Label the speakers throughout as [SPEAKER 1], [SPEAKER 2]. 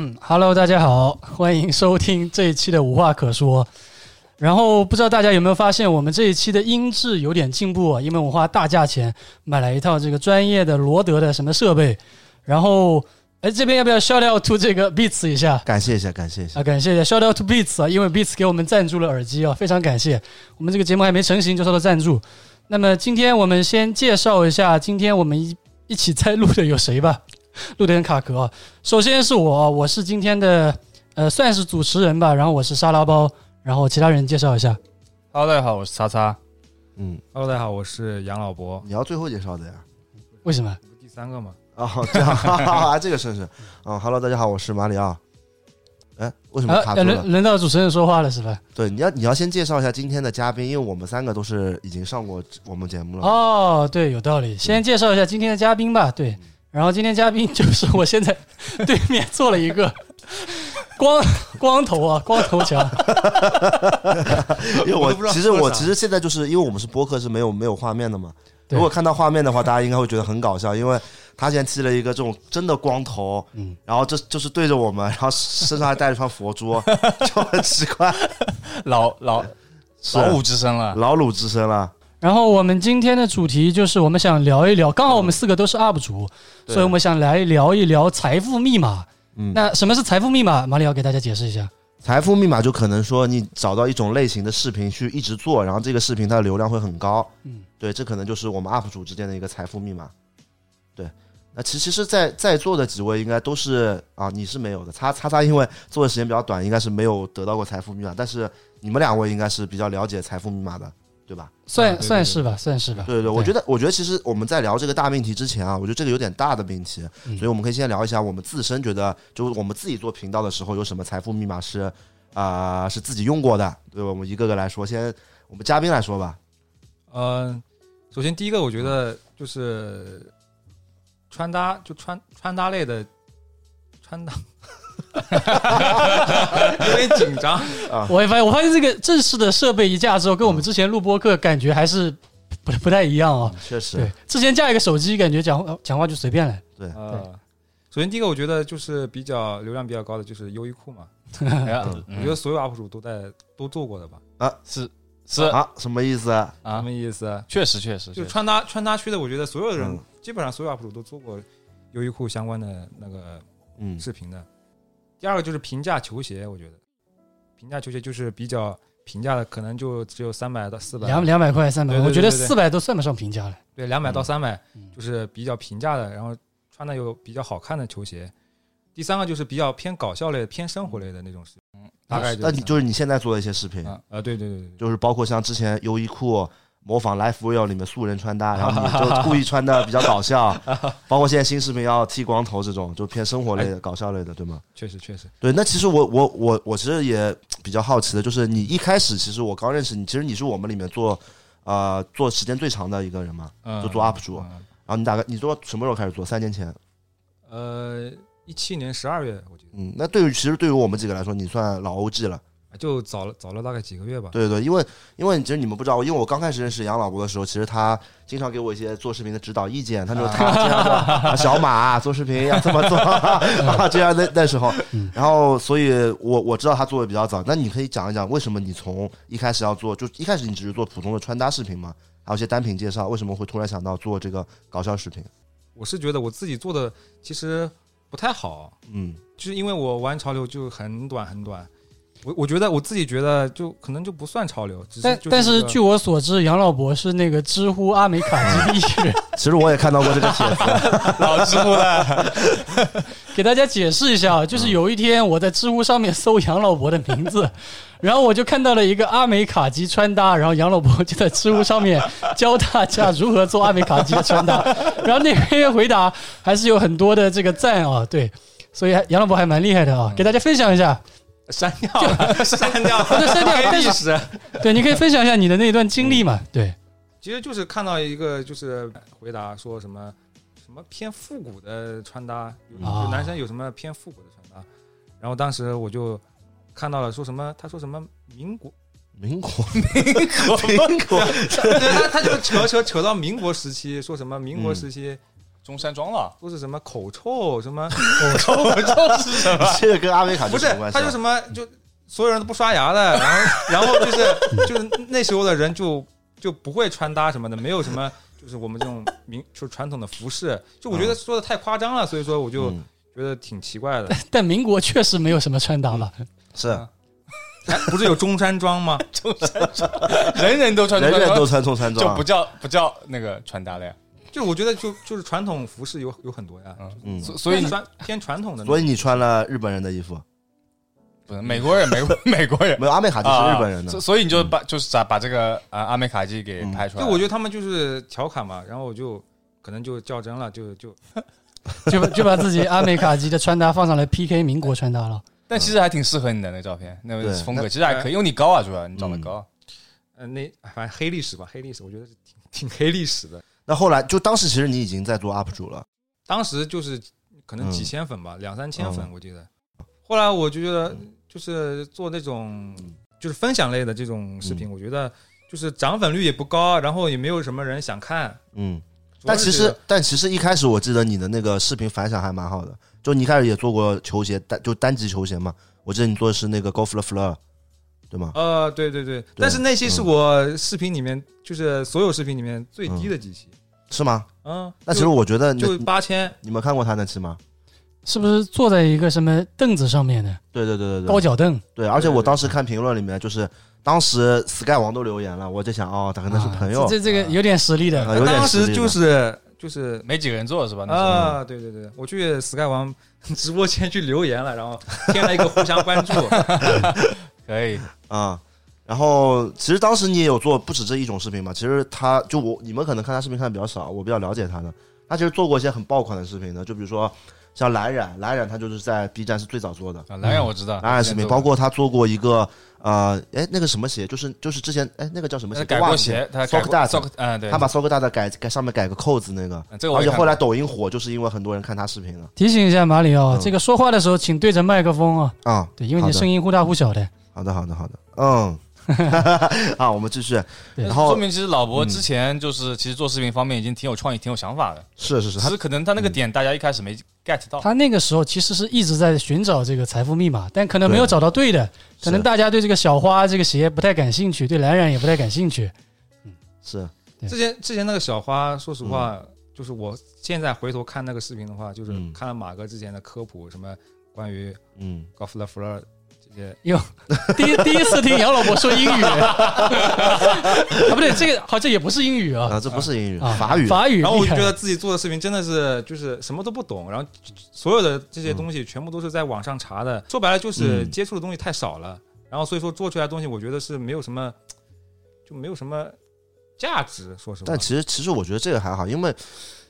[SPEAKER 1] 嗯 Hello，大家好，欢迎收听这一期的无话可说。然后不知道大家有没有发现，我们这一期的音质有点进步啊，因为我花大价钱买了一套这个专业的罗德的什么设备。然后，哎，这边要不要 shout out to 这个 Beats 一下？
[SPEAKER 2] 感谢一下，感谢一下。
[SPEAKER 1] 啊，感谢一下，shout out to Beats 啊，因为 Beats 给我们赞助了耳机啊，非常感谢。我们这个节目还没成型就收到赞助。那么今天我们先介绍一下，今天我们一一起在录的有谁吧？录的很卡壳啊。首先是我啊，我是今天的呃算是主持人吧，然后我是沙拉包，然后其他人介绍一下。
[SPEAKER 3] Hello，大家好，我是叉叉。
[SPEAKER 2] 嗯，
[SPEAKER 3] Hello，大家好，我是杨老伯。
[SPEAKER 2] 你要最后介绍的呀？
[SPEAKER 1] 为什么？
[SPEAKER 3] 第三个嘛，
[SPEAKER 2] 哦，这样，哈哈 哈这个顺是。嗯，Hello，大家好，我是马里奥。哎，为什么卡
[SPEAKER 1] 啊，
[SPEAKER 2] 住
[SPEAKER 3] 呃
[SPEAKER 2] 了？
[SPEAKER 1] 轮轮到主持人说话了是吧？
[SPEAKER 2] 对，你要你要先介绍一下今天的嘉宾，因为我们三个都是已经上过我们节
[SPEAKER 3] 啊
[SPEAKER 2] 目了。
[SPEAKER 1] 哦，对，有道理。先介绍一下今天的嘉宾吧，对。然后今天嘉宾就是我现在对面坐了一个 光光头啊，光头强。
[SPEAKER 2] 因为我
[SPEAKER 3] 我都不知道
[SPEAKER 2] 其实
[SPEAKER 3] 说
[SPEAKER 2] 我
[SPEAKER 3] 啥
[SPEAKER 2] 其实现在就是因为我们是播客是没有没有画面的嘛。
[SPEAKER 1] 对
[SPEAKER 2] 如果看到画面的话，大家应该会觉得很搞笑，因为他现在剃了一个这种真的光头，
[SPEAKER 1] 嗯
[SPEAKER 2] 然后这就是对着我们，然后身上还带着串佛 珠，就很奇怪，
[SPEAKER 3] 老老
[SPEAKER 2] 是啊
[SPEAKER 3] 老五之身了。
[SPEAKER 2] 老鲁之身了。
[SPEAKER 1] 然后我们今天的主题就是我们想聊一聊，刚好我们四个都是 UP 主，
[SPEAKER 2] 对
[SPEAKER 1] 所以我们想来聊一聊财富密码。
[SPEAKER 2] 嗯
[SPEAKER 1] 那什么是财富密码？马里奥给大家解释一下。
[SPEAKER 2] 财富密码就可能说你找到一种类型的视频去一直做，然后这个视频它的流量会很高。
[SPEAKER 1] 嗯，
[SPEAKER 2] 对，这可能就是我们 UP 主之间的一个财富密码。对，那其其实在，在座的几位应该都是啊，你是没有的，叉叉叉，因为做的时间比较短，应该是没有得到过财富密码，但是你们两位应该是比较了解财富密码的，对吧？
[SPEAKER 1] 算、
[SPEAKER 3] 对对对
[SPEAKER 1] 算是吧，算是吧。
[SPEAKER 2] 对对对，我觉得，我觉得其实我们在聊这个大命题之前啊，我觉得这个有点大的命题，
[SPEAKER 1] 嗯
[SPEAKER 2] 所以我们可以先聊一下我们自身觉得，就是我们自己做频道的时候有什么财富密码是啊、是自己用过的，对吧？我们一个个来说，先我们嘉宾来说吧，
[SPEAKER 3] 嗯，首先第一个，我觉得就是穿搭，就穿穿搭类的 穿搭，有点紧张。
[SPEAKER 1] 我也发现，我发现这个正式的设备一架之后，跟我们之前录播课感觉还是不不太一样啊。
[SPEAKER 2] 确实，
[SPEAKER 1] 对，之前架一个手机，感觉讲话讲话就随便了。
[SPEAKER 3] 呃，首先第一个，我觉得就是比较流量比较高的就是优衣库嘛，我
[SPEAKER 4] 我
[SPEAKER 2] 嗯
[SPEAKER 3] 觉得所有 UP 主都在都做过的吧？
[SPEAKER 4] 是
[SPEAKER 2] 啊，什么意思？
[SPEAKER 3] 什
[SPEAKER 4] 啊，
[SPEAKER 3] 么意思啊？
[SPEAKER 4] 确实确实，
[SPEAKER 3] 就
[SPEAKER 4] 确实
[SPEAKER 3] 穿搭穿搭区的，我觉得所有人
[SPEAKER 2] 嗯
[SPEAKER 3] 基本上所有 UP 主都做过优衣库相关的那个
[SPEAKER 2] 嗯，
[SPEAKER 3] 视频的。第二个就是平价球鞋，我觉得平价球鞋就是比较平价的，可能就只有三百到四百，
[SPEAKER 1] 两两百块、三百，
[SPEAKER 3] 对对
[SPEAKER 1] 我觉得
[SPEAKER 3] 对对
[SPEAKER 1] 四百都算不上平价了。
[SPEAKER 3] 对两百到三百
[SPEAKER 1] 嗯，
[SPEAKER 3] 就是比较平价的，然后穿的又比较好看的球鞋。第三个就是比较偏搞笑类、偏生活类的那种视频，大概
[SPEAKER 2] 嗯那你
[SPEAKER 3] 就
[SPEAKER 2] 就是你现在做的一些视频，
[SPEAKER 3] 啊啊，对对对对对，
[SPEAKER 2] 就是包括像之前优衣库。模仿 Life Real 里面素人穿搭，然后你 就故意穿的比较搞笑，包括现在新视频要剃光头这种，就偏生活类的、搞笑类的，对吗？
[SPEAKER 3] 确实确实，
[SPEAKER 2] 对，那其实我我我我其实也比较好奇的，就是你一开始其实我刚认识你，其实你是我们里面做呃做时间最长的一个人嘛，
[SPEAKER 3] 嗯，
[SPEAKER 2] 就做 UP 主
[SPEAKER 3] 嗯，
[SPEAKER 2] 然后你大概你做什么时候开始做？三年前，
[SPEAKER 3] 呃，一七年十二月，我觉
[SPEAKER 2] 嗯，那对于其实对于我们几个来说，你算老 OG 了，
[SPEAKER 3] 得就早了早了大概几个月吧，
[SPEAKER 2] 对对对，因为因为其实你们不知道，因为我刚开始认识杨老伯的时候，其实他经常给我一些做视频的指导意见，他就他经常说啊小马啊做视频要这么做，啊这样那那时候
[SPEAKER 1] 嗯，
[SPEAKER 2] 然后所以我我知道他做的比较早，那你可以讲一讲为什么你从一开始要做，就一开始你只是做普通的穿搭视频嘛，还有一些单品介绍，为什么会突然想到做这个搞笑视频？
[SPEAKER 3] 我是觉得我自己做的其实不太好，
[SPEAKER 2] 嗯
[SPEAKER 3] 就是因为我玩潮流就很短很短，我我觉得我自己觉得就可能就不算潮流，只是
[SPEAKER 1] 但
[SPEAKER 3] 就
[SPEAKER 1] 但
[SPEAKER 3] 是
[SPEAKER 1] 是
[SPEAKER 3] 一个
[SPEAKER 1] 据我所知，杨老伯是那个知乎阿美卡基 地人。
[SPEAKER 2] 其实我也看到过这个帖子，
[SPEAKER 4] 老知乎了，
[SPEAKER 1] 给大家解释一下啊，
[SPEAKER 3] 嗯
[SPEAKER 1] 就是有一天我在知乎上面搜杨老伯的名字，然后我就看到了一个阿美卡基穿搭，然后杨老伯就在知乎上面教大家如何做阿美卡基的穿搭，然后那篇回答还是有很多的这个赞啊，对，所以杨老伯还蛮厉害的啊，给大家分享一 下，
[SPEAKER 3] 删掉 了，删掉了，
[SPEAKER 1] 对删掉了
[SPEAKER 3] 没
[SPEAKER 1] 但是
[SPEAKER 3] 意思。
[SPEAKER 1] 对，你可以分享一下你的那段经历嘛，对，
[SPEAKER 3] 其实就是看到一个就是回答说什么什么偏复古的穿搭，有
[SPEAKER 1] 啊
[SPEAKER 3] 有男生有什么偏复古的穿搭，然后当时我就看到了说什么他说什么民 国，
[SPEAKER 2] 民国民国民国，
[SPEAKER 3] 对他他就扯扯扯到民国时期，说什么民国时期
[SPEAKER 4] 中山装了，
[SPEAKER 3] 都是什么口臭什么，
[SPEAKER 4] 是什么？
[SPEAKER 2] 这个跟阿维卡就
[SPEAKER 3] 不
[SPEAKER 2] 是什么关系
[SPEAKER 3] 他
[SPEAKER 2] 啊？
[SPEAKER 3] 就什么就所有人都不刷牙的，然后然后就是就是那时候的人就就不会穿搭什么的，没有什么就是我们这种民就是传统的服饰，就我觉得说的太夸张了，所以说我就
[SPEAKER 2] 嗯
[SPEAKER 3] 觉得挺奇怪的。
[SPEAKER 1] 但民国确实没有什么穿搭了，
[SPEAKER 2] 是
[SPEAKER 3] 啊哎不是有中山装吗？
[SPEAKER 4] 人人都穿
[SPEAKER 2] 人
[SPEAKER 4] 中山
[SPEAKER 2] 人
[SPEAKER 4] 装，
[SPEAKER 2] 都穿中山
[SPEAKER 4] 就
[SPEAKER 2] 装
[SPEAKER 4] 不
[SPEAKER 2] 啊，
[SPEAKER 4] 叫不叫那个穿搭了呀。
[SPEAKER 3] 就我觉得就就是传统服饰有有很多呀，
[SPEAKER 4] 嗯
[SPEAKER 2] 嗯，
[SPEAKER 4] 所所以你
[SPEAKER 3] 穿偏传统的那种，
[SPEAKER 2] 所以你穿了日本人的衣服，
[SPEAKER 4] 不是美国人，美国美国人
[SPEAKER 2] 没有阿美卡就是日本人
[SPEAKER 4] 啊
[SPEAKER 2] 的
[SPEAKER 4] 所，所以你就把就是把把这个啊阿美卡基给
[SPEAKER 2] 嗯
[SPEAKER 4] 拍出来
[SPEAKER 3] 就
[SPEAKER 4] 了。
[SPEAKER 3] 我觉得他们就是调侃嘛，然后我就可能就较真了，就就
[SPEAKER 1] 就就把自己阿美卡基的穿搭放上来 PK 民国穿搭了。
[SPEAKER 4] 但其实还挺适合你的那照片，那个
[SPEAKER 2] 嗯对
[SPEAKER 4] 风格
[SPEAKER 2] 那
[SPEAKER 4] 其实还可以，因为你高啊，主要你长得高。
[SPEAKER 3] 呃那反正黑历史吧，黑历史，我觉得是挺挺黑历史的。
[SPEAKER 2] 那后来就当时其实你已经在做 UP 主了，
[SPEAKER 3] 当时就是可能
[SPEAKER 2] 嗯
[SPEAKER 3] 几千粉吧，两三千粉
[SPEAKER 2] 嗯
[SPEAKER 3] 我记得。后来我就觉得就是做那种就是分享类的这种视
[SPEAKER 2] 嗯
[SPEAKER 3] 频，我觉得就是涨粉率也不高，然后也没有什么人想看。
[SPEAKER 2] 嗯，
[SPEAKER 3] 主要
[SPEAKER 2] 但
[SPEAKER 3] 是
[SPEAKER 2] 其
[SPEAKER 3] 觉
[SPEAKER 2] 实
[SPEAKER 3] 得
[SPEAKER 2] 但其实一开始我记得你的那个视频反响还蛮好的，就你一开始也做过球鞋单就单级球鞋嘛，我记得你做的是那个 Go for the floor，对吗？
[SPEAKER 3] 呃，对对对，但是那些
[SPEAKER 2] 嗯
[SPEAKER 3] 是我视频里面就是所有视频里面最低的几期，
[SPEAKER 2] 是吗？
[SPEAKER 3] 嗯，
[SPEAKER 2] 那其实我觉得你
[SPEAKER 3] 就就八千，
[SPEAKER 2] 你们看过他那期吗？
[SPEAKER 1] 是不是坐在一个什么凳子上面的
[SPEAKER 2] 对对对对对，
[SPEAKER 1] 高脚凳？
[SPEAKER 2] 对，而且
[SPEAKER 3] 对对
[SPEAKER 2] 我当时看评论里面，就是当时 Sky 王都留言了，我在想，哦，他可能是朋友
[SPEAKER 1] 啊，这这这个有点实力的，
[SPEAKER 2] 啊有点啊
[SPEAKER 3] 当
[SPEAKER 2] 实力的
[SPEAKER 3] 时就是
[SPEAKER 2] 嗯
[SPEAKER 3] 就是
[SPEAKER 4] 没几个人做是吧？那时候
[SPEAKER 3] 啊，对对对，我去 Sky 王直播间去留言了，然后添了一个互相关注，
[SPEAKER 4] 可以，
[SPEAKER 2] 啊、然后其实当时你也有做不止这一种视频嘛，其实他就我你们可能看他视频看的比较少，我比较了解他的，他其实做过一些很爆款的视频的，就比如说像蓝染，蓝染他就是在 B 站是最早做的，
[SPEAKER 4] 啊蓝染我知道，
[SPEAKER 2] 蓝染视频，
[SPEAKER 4] 之前做
[SPEAKER 2] 包括他做过一个呃，哎那个什么鞋，就是就是之前哎那个叫什么
[SPEAKER 4] 过
[SPEAKER 2] 鞋，
[SPEAKER 4] 改
[SPEAKER 2] 袜
[SPEAKER 4] 过
[SPEAKER 2] 子
[SPEAKER 4] 鞋，他改
[SPEAKER 2] Sock
[SPEAKER 4] 过
[SPEAKER 2] Dart
[SPEAKER 4] sock，嗯，对，
[SPEAKER 2] 他把 s o g 大的改改上面改个扣子那个，
[SPEAKER 4] 嗯这个我
[SPEAKER 2] 而
[SPEAKER 4] 也
[SPEAKER 2] 且
[SPEAKER 4] 看
[SPEAKER 2] 后来
[SPEAKER 4] 过
[SPEAKER 2] 抖音火就是因为很多人看他视频了
[SPEAKER 1] 提醒一下马里奥，
[SPEAKER 2] 嗯
[SPEAKER 1] 这个说话的时候请对着麦克风啊，
[SPEAKER 2] 啊、
[SPEAKER 1] 对，因为
[SPEAKER 2] 好
[SPEAKER 1] 你
[SPEAKER 2] 的
[SPEAKER 1] 声音忽大忽小的。
[SPEAKER 2] 好的，好的，好的，嗯，啊，我们继续。
[SPEAKER 1] 对
[SPEAKER 2] 然后嗯
[SPEAKER 4] 说明其实老伯之前就是其实做视频方面已经挺有创意、挺有想法的，
[SPEAKER 2] 是是是，
[SPEAKER 4] 只
[SPEAKER 2] 他
[SPEAKER 4] 是可能他那嗯个点大家一开始没 get 到。
[SPEAKER 1] 他那个时候其实是一直在寻找这个财富密码，但可能没有找到对的，可能大家对这个小花这个鞋不太感兴趣，对蓝染也不太感兴趣。
[SPEAKER 2] 是
[SPEAKER 1] 对
[SPEAKER 3] 之前之前那个小花，说实话，就是我现在回头看那个视频的话，就是
[SPEAKER 2] 嗯
[SPEAKER 3] 看了马哥之前的科普，什么关于
[SPEAKER 2] 嗯，
[SPEAKER 3] 高弗勒弗勒这些，
[SPEAKER 1] 第一第一次听杨老伯说英语， 啊不对，这个好像也不是英语啊，
[SPEAKER 2] 啊，这不是英语，
[SPEAKER 1] 啊
[SPEAKER 2] 法语，
[SPEAKER 1] 法语。
[SPEAKER 3] 然后我
[SPEAKER 1] 厉
[SPEAKER 3] 就
[SPEAKER 1] 害
[SPEAKER 3] 觉得自己做的视频真的是就是什么都不懂，然后所有的这些东西全部都是在网上查的，说白了就是
[SPEAKER 2] 嗯
[SPEAKER 3] 接触的东西太少了，然后所以说做出来的东西，我觉得是没有什么，就没有什么价值，说实话
[SPEAKER 2] 但。其实其实我觉得这个还好，因为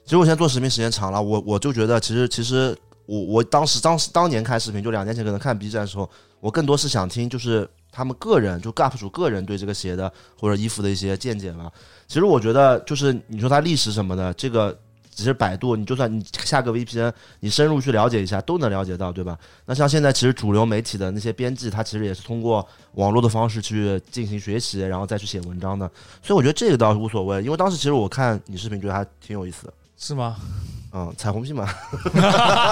[SPEAKER 2] 其实我现在做视频时间长了，我我就觉得其实其实我我当时当时当年看视频，就两年前可能看 B 站的时候，我更多是想听就是他们个人就 UP 主个人对这个鞋的或者衣服的一些见解吧。其实我觉得就是你说它历史什么的，这个其实百度你就算你下个 VPN，你深入去了解一下都能了解到，对吧？那像现在其实主流媒体的那些编辑，他其实也是通过网络的方式去进行学习，然后再去写文章的。所以我觉得这个倒是无所谓，因为当时其实我看你视频觉得还挺有意思的，
[SPEAKER 3] 是吗？
[SPEAKER 2] 嗯，彩虹屁嘛，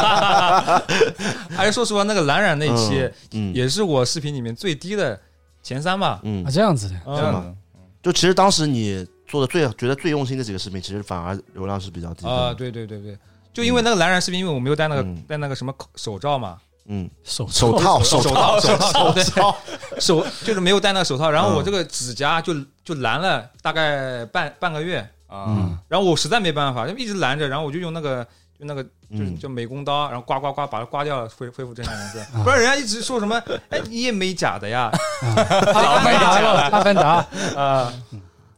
[SPEAKER 3] 而且说实话，那个蓝染那一期
[SPEAKER 2] 嗯，
[SPEAKER 3] 也是我视频里面最低的前三吧。
[SPEAKER 2] 嗯
[SPEAKER 1] 啊，这样子的，
[SPEAKER 4] 这
[SPEAKER 3] 嗯，
[SPEAKER 4] 样子
[SPEAKER 2] 就其实当时你做的最觉得最用心的几个视频，其实反而流量是比较低的，
[SPEAKER 3] 啊，对对对对，就因为那个蓝染视频，因为我没有戴那个
[SPEAKER 2] 嗯
[SPEAKER 3] 戴那个什么口手罩嘛，
[SPEAKER 2] 嗯，
[SPEAKER 1] 手
[SPEAKER 2] 手套手套
[SPEAKER 3] 套手套对手就是没有戴那个手套，然后我这个指甲就就蓝了大概半半个月，
[SPEAKER 4] 啊，
[SPEAKER 3] 然后我实在没办法，就一直拦着，然后我就用那个就那个就是
[SPEAKER 2] 嗯
[SPEAKER 3] 就美工刀，然后刮刮刮把它刮掉了，恢恢复正常颜色，不然人家一直说什么哎你也美甲的呀
[SPEAKER 1] 阿凡达了，阿凡达
[SPEAKER 3] 啊，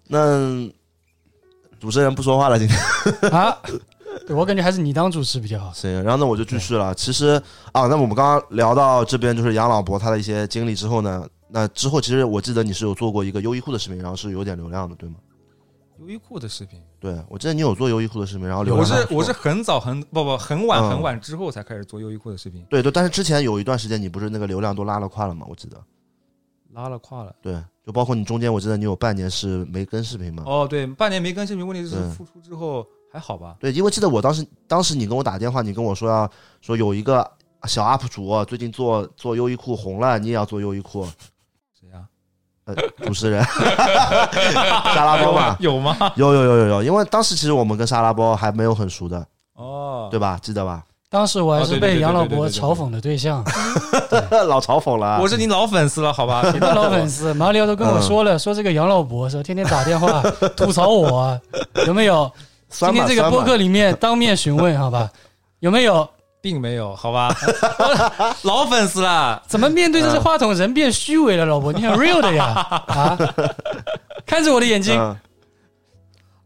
[SPEAKER 2] 那主持人不说话了，今天。
[SPEAKER 1] 啊，对我感觉还是你当主持比较好。
[SPEAKER 2] 行，然后呢，我就继续了。其实啊，那我们刚刚聊到这边，就是杨老伯他的一些经历之后呢，那之后其实我记得你是有做过一个优衣库的视频，然后是有点流量的，对吗？
[SPEAKER 3] 优衣库的视频。
[SPEAKER 2] 对，我记得你有做优衣库的视频，然后流
[SPEAKER 3] 我
[SPEAKER 2] 量还
[SPEAKER 3] 是
[SPEAKER 2] 不错
[SPEAKER 3] 我是很早很不不很晚
[SPEAKER 2] 嗯
[SPEAKER 3] 很晚之后才开始做优衣库的视频，
[SPEAKER 2] 对对，但是之前有一段时间你不是那个流量都拉了胯了吗？我记得，
[SPEAKER 3] 拉了胯了。
[SPEAKER 2] 对，就包括你中间我记得你有半年是没更视频嘛，
[SPEAKER 3] 哦哦，对，半年没更视频，问题是
[SPEAKER 2] 嗯
[SPEAKER 3] 复出之后还好吧？
[SPEAKER 2] 对，因为记得我当时当时你跟我打电话，你跟我说要说有一个小 UP 主最近做做优衣库红了，你也要做优衣库，
[SPEAKER 3] 谁啊呀？
[SPEAKER 2] 呃，主持人 沙拉包嘛，
[SPEAKER 3] 有吗？
[SPEAKER 2] 有有有有有，因为当时其实我们跟沙拉包还没有很熟的，
[SPEAKER 3] 哦，
[SPEAKER 2] 对吧？记得吧？
[SPEAKER 1] 当时我还
[SPEAKER 3] 哦
[SPEAKER 1] 是
[SPEAKER 3] 对对对
[SPEAKER 1] 被
[SPEAKER 3] 对
[SPEAKER 1] 杨老
[SPEAKER 3] 对对
[SPEAKER 1] 伯
[SPEAKER 3] 对对
[SPEAKER 1] 嘲讽的对象，
[SPEAKER 2] 老嘲讽了啊，
[SPEAKER 3] 我是你老粉丝了，好吧？
[SPEAKER 1] 我的老粉丝马里奥都跟
[SPEAKER 3] 嗯
[SPEAKER 1] 我说了，说这个杨老伯说天天打电 话吐槽我，有没有？今
[SPEAKER 2] 酸吧
[SPEAKER 1] 天这个
[SPEAKER 2] 酸吧
[SPEAKER 1] 播客里面当面询问，好吧，有没有？
[SPEAKER 3] 并没有，好吧？老粉丝了，
[SPEAKER 1] 怎么面对
[SPEAKER 3] 嗯
[SPEAKER 1] 这只话筒，人变虚伪了，老伯，你很 real 的呀 啊！看着我的眼睛，
[SPEAKER 2] 嗯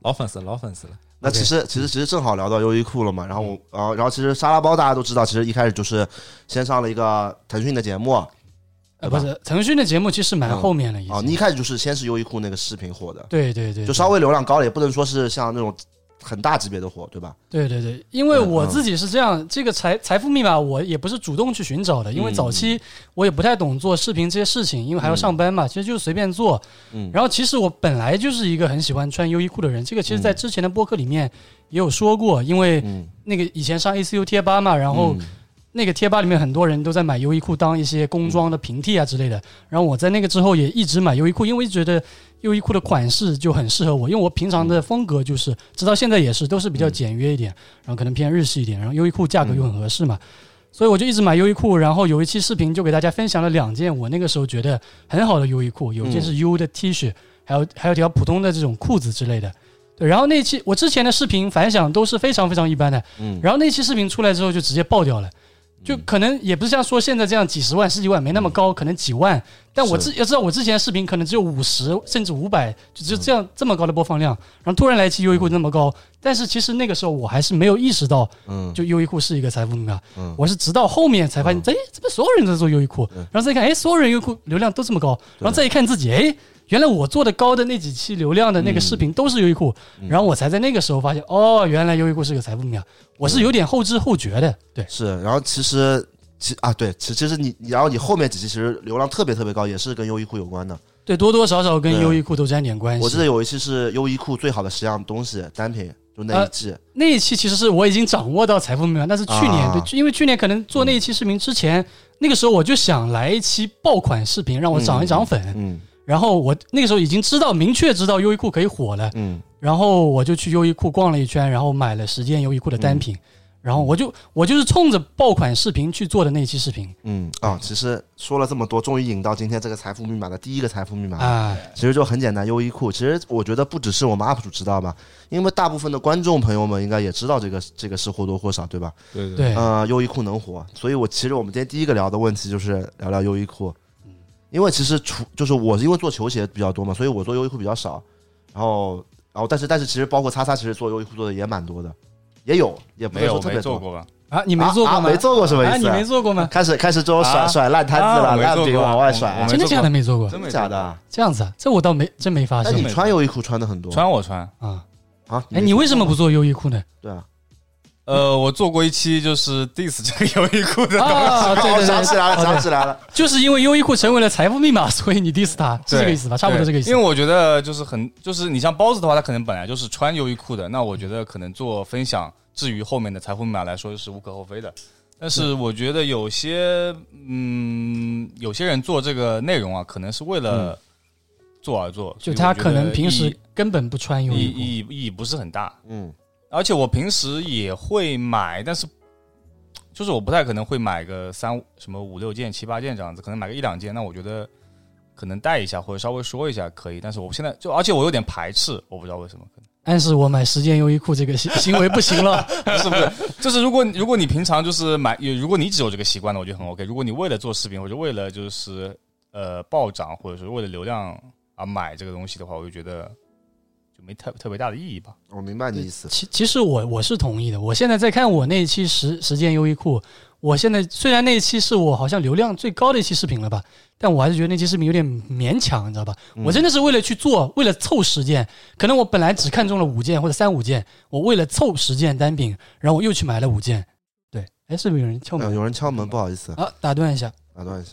[SPEAKER 3] 老粉丝，老粉丝了。
[SPEAKER 2] 那
[SPEAKER 1] OK 嗯
[SPEAKER 2] 其实其实其实正好聊到优衣库了嘛，然后我然后然后其实沙拉包大家都知道，其实一开始就是先上了一个腾讯的节目哦，
[SPEAKER 1] 呃，不是，腾讯的节目其实蛮
[SPEAKER 2] 嗯
[SPEAKER 1] 后面了，已
[SPEAKER 3] 哦
[SPEAKER 1] 经。
[SPEAKER 2] 你一开始就是先是优衣库那个视频火的，
[SPEAKER 1] 对对对，
[SPEAKER 2] 就
[SPEAKER 1] 对
[SPEAKER 2] 稍微流量高了，也不能说是像那种很大级别的火，对吧？
[SPEAKER 1] 对对对，因为
[SPEAKER 2] 嗯
[SPEAKER 1] 我
[SPEAKER 2] 嗯
[SPEAKER 1] 自己是这样，这个财财富密码我也不是主动去寻找的，因为
[SPEAKER 2] 嗯
[SPEAKER 1] 早期我也不太懂做视频这些事情，因为还要上班嘛，其实就是随便做。
[SPEAKER 2] 嗯
[SPEAKER 1] 然后其实我本来就是一个很喜欢穿优衣库的人，这个其实在之前的播客里面也有说过，因为
[SPEAKER 2] 嗯，
[SPEAKER 1] 那个以前上 ACU 贴吧嘛，然后
[SPEAKER 2] 嗯
[SPEAKER 1] 那个贴吧里面很多人都在买优衣库当一些工装
[SPEAKER 2] 嗯
[SPEAKER 1] 的平替啊之类的。然后我在那个之后也一直买优衣库，因为我一直觉得优衣库的款式就很适合我，因为我平常的
[SPEAKER 2] 嗯
[SPEAKER 1] 风格就是，直到现在也是都是比较简约一点，然后可能偏日系一点，然后优衣库价格又
[SPEAKER 2] 嗯
[SPEAKER 1] 很合适嘛。所以我就一直买优衣库，然后有一期视频就给大家分享了两件我那个时候觉得很好的优衣库，有一件是 U 的 T 恤，还有还有条普通的这种裤子之类的。对，然后那期我之前的视频反响都是非常非常一般的，
[SPEAKER 2] 嗯
[SPEAKER 1] 然后那期视频出来之后就直接爆掉了，就可能也不是像说现在这样几十万、十几万没那么高，可能几万。但我之也知道我之前视频可能只有五十甚至五百，就只有这样这么高的播放量。然后突然来一期优衣库那么高，但是其实那个时候我还是没有意识到，
[SPEAKER 2] 嗯，
[SPEAKER 1] 就优衣库是一个财富密码
[SPEAKER 2] 嗯。
[SPEAKER 1] 啊我是直到后面才发现，哎，怎么所有人都在做优衣库？然后再看，哎，所有人优衣库流量都这么高，然后再一看自己，哎。原来我做的高的那几期流量
[SPEAKER 2] 嗯
[SPEAKER 1] 的那个视频都是优衣库，然后我才在那个时候发现，哦，原来优衣库是个财富密码，啊我
[SPEAKER 2] 嗯
[SPEAKER 1] 是有点后知后觉的，对，
[SPEAKER 2] 是，然后其实其啊对，其其实你你然后你后面几期其实流量特别特别高，也是跟优衣库有关的。
[SPEAKER 1] 对，多多少少跟
[SPEAKER 2] 对
[SPEAKER 1] 优衣库都沾点关系。啊
[SPEAKER 2] 我记得有一期是优衣库最好的十样东西单品，就
[SPEAKER 1] 呃
[SPEAKER 2] 那一季。
[SPEAKER 1] 那一期其实是我已经掌握到财富密码，那是去年、
[SPEAKER 2] 啊
[SPEAKER 1] 对，就因为去年可能做那一期视频之前，那个时候我就想来一期爆款视频，让我涨一涨粉。
[SPEAKER 2] 嗯
[SPEAKER 1] 然后我那个时候已经知道，明确知道优衣库可以火了，
[SPEAKER 2] 嗯
[SPEAKER 1] 然后我就去优衣库逛了一圈，然后买了十件优衣库的单
[SPEAKER 2] 嗯
[SPEAKER 1] 品，然后我就我就是冲着爆款视频去做的那一期视频
[SPEAKER 2] 嗯啊，其实说了这么多，终于引到今天这个财富密码的第一个财富密码。
[SPEAKER 1] 啊，
[SPEAKER 2] 其实就很简单，优衣库。其实我觉得不只是我们 UP 主知道吧，因为大部分的观众朋友们应该也知道这个这个是或多或少，对吧？
[SPEAKER 3] 对对
[SPEAKER 1] 对，
[SPEAKER 2] 呃，优衣库能火，所以我其实我们今天第一个聊的问题就是聊聊优衣库，因为其实除就是我是因为做球鞋比较多嘛，所以我做优衣库比较少，然后然后但是但是其实包括擦擦，其实做优衣库做的也蛮多的，也有也不
[SPEAKER 4] 没
[SPEAKER 2] 是
[SPEAKER 4] 有
[SPEAKER 2] 说特别
[SPEAKER 4] 没做
[SPEAKER 2] 多，
[SPEAKER 4] 过吧？
[SPEAKER 1] 啊，你没做过
[SPEAKER 2] 啊
[SPEAKER 1] 吗？
[SPEAKER 2] 啊没做过什么
[SPEAKER 1] 啊，
[SPEAKER 2] 意
[SPEAKER 1] 你
[SPEAKER 2] 思啊？
[SPEAKER 1] 没做 过吗？
[SPEAKER 2] 开始开始这种甩
[SPEAKER 4] 啊
[SPEAKER 2] 甩烂摊子
[SPEAKER 4] 啊
[SPEAKER 2] 了，
[SPEAKER 4] 我没
[SPEAKER 2] 烂
[SPEAKER 4] 做
[SPEAKER 2] 饼
[SPEAKER 4] 过
[SPEAKER 2] 往外甩啊，
[SPEAKER 4] 我没
[SPEAKER 1] 真的假的？没做过？
[SPEAKER 4] 真
[SPEAKER 2] 真
[SPEAKER 4] 没
[SPEAKER 2] 的
[SPEAKER 4] 做
[SPEAKER 2] 假
[SPEAKER 4] 过
[SPEAKER 2] 的啊？
[SPEAKER 1] 这样子啊，这我倒没真没发
[SPEAKER 2] 那
[SPEAKER 1] 现
[SPEAKER 2] 你穿优衣库穿的很多，
[SPEAKER 4] 穿我穿。
[SPEAKER 1] 啊。
[SPEAKER 2] 啊？
[SPEAKER 1] 哎，你为什么不做优衣库 呢？
[SPEAKER 2] 对啊？
[SPEAKER 4] 呃，我做过一期就是 diss 这个优衣库 的东西。
[SPEAKER 1] 啊，对
[SPEAKER 2] 哦
[SPEAKER 1] 对
[SPEAKER 2] 想起
[SPEAKER 1] 对，
[SPEAKER 2] 来了，
[SPEAKER 1] 哦
[SPEAKER 2] 想起来了，
[SPEAKER 1] 就是因为优衣库成为了财富密码，所以你 diss 他，是这个意思吧？
[SPEAKER 4] 对
[SPEAKER 1] 差不多这个意思
[SPEAKER 4] 因。为我觉得就是很，就是你像包子的话，他可能本来就是穿优衣库的，那我觉得可能做分享，至于后面的财富密码来说是无可厚非的。但是我觉得有些，嗯，有些人做这个内容啊，可能是为了做而做，
[SPEAKER 1] 嗯就
[SPEAKER 4] 所以
[SPEAKER 1] 他
[SPEAKER 4] 我觉
[SPEAKER 1] 可
[SPEAKER 4] 得
[SPEAKER 1] 能平时
[SPEAKER 4] 意
[SPEAKER 1] 根本不穿优
[SPEAKER 4] 意
[SPEAKER 1] 衣
[SPEAKER 4] 意义意义不是很大。
[SPEAKER 2] 嗯
[SPEAKER 4] 而且我平时也会买，但是就是我不太可能会买个三五什么五六件、七八件这样子，可能买个一两件。那我觉得可能带一下或者稍微说一下可以，但是我现在就而且我有点排斥，我不知道为什么，
[SPEAKER 1] 库，暗示我买十件优衣库这个行行为不行 了。
[SPEAKER 4] 是不是？就是如果如果你平常就是买，如果你只有这个习惯的，我觉得很 OK。如果你为了做视频或者为了就是呃暴涨或者说为了流量而买这个东西的话，我就觉得就没特特别大的意义吧。
[SPEAKER 2] 我哦明白你意思，
[SPEAKER 1] 其其实我我是同意的。我现在在看我那一期十十件优衣库，我现在虽然那一期是我好像流量最高的一期视频了吧，但我还是觉得那期视频有点勉强，你知道吧？
[SPEAKER 4] 嗯
[SPEAKER 2] 嗯
[SPEAKER 1] 我真的是为了去做，为了凑十件，可能我本来只看中了五件或者三五件，我为了凑十件单品，然后我又去买了五件。对，哎，是不是有人敲
[SPEAKER 2] 嗯
[SPEAKER 1] 门、
[SPEAKER 2] 有人敲门，不好意思，
[SPEAKER 1] 啊？打断一下，
[SPEAKER 2] 打断一下。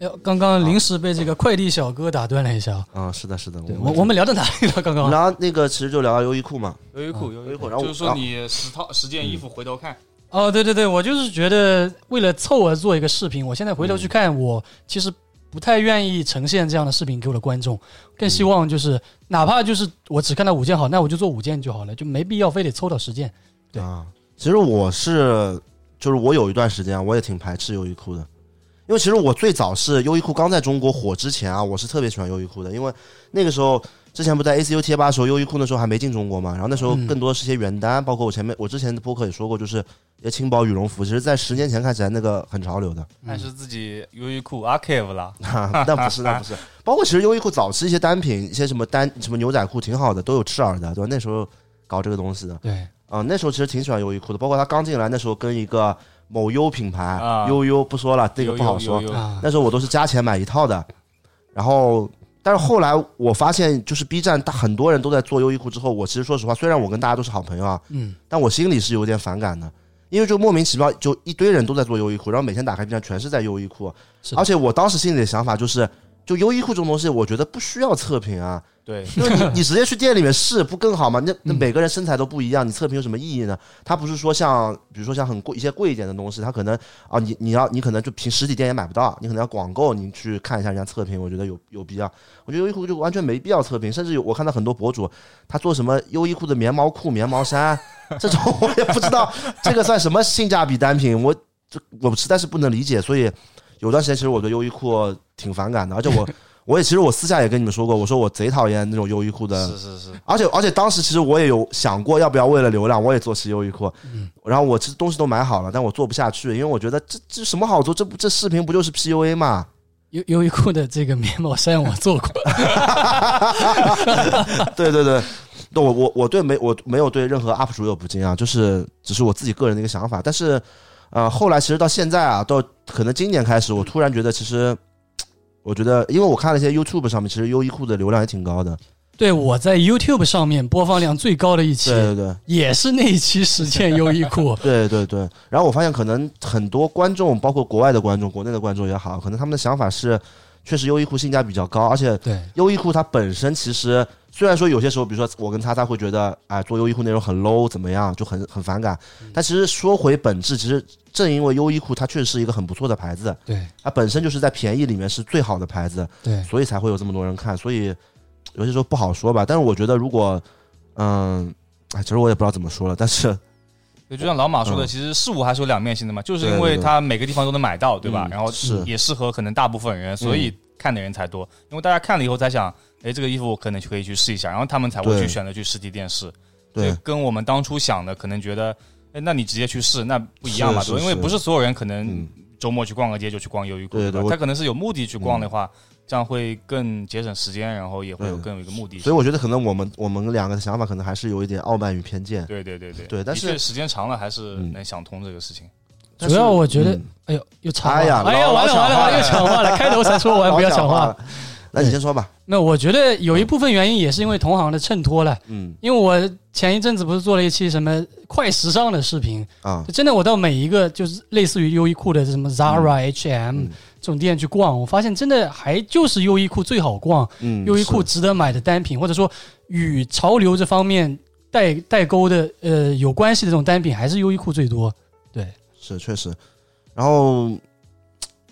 [SPEAKER 1] 哎呦，刚刚临时被这个快递小哥打断了一下啊。
[SPEAKER 2] 啊、是的，是的，
[SPEAKER 1] 对，
[SPEAKER 2] 我
[SPEAKER 1] 我我们聊到哪里了？刚刚
[SPEAKER 2] 然后那个其实就聊聊优衣库嘛，
[SPEAKER 4] 优衣库，优
[SPEAKER 2] 优衣
[SPEAKER 4] 衣
[SPEAKER 2] 库
[SPEAKER 4] 库，
[SPEAKER 2] 然后
[SPEAKER 4] 就是说你十套十件衣服回头看，
[SPEAKER 1] 哦，对对对，我就是觉得为了凑合做一个视频，我现在回头去看，我其实不太愿意呈现这样的视频给我的观众，更希望就是哪怕就是我只看到五件好，那我就做五件就好了，就没必要非得凑到十件。对
[SPEAKER 2] 啊，其实我是就是我有一段时间我也挺排斥优衣库的，因为其实我最早是优衣库刚在中国火之前啊，我是特别喜欢优衣库的，因为那个时候之前不在 ACU 贴吧的时候，优衣库那时候还没进中国嘛，然后那时候
[SPEAKER 1] 嗯
[SPEAKER 2] 更多的是一些原单，包括我前面我之前的播客也说过，就是一些轻薄羽绒服，其实在十年前看起来那个很潮流的，
[SPEAKER 4] 暗示自己优衣库 archive 了。
[SPEAKER 2] 哈，那不是，那不是。包括其实优衣库早期一些单品，一些什么单什么牛仔裤挺好的，都有赤耳的，对吧？那时候搞这个东西的，
[SPEAKER 1] 对，
[SPEAKER 2] 啊、那时候其实挺喜欢优衣库的。包括他刚进来那时候，跟一个某优品牌
[SPEAKER 4] 啊
[SPEAKER 2] 悠悠不说了，这个不好说。
[SPEAKER 4] 悠悠悠悠
[SPEAKER 1] 啊，
[SPEAKER 2] 那时候我都是加钱买一套的，然后。但是后来我发现，就是 B 站，大很多人都在做优衣库之后，我其实说实话，虽然我跟大家都是好朋友啊，
[SPEAKER 1] 嗯，
[SPEAKER 2] 但我心里是有点反感的，因为就莫名其妙就一堆人都在做优衣库，然后每天打开 B 站全是在优衣库，
[SPEAKER 1] 是的
[SPEAKER 2] 而且我当时心里的想法就是，就优衣库这种东西，我觉得不需要测评啊，
[SPEAKER 4] 对，
[SPEAKER 2] 就是你你直接去店里面试不更好吗？那那每个人身材都不一样，你测评有什么意义呢？它不是说像比如说像很贵一些贵一点的东西，它可能啊你你要你可能就凭实体店也买不到，你可能要网购，你去看一下人家测评，我觉得有有必要。我觉得优衣库就完全没必要测评，甚至有我看到很多博主他做什么优衣库的棉毛裤、棉毛衫这种，我也不知道这个算什么性价比单品，我这我实在是不能理解。所以有段时间其实我对优衣库挺反感的，而且我我也其实我私下也跟你们说过，我说我贼讨厌那种优衣库的
[SPEAKER 4] 是是是，
[SPEAKER 2] 而且而且当时其实我也有想过要不要为了流量我也做期优衣库，然后我其实东西都买好了，但我做不下去，因为我觉得这这什么好做，这不这视频不就是 PUA 嘛？
[SPEAKER 1] 优优衣库的这个棉毛衫我做过，
[SPEAKER 2] 对对对，那我我我对没我没有对任何 UP 主有不敬啊，就是只是我自己个人的一个想法，但是呃后来其实到现在啊，到可能今年开始，我突然觉得其实。我觉得，因为我看了一些 YouTube 上面，其实优衣库的流量也挺高的。
[SPEAKER 1] 对我在 YouTube 上面播放量最高的一期，
[SPEAKER 2] 对对对，。
[SPEAKER 1] 也是那一期实践优衣库
[SPEAKER 2] 对对对，然后我发现可能很多观众，包括国外的观众、国内的观众也好，可能他们的想法是，确实优衣库性价比较高，而且
[SPEAKER 1] 对，
[SPEAKER 2] 优衣库它本身其实虽然说有些时候，比如说我跟叉叉会觉得，哎，做优衣库内容很 low 怎么样，就很很反感，
[SPEAKER 1] 嗯
[SPEAKER 2] 但其实说回本质，其实正因为优衣库它确实是一个很不错的牌子，
[SPEAKER 1] 对，
[SPEAKER 2] 它本身就是在便宜里面是最好的牌子，
[SPEAKER 1] 对，
[SPEAKER 2] 所以才会有这么多人看，所以有些时候不好说吧，但是我觉得如果，嗯，哎，其实我也不知道怎么说了，但是
[SPEAKER 4] 对，就像老马说的，
[SPEAKER 2] 嗯
[SPEAKER 4] 其实事物还是有两面性的嘛，就是
[SPEAKER 2] 对
[SPEAKER 4] 因
[SPEAKER 2] 对
[SPEAKER 4] 为
[SPEAKER 2] 对
[SPEAKER 4] 它每个地方都能买到，对吧
[SPEAKER 2] 嗯？
[SPEAKER 4] 然后
[SPEAKER 2] 是嗯
[SPEAKER 4] 也适合可能大部分人，所以看的人才多，因为大家看了以后才想，哎，这个衣服我可能可以去试一下，然后他们才会
[SPEAKER 2] 对
[SPEAKER 4] 去选择去实体店试。
[SPEAKER 2] 对
[SPEAKER 4] 这，跟我们当初想的可能觉得，哎，那你直接去试，那不一样嘛，
[SPEAKER 2] 是
[SPEAKER 4] 对吧
[SPEAKER 2] 是
[SPEAKER 4] 因为
[SPEAKER 2] 是
[SPEAKER 4] 不是所有人可能
[SPEAKER 2] 嗯
[SPEAKER 4] 周末去逛个街就去逛优衣库，
[SPEAKER 2] 对对
[SPEAKER 4] 吧
[SPEAKER 2] 我？
[SPEAKER 4] 他可能是有目的去逛的话，这样会更节省时间，然后也会有
[SPEAKER 2] 对
[SPEAKER 4] 更有一个目的性。
[SPEAKER 2] 所以我觉得可能我们我们两个的想法可能还是有一点傲慢与偏 见。
[SPEAKER 4] 对对对对
[SPEAKER 2] 对但
[SPEAKER 4] 的
[SPEAKER 2] 是
[SPEAKER 4] 确时间长了还是
[SPEAKER 2] 嗯
[SPEAKER 4] 能想通这个事情。
[SPEAKER 2] 但
[SPEAKER 1] 主
[SPEAKER 2] 是
[SPEAKER 1] 要我觉得
[SPEAKER 2] 嗯
[SPEAKER 1] 哎呦，又抢话
[SPEAKER 2] 哎呀
[SPEAKER 1] 了哎呀，
[SPEAKER 2] 老
[SPEAKER 1] 完了
[SPEAKER 2] 老
[SPEAKER 1] 完了
[SPEAKER 2] 抢话
[SPEAKER 1] 完了，又抢话了！开头才 说完不要
[SPEAKER 2] 老
[SPEAKER 1] 抢
[SPEAKER 2] 讲
[SPEAKER 1] 话
[SPEAKER 2] 话，了，那你先说吧。
[SPEAKER 1] 那我觉得有一部分原因也是因为同行的衬托了，
[SPEAKER 2] 嗯
[SPEAKER 1] 因为我前一阵子不是做了一期什么快时尚的视频，
[SPEAKER 2] 啊
[SPEAKER 1] 就真的我到每一个就是类似于优衣库的什么 Zara、H&M
[SPEAKER 2] 嗯
[SPEAKER 1] 这种店去逛，我发现真的还就是优衣库最好逛，
[SPEAKER 2] 嗯，
[SPEAKER 1] 优衣库
[SPEAKER 2] 是
[SPEAKER 1] 值得买的单品，或者说与潮流这方面代代沟的呃有关系的这种单品，还是优衣库最多。
[SPEAKER 2] 是确实，然后，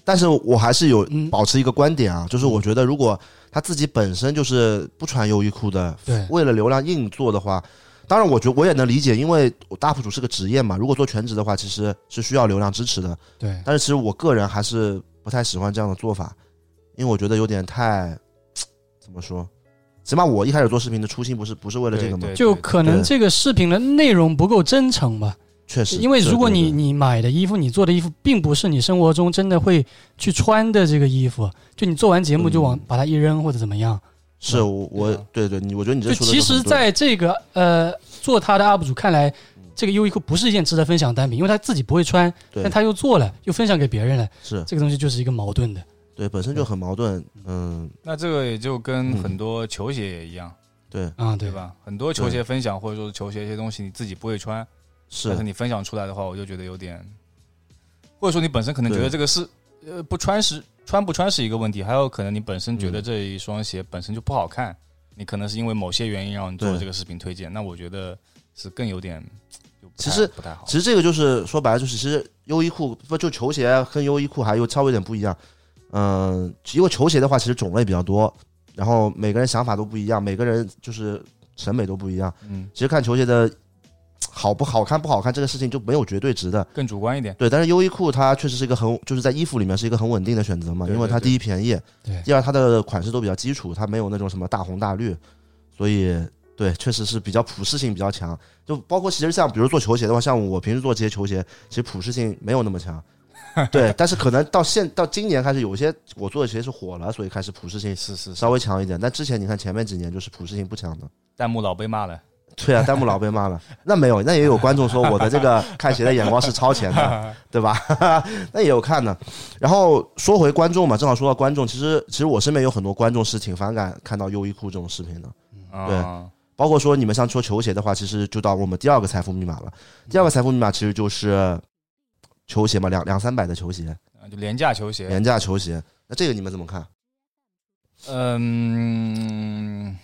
[SPEAKER 2] 但是我还是有
[SPEAKER 1] 嗯
[SPEAKER 2] 保持一个观点啊，就是我觉得如果他自己本身就是不穿优衣库的，
[SPEAKER 1] 对
[SPEAKER 2] 为了流量硬做的话。当然，我觉得我也能理解，因为我 UP 主是个职业嘛。如果做全职的话，其实是需要流量支持的。
[SPEAKER 1] 对，
[SPEAKER 2] 但是其实我个人还是不太喜欢这样的做法，因为我觉得有点太怎么说？起码我一开始做视频的初心不是不是为了这个嘛
[SPEAKER 4] 对，对
[SPEAKER 1] 就
[SPEAKER 4] 对
[SPEAKER 1] 可能
[SPEAKER 2] 对
[SPEAKER 1] 这个视频的内容不够真诚吧。
[SPEAKER 2] 确实。
[SPEAKER 1] 因为如果
[SPEAKER 2] 对对
[SPEAKER 1] 你
[SPEAKER 2] 对
[SPEAKER 1] 你买的衣服，你做的衣服，并不是你生活中真的会去穿的这个衣服，就你做完节目就往
[SPEAKER 2] 嗯
[SPEAKER 1] 把它一扔或者怎么样。
[SPEAKER 2] 是我我对对，你我觉得你
[SPEAKER 1] 就
[SPEAKER 2] 这说的
[SPEAKER 1] 啊其实，
[SPEAKER 2] 很对
[SPEAKER 1] 在这个呃做他的 UP 主看来，这个优衣库不是一件值得分享的单品，因为他自己不会穿，
[SPEAKER 2] 对
[SPEAKER 1] 但他又做了，又分享给别人了，
[SPEAKER 2] 是
[SPEAKER 1] 这个东西就是一个矛盾的。
[SPEAKER 2] 对本身就很矛盾，嗯，
[SPEAKER 4] 那这个也就跟
[SPEAKER 2] 嗯
[SPEAKER 4] 很多球鞋也一样，
[SPEAKER 2] 对
[SPEAKER 1] 啊，
[SPEAKER 4] 对
[SPEAKER 1] 对？
[SPEAKER 4] 吧？很多球鞋分享或者说是球鞋一些东西你自己不会穿，但
[SPEAKER 2] 是
[SPEAKER 4] 是你分享出来的话，我就觉得有点，或者说你本身可能觉
[SPEAKER 2] 对
[SPEAKER 4] 得这个是呃不穿是穿不穿是一个问题，还有可能你本身觉
[SPEAKER 2] 嗯
[SPEAKER 4] 得这一双鞋本身就不好看，你可能是因为某些原因让你做
[SPEAKER 2] 对
[SPEAKER 4] 这个视频推荐，那我觉得是更有点就不
[SPEAKER 2] 其
[SPEAKER 4] 太
[SPEAKER 2] 实
[SPEAKER 4] 不太好
[SPEAKER 2] 其。实这个就是说白了，就是其实优衣库不就球鞋跟优衣库还有稍微有点不一样。嗯，因为球鞋的话，其实种类比较多，然后每个人想法都不一样，每个人就是审美都不一样。
[SPEAKER 4] 嗯，
[SPEAKER 2] 其实看球鞋的好不好看不好看这个事情就没有绝对值的。
[SPEAKER 4] 更主观一点。
[SPEAKER 2] 对，但是优衣库它确实是一个很，就是在衣服里面是一个很稳定的选择嘛，
[SPEAKER 4] 对
[SPEAKER 2] 因为它
[SPEAKER 4] 对对
[SPEAKER 2] 第一便宜，
[SPEAKER 1] 对
[SPEAKER 2] 第二它的款式都比较基础，它没有那种什么大红大绿，所以对，确实是比较普适性比较强。就包括其实像比如做球鞋的话，像我平时做这些球鞋，其实普适性没有那么 强。对，但是可能到现到今年开始，有些我做的鞋是火了，所以开始普适性
[SPEAKER 4] 是是是，
[SPEAKER 2] 稍微强一点。但之前你看前面几年就是普适性不强的。
[SPEAKER 4] 弹幕老被骂了，
[SPEAKER 2] 对啊，弹幕老被骂了。那没有，那也有观众说我的这 个看鞋的眼光是超前的，对吧？ 那也有看的。然后说回观众嘛，正好说到观众，其实其实我身边有很多观众是挺反感看到优衣库这种视频的，
[SPEAKER 4] 啊，
[SPEAKER 2] 包括说你们像说球鞋的话，其实就到我们第二个财富密码了。第二个财富密码其实就是球鞋嘛，两两三百的球鞋，
[SPEAKER 4] 就廉价球鞋，
[SPEAKER 2] 廉价球鞋。那这个你们怎么看？
[SPEAKER 4] 嗯，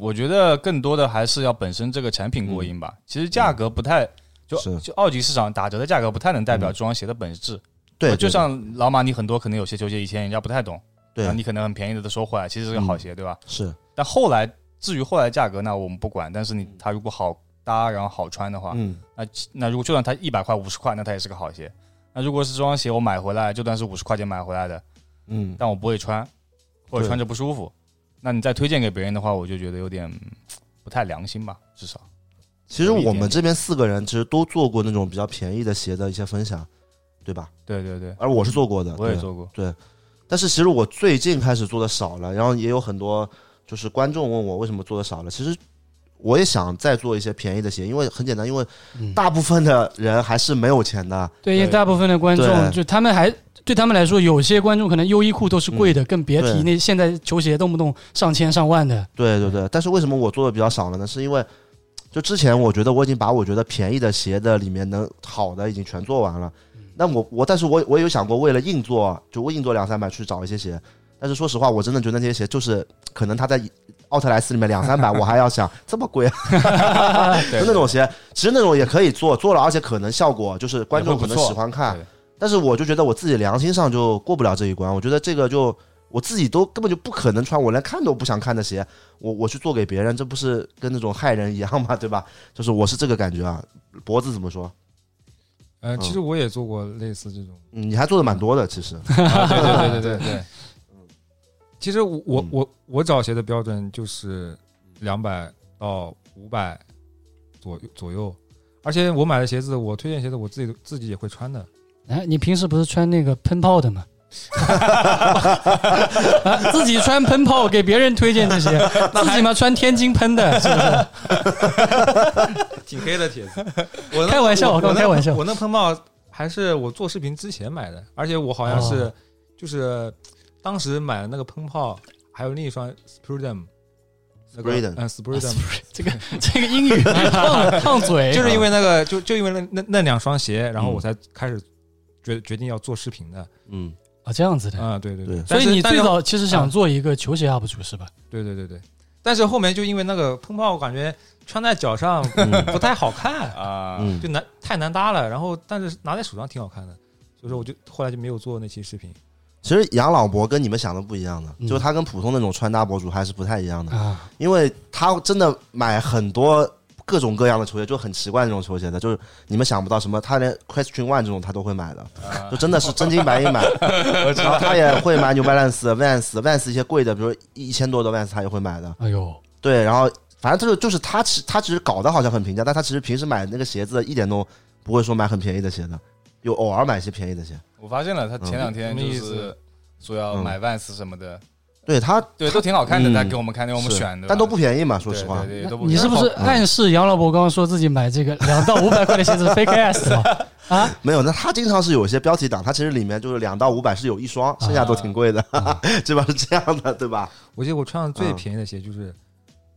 [SPEAKER 4] 我觉得更多的还是要本身这个产品过硬
[SPEAKER 2] 嗯
[SPEAKER 4] 吧。其实价格不太，就是就二级市场打折的价格不太能代表这双鞋的本质。
[SPEAKER 2] 嗯对，
[SPEAKER 4] 就
[SPEAKER 2] 对
[SPEAKER 4] 像老马，你很多可能有些球鞋以前人家不太懂，
[SPEAKER 2] 对嗯
[SPEAKER 4] 啊你可能很便宜的都收回来，其实是个好鞋，对吧？
[SPEAKER 2] 是
[SPEAKER 4] 但后来至于后来价格，那我们不管。但是你它如果好搭，然后好穿的话，
[SPEAKER 2] 嗯
[SPEAKER 4] 那那如果就算它一百块、五十块，那它也是个好鞋。那如果是这双鞋我买回来，就算是五十块钱买回来的，
[SPEAKER 2] 嗯，
[SPEAKER 4] 但我不会穿，或者
[SPEAKER 2] 对
[SPEAKER 4] 穿着不舒服，那你再推荐给别人的话，我就觉得有点嗯不太良心吧，至少。
[SPEAKER 2] 其实我们这边四个人其实都做过那种比较便宜的鞋的一些分享，对吧？
[SPEAKER 4] 对对对，
[SPEAKER 2] 而我是做过的，
[SPEAKER 4] 我也
[SPEAKER 2] 嗯对。
[SPEAKER 4] 做过，
[SPEAKER 2] 但是其实我最近开始做的少了，然后也有很多就是观众问我为什么做的少了。其实我也想再做一些便宜的鞋，因为很简单，因为
[SPEAKER 1] 嗯
[SPEAKER 2] 大部分的人还是没有钱的。
[SPEAKER 1] 对，因为
[SPEAKER 4] 对
[SPEAKER 1] 大部分的观众
[SPEAKER 2] 对
[SPEAKER 1] 就他们还对他们来说，有些观众可能优衣库都是贵的，更别提
[SPEAKER 2] 对
[SPEAKER 1] 那现在球鞋动不动上千上万的。
[SPEAKER 2] 对对对。但是为什么我做的比较少了呢？是因为就之前我觉得我已经把我觉得便宜的鞋的里面能好的已经全做完了。
[SPEAKER 4] 嗯
[SPEAKER 2] 那我我但是我我也有想过为了硬做，就我硬做两三百去找一些鞋。但是说实话，我真的觉得那些鞋就是可能它在奥特莱斯里面两三 百，我还要想这么贵啊
[SPEAKER 4] 对
[SPEAKER 2] 就那种鞋，其实那种也可以做，做了而且可能效果就是观众可能喜欢看
[SPEAKER 4] 对，
[SPEAKER 2] 但是我就觉得我自己良心上就过不了这一关，我觉得这个就我自己都根本就不可能穿，我连看都不想看的鞋，我我去做给别人，这不是跟那种害人一样吗？对吧？就是我是这个感觉啊。脖子怎么说？
[SPEAKER 3] 呃，
[SPEAKER 2] 嗯
[SPEAKER 3] 其实我也做过类似这种。
[SPEAKER 2] 嗯你还做的蛮多的，其实。
[SPEAKER 4] 啊对对对对对 对，
[SPEAKER 3] 其实我我
[SPEAKER 2] 嗯
[SPEAKER 3] 我我找鞋的标准就是两百到五百左右左右，而且我买的鞋子，我推荐鞋子我自己都自己也会穿的。
[SPEAKER 1] 哎，你平时不是穿那个喷泡的吗？ 啊、自己穿喷泡给别人推荐这 些，自己嘛穿天津喷的，是不是？
[SPEAKER 3] 挺黑的帖 子，我那
[SPEAKER 1] 开玩笑
[SPEAKER 3] 我
[SPEAKER 1] 刚
[SPEAKER 3] 我那
[SPEAKER 1] 开玩笑
[SPEAKER 3] 我那喷帽还是我做视频之前买的，而且我好像是、
[SPEAKER 1] 哦
[SPEAKER 3] 就是当时买的那个喷炮，还有另一双 Spridom，那个
[SPEAKER 2] Spridom
[SPEAKER 1] 啊
[SPEAKER 3] 嗯 Spridom，
[SPEAKER 1] 这个这个英 语烫烫嘴，
[SPEAKER 3] 就是因为那个就就因为那那那两双鞋，然后
[SPEAKER 1] 嗯
[SPEAKER 3] 我才开始决决定要做视频的。
[SPEAKER 2] 嗯，
[SPEAKER 1] 啊这样子的。
[SPEAKER 3] 啊、对对
[SPEAKER 2] 对
[SPEAKER 1] 所以你最
[SPEAKER 3] 但是啊
[SPEAKER 1] 早其实想做一个球鞋 UP 主是吧？
[SPEAKER 3] 对对对对，但是后面就因为那个喷炮，我感觉穿在脚上
[SPEAKER 1] 嗯
[SPEAKER 3] 不太好看，
[SPEAKER 4] 啊，
[SPEAKER 2] 嗯
[SPEAKER 3] 就难太难搭了。然后但是拿在手上挺好看的，所以说我就后来就没有做那期视频。
[SPEAKER 2] 其实养老博跟你们想的不一样的，
[SPEAKER 1] 嗯
[SPEAKER 2] 就是他跟普通那种穿搭博主还是不太一样的。
[SPEAKER 1] 啊，
[SPEAKER 2] 因为他真的买很多各种各样的球鞋，就很奇怪那种球鞋的，就是你们想不到什么，他连 Question One 这种他都会买的，
[SPEAKER 4] 啊
[SPEAKER 2] 就真的是真金白银 买。然后他也会买 New Balance、Vans、Vans 一些贵的，比如一千多的 Vans 他也会买的。
[SPEAKER 1] 哎呦，
[SPEAKER 2] 对，然后反正就是就是他其他其实搞得好像很平价，但他其实平时买那个鞋子一点都不会说买很便宜的鞋的，有偶尔买一些便宜的鞋。
[SPEAKER 4] 我发现了，
[SPEAKER 2] 嗯
[SPEAKER 4] 他前两天就
[SPEAKER 3] 什么意
[SPEAKER 4] 是说要买 Vans 什么的，
[SPEAKER 2] 对他
[SPEAKER 4] 对，都挺好看的，
[SPEAKER 2] 嗯
[SPEAKER 4] 他给我们看，让我们
[SPEAKER 2] 是
[SPEAKER 4] 选的，
[SPEAKER 2] 但都不便宜嘛，说
[SPEAKER 4] 对
[SPEAKER 2] 实话。
[SPEAKER 4] 对对，都不
[SPEAKER 1] 你是不是
[SPEAKER 3] 嗯
[SPEAKER 1] 暗示杨老伯刚刚说自己买这个 两到五百块的鞋子 fake ass 吗？啊，
[SPEAKER 2] 没有，那它经常是有一些标题党，它其实里面就是两到五百是有一双， 剩下都挺贵的，哈哈，基本上是这样的，对吧？
[SPEAKER 3] 我记得我穿的最
[SPEAKER 2] 嗯
[SPEAKER 3] 便宜的鞋就是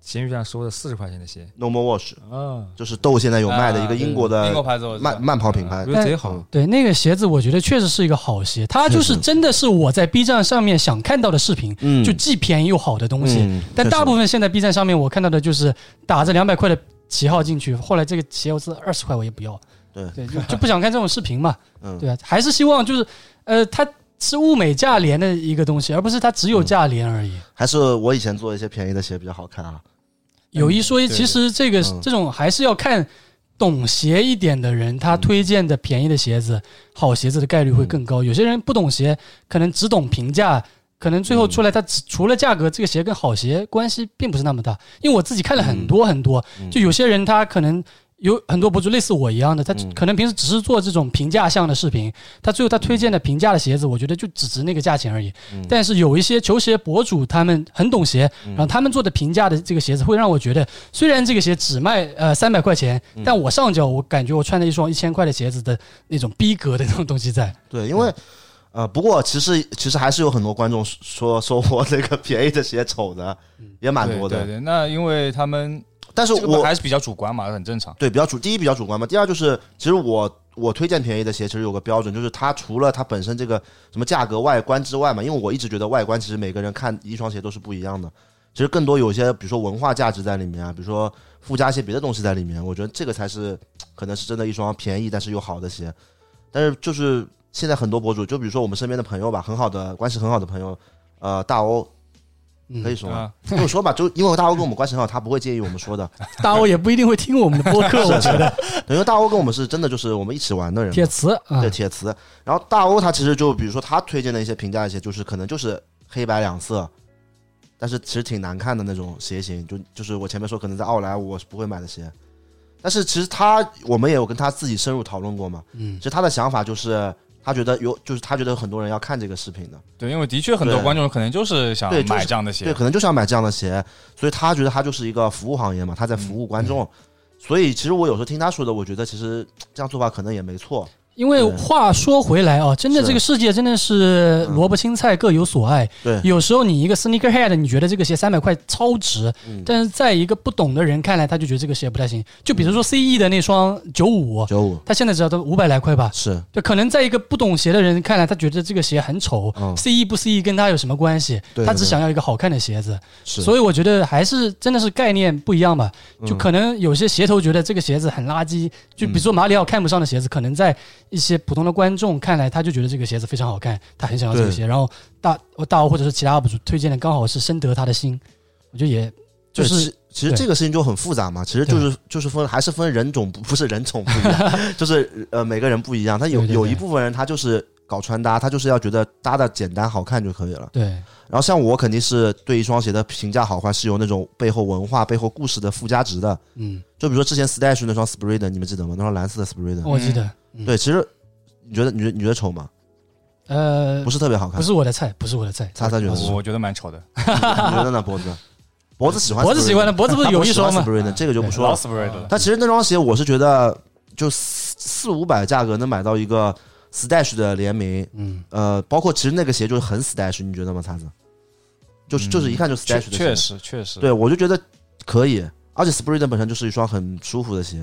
[SPEAKER 3] 闲鱼上收的四十块钱的鞋
[SPEAKER 2] No More Wash，
[SPEAKER 3] 啊，
[SPEAKER 2] 就是豆现在有卖的一个英国
[SPEAKER 4] 啊英国
[SPEAKER 2] 的
[SPEAKER 4] 牌子我知道，
[SPEAKER 2] 慢慢跑品牌
[SPEAKER 3] 我觉，得贼
[SPEAKER 2] 嗯
[SPEAKER 3] 好。
[SPEAKER 1] 对，那个鞋子我觉得确实是一个好鞋，它就是
[SPEAKER 3] 嗯
[SPEAKER 1] 真的是我在 B 站上面想看到的视频，
[SPEAKER 2] 嗯，
[SPEAKER 1] 就既便宜又好的东西。
[SPEAKER 2] 嗯
[SPEAKER 1] 但
[SPEAKER 2] 确
[SPEAKER 1] 大
[SPEAKER 2] 实
[SPEAKER 1] 部分现在 B 站上面我看到的就是打着两百块的旗号进去，后来这个鞋子二十块我也不要，
[SPEAKER 2] 对
[SPEAKER 1] 对，就就不想看这种视频 嘛，
[SPEAKER 2] 嗯
[SPEAKER 1] 对啊，还是希望就是呃，它是物美价廉的一个东西，而不是它只有价廉而已。
[SPEAKER 2] 还是我以前做的一些便宜的鞋比较好看啊。
[SPEAKER 1] 有一说一，
[SPEAKER 3] 对
[SPEAKER 1] 其实这个
[SPEAKER 2] 嗯
[SPEAKER 1] 这种还是要看懂鞋一点的人，
[SPEAKER 2] 嗯
[SPEAKER 1] 他推荐的便宜的鞋子、好鞋子的概率会更高。有些人不懂鞋，可能只懂评价，可能
[SPEAKER 2] 嗯
[SPEAKER 1] 最后出来他只除了价格，这个鞋跟好鞋关系并不是那么大。因为我自己看了很多很多，
[SPEAKER 2] 嗯
[SPEAKER 1] 就有些人他可能。有很多博主类似我一样的，他
[SPEAKER 2] 嗯
[SPEAKER 1] 可能平时只是做这种评价项的视频，他最后他推荐的评价的鞋子，我觉得就只值那个价钱而已。
[SPEAKER 2] 嗯
[SPEAKER 1] 但是有一些球鞋博主，他们很懂鞋，然后他们做的评价的这个鞋子，会让我觉得，虽然这个鞋只卖呃三百块钱，
[SPEAKER 2] 嗯
[SPEAKER 1] 但我上脚我感觉我穿了一双一千块的鞋子的那种逼格的那种东西 在。
[SPEAKER 2] 对，因为呃，不过其实其实还是有很多观众说说我那个便宜的鞋丑的，也蛮
[SPEAKER 4] 对
[SPEAKER 2] 多
[SPEAKER 4] 对
[SPEAKER 2] 的。
[SPEAKER 4] 对，那因为他们
[SPEAKER 2] 但是
[SPEAKER 4] 这个
[SPEAKER 2] 我
[SPEAKER 4] 还是比较主观嘛，很正常。
[SPEAKER 2] 对比较主第一比较主观嘛，第二就是其实我我推荐便宜的鞋其实有个标准，就是它除了它本身这个什么价格外观之外嘛，因为我一直觉得外观其实每个人看一双鞋都是不一样的，其实更多有一些比如说文化价值在里面啊，比如说附加一些别的东西在里面，我觉得这个才是可能是真的一双便宜但是又好的鞋，但是就是现在很多博主，就比如说我们身边的朋友吧，很好的关系很好的朋友，呃，大欧。
[SPEAKER 1] 嗯
[SPEAKER 2] 可以说吗？
[SPEAKER 4] 啊
[SPEAKER 2] 跟我说吧，就因为大欧跟我们关系很好，他不会介意我们说的。
[SPEAKER 1] 大欧也不一定会听我们的播 客，我觉得
[SPEAKER 2] 因为大欧跟我们是真的就是我们一起玩的人嘛，
[SPEAKER 1] 铁磁啊
[SPEAKER 2] 对，铁磁。然后大欧他其实就比如说他推荐的一些评价一些，就是可能就是黑白两色，但是其实挺难看的那种鞋型，就就是我前面说可能在奥莱我是不会买的鞋。但是其实他我们也有跟他自己深入讨论过嘛，
[SPEAKER 1] 嗯
[SPEAKER 2] 其实他的想法就是他觉得有，就是他觉得很多人要看这个视频的，
[SPEAKER 4] 对，因为的确很多
[SPEAKER 2] 对
[SPEAKER 4] 观众可能就是想
[SPEAKER 2] 对就是
[SPEAKER 4] 买这样的
[SPEAKER 2] 对，
[SPEAKER 4] 鞋，
[SPEAKER 2] 可能就想买这样的鞋，所以他觉得他就是一个服务行业嘛，他在服务观
[SPEAKER 1] 嗯
[SPEAKER 2] 众。所以其实我有时候听他说的，我觉得其实这样做法可能也没错。
[SPEAKER 1] 因为
[SPEAKER 2] 对
[SPEAKER 1] 话说回来啊，真的
[SPEAKER 2] 是
[SPEAKER 1] 这个世界真的是萝卜青菜各有所爱。
[SPEAKER 2] 对
[SPEAKER 1] 有时候你一个 sneakerhead，你觉得这个鞋三百块超值，
[SPEAKER 2] 嗯
[SPEAKER 1] 但是在一个不懂的人看来，他就觉得这个鞋不太行。就比如
[SPEAKER 2] 嗯
[SPEAKER 1] 说 CE 的那双九五，
[SPEAKER 2] 九五
[SPEAKER 1] 他现在只要都五百来块吧，
[SPEAKER 2] 是
[SPEAKER 1] 就可能在一个不懂鞋的人看来，他觉得这个鞋很丑、
[SPEAKER 2] 嗯
[SPEAKER 1] c E 不 CE 跟他有什么关系？
[SPEAKER 2] 对
[SPEAKER 1] 他只
[SPEAKER 2] 对
[SPEAKER 1] 想要一个好看的鞋子。
[SPEAKER 2] 是，
[SPEAKER 1] 所以我觉得还是真的是概念不一样吧。就
[SPEAKER 2] 嗯
[SPEAKER 1] 可能有些鞋头觉得这个鞋子很垃圾，就比如说马里奥看不上的
[SPEAKER 2] 嗯
[SPEAKER 1] 鞋子，可能在一些普通的观众看来，他就觉得这个鞋子非常好看，他很想要这个
[SPEAKER 2] 对
[SPEAKER 1] 鞋。然后大大欧或者是其他 UP 主推荐的，刚好是深得他的心，我觉得也就
[SPEAKER 2] 对
[SPEAKER 1] 是
[SPEAKER 2] 其其实这个事情就很复杂嘛，其实就是就是分还是分人种不不是人种不 一样，就是呃每个人不一样。他有
[SPEAKER 1] 对对对
[SPEAKER 2] 有一部分人他就是搞穿搭，他就是要觉得搭的简单好看就可以了。
[SPEAKER 1] 对
[SPEAKER 2] 然后像我肯定是对一双鞋的评价好坏是有那种背后文化、背后故事的附加值的。
[SPEAKER 1] 嗯，
[SPEAKER 2] 就比如说之前 Stash 那双 Spriden，你们记得吗？那双蓝色的 Spriden，、
[SPEAKER 1] 我记得，嗯
[SPEAKER 2] 对，其实你觉得你觉得你觉得丑吗？
[SPEAKER 1] 呃
[SPEAKER 2] 不，是特别好看
[SPEAKER 1] 不。是我的菜，不是我的菜。
[SPEAKER 2] 叉叉觉得是
[SPEAKER 4] 我觉得蛮丑的。
[SPEAKER 2] 你觉得呢？脖子，脖子喜欢 Spriden，
[SPEAKER 1] 脖子喜欢的，脖子不是有一双吗？
[SPEAKER 2] ？Spriden 这个就不说了
[SPEAKER 4] 老。死不瑞的，
[SPEAKER 2] 但其实那双鞋，我是觉得就四四五百价格能买到一个 Stash 的联名，
[SPEAKER 1] 嗯，
[SPEAKER 2] 呃，包括其实那个鞋就是很 Stash，你觉得吗？叉子，就是就是一看就 Stash
[SPEAKER 4] 嗯确
[SPEAKER 2] 的鞋，
[SPEAKER 4] 确实确实，
[SPEAKER 2] 对我就觉得可以，而且 Sprint 本身就是一双很舒服的鞋，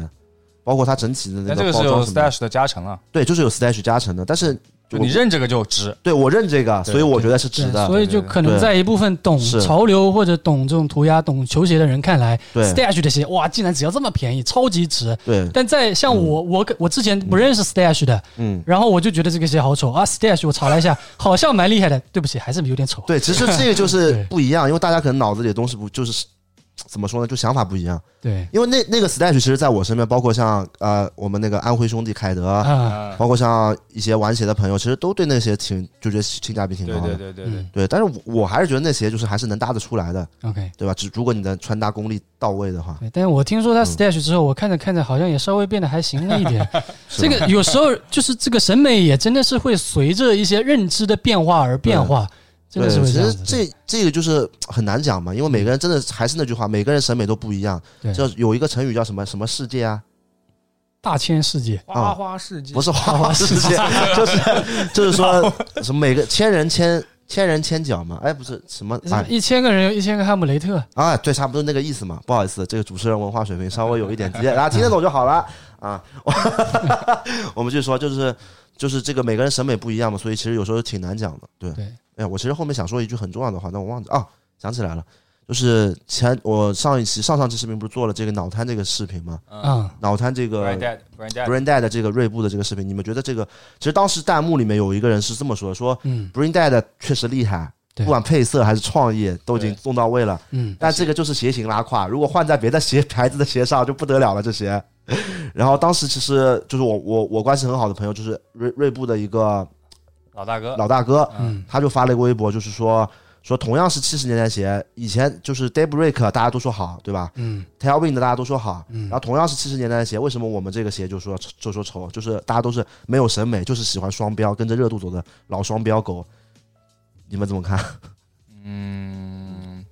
[SPEAKER 2] 包括它整体的那
[SPEAKER 4] 但这个
[SPEAKER 2] 包
[SPEAKER 4] 是
[SPEAKER 2] 装
[SPEAKER 4] 有
[SPEAKER 2] 什么的，
[SPEAKER 4] stash 的加成啊，
[SPEAKER 2] 对，就是有 Stash 加成的，但是
[SPEAKER 4] 就
[SPEAKER 2] 我
[SPEAKER 4] 你认这个就值。
[SPEAKER 2] 对我认这个，
[SPEAKER 4] 对
[SPEAKER 2] 所以我觉得是值
[SPEAKER 1] 对
[SPEAKER 2] 的，
[SPEAKER 1] 所以就可能
[SPEAKER 2] 对
[SPEAKER 1] 在一部分懂
[SPEAKER 2] 是
[SPEAKER 1] 潮流或者懂这种涂鸦、懂球鞋的人看来
[SPEAKER 2] 对
[SPEAKER 1] ，Stash 的鞋哇，竟然只要这么便宜，超级值。
[SPEAKER 2] 对，
[SPEAKER 1] 但在像我，我我之前不认识 Stash 的，
[SPEAKER 2] 嗯。
[SPEAKER 1] 然后我就觉得这个鞋好丑啊，Stash 我查了一下，好像蛮厉害的，对不起，还是有点丑。
[SPEAKER 2] 对，其实这个就是
[SPEAKER 1] 对
[SPEAKER 2] 不一样，因为大家可能脑子里的东西不就是怎么说呢，就想法不一样。
[SPEAKER 1] 对
[SPEAKER 2] 因为那那个 stash 其实在我身边，包括像呃我们那个安徽兄弟凯德，
[SPEAKER 1] 啊，
[SPEAKER 4] 嗯，
[SPEAKER 2] 包括像一些玩鞋的朋友，其实都对那些挺就觉得性价比挺
[SPEAKER 4] 对
[SPEAKER 2] 高的。
[SPEAKER 4] 对对对对
[SPEAKER 1] 嗯
[SPEAKER 2] 对但是我我还是觉得那鞋就是还是能搭得出来的，
[SPEAKER 1] ，OK。
[SPEAKER 2] 对吧？只如果你的穿搭功力到位的话，
[SPEAKER 1] 对，但是我听说他
[SPEAKER 2] 嗯
[SPEAKER 1] Stash 之后，我看着看着好像也稍微变得还行了一点。
[SPEAKER 2] 是
[SPEAKER 1] 这
[SPEAKER 2] 吧
[SPEAKER 1] 个有时候就是这个审美也真的是会随着一些认知的变化而变化，真的
[SPEAKER 2] 对，
[SPEAKER 1] 是会
[SPEAKER 2] 其
[SPEAKER 1] 这样
[SPEAKER 2] 实
[SPEAKER 1] 子。
[SPEAKER 2] 这这个就是很难讲嘛，因为每个人真的还是那句话，每个人审美都不一样。
[SPEAKER 1] 对
[SPEAKER 2] 叫有一个成语叫什么什么世界啊？
[SPEAKER 1] 大千世界，哦
[SPEAKER 3] 花花世界
[SPEAKER 2] 不是花
[SPEAKER 1] 花
[SPEAKER 2] 花世界，就是就是说什么每个千人千千人千脚嘛，哎，不是什么啊
[SPEAKER 1] 一千个人有一千个哈姆雷特，
[SPEAKER 2] 啊，对，差不多那个意思嘛。不好意思，这个主持人文化水平稍微有一点低，大家听得懂就好了啊。 我我们就说，就是就是这个每个人审美不一样嘛，所以其实有时候挺难讲的。对，
[SPEAKER 1] 对
[SPEAKER 2] 哎，我其实后面想说一句很重要的话，但我忘记啊，想起来了，就是前我上一期上上期视频不是做了这个脑瘫这个视频吗？
[SPEAKER 1] 啊，
[SPEAKER 2] 脑瘫这个
[SPEAKER 4] Brain Dead Brain Dead
[SPEAKER 2] Brain Dead 的这个锐步的这个视频，你们觉得这个？其实当时弹幕里面有一个人是这么说的，说
[SPEAKER 1] 嗯
[SPEAKER 2] Brain Dead 确实厉害，
[SPEAKER 1] 对
[SPEAKER 2] 不管配色还是创意都已经
[SPEAKER 4] 对
[SPEAKER 2] 弄到位了。
[SPEAKER 1] 嗯，
[SPEAKER 2] 但这个就是鞋型拉胯，如果换在别的鞋牌子的鞋上就不得了了。这鞋， 然后当时其实就是我我我关系很好的朋友，就是锐锐步的一个
[SPEAKER 4] 老大哥，
[SPEAKER 2] 老大哥，
[SPEAKER 1] 嗯
[SPEAKER 2] 他就发了一个微博，就是说说同样是七十年代鞋，以前就是 Daybreak 大家都说好，对吧
[SPEAKER 1] 嗯
[SPEAKER 2] ？Tailwind 大家都说好，
[SPEAKER 1] 嗯
[SPEAKER 2] 然后同样是七十年代的鞋，为什么我们这个鞋就说就说丑？就是大家都是没有审美，就是喜欢双标，跟着热度走的老双标狗。你们怎么看？
[SPEAKER 4] 嗯，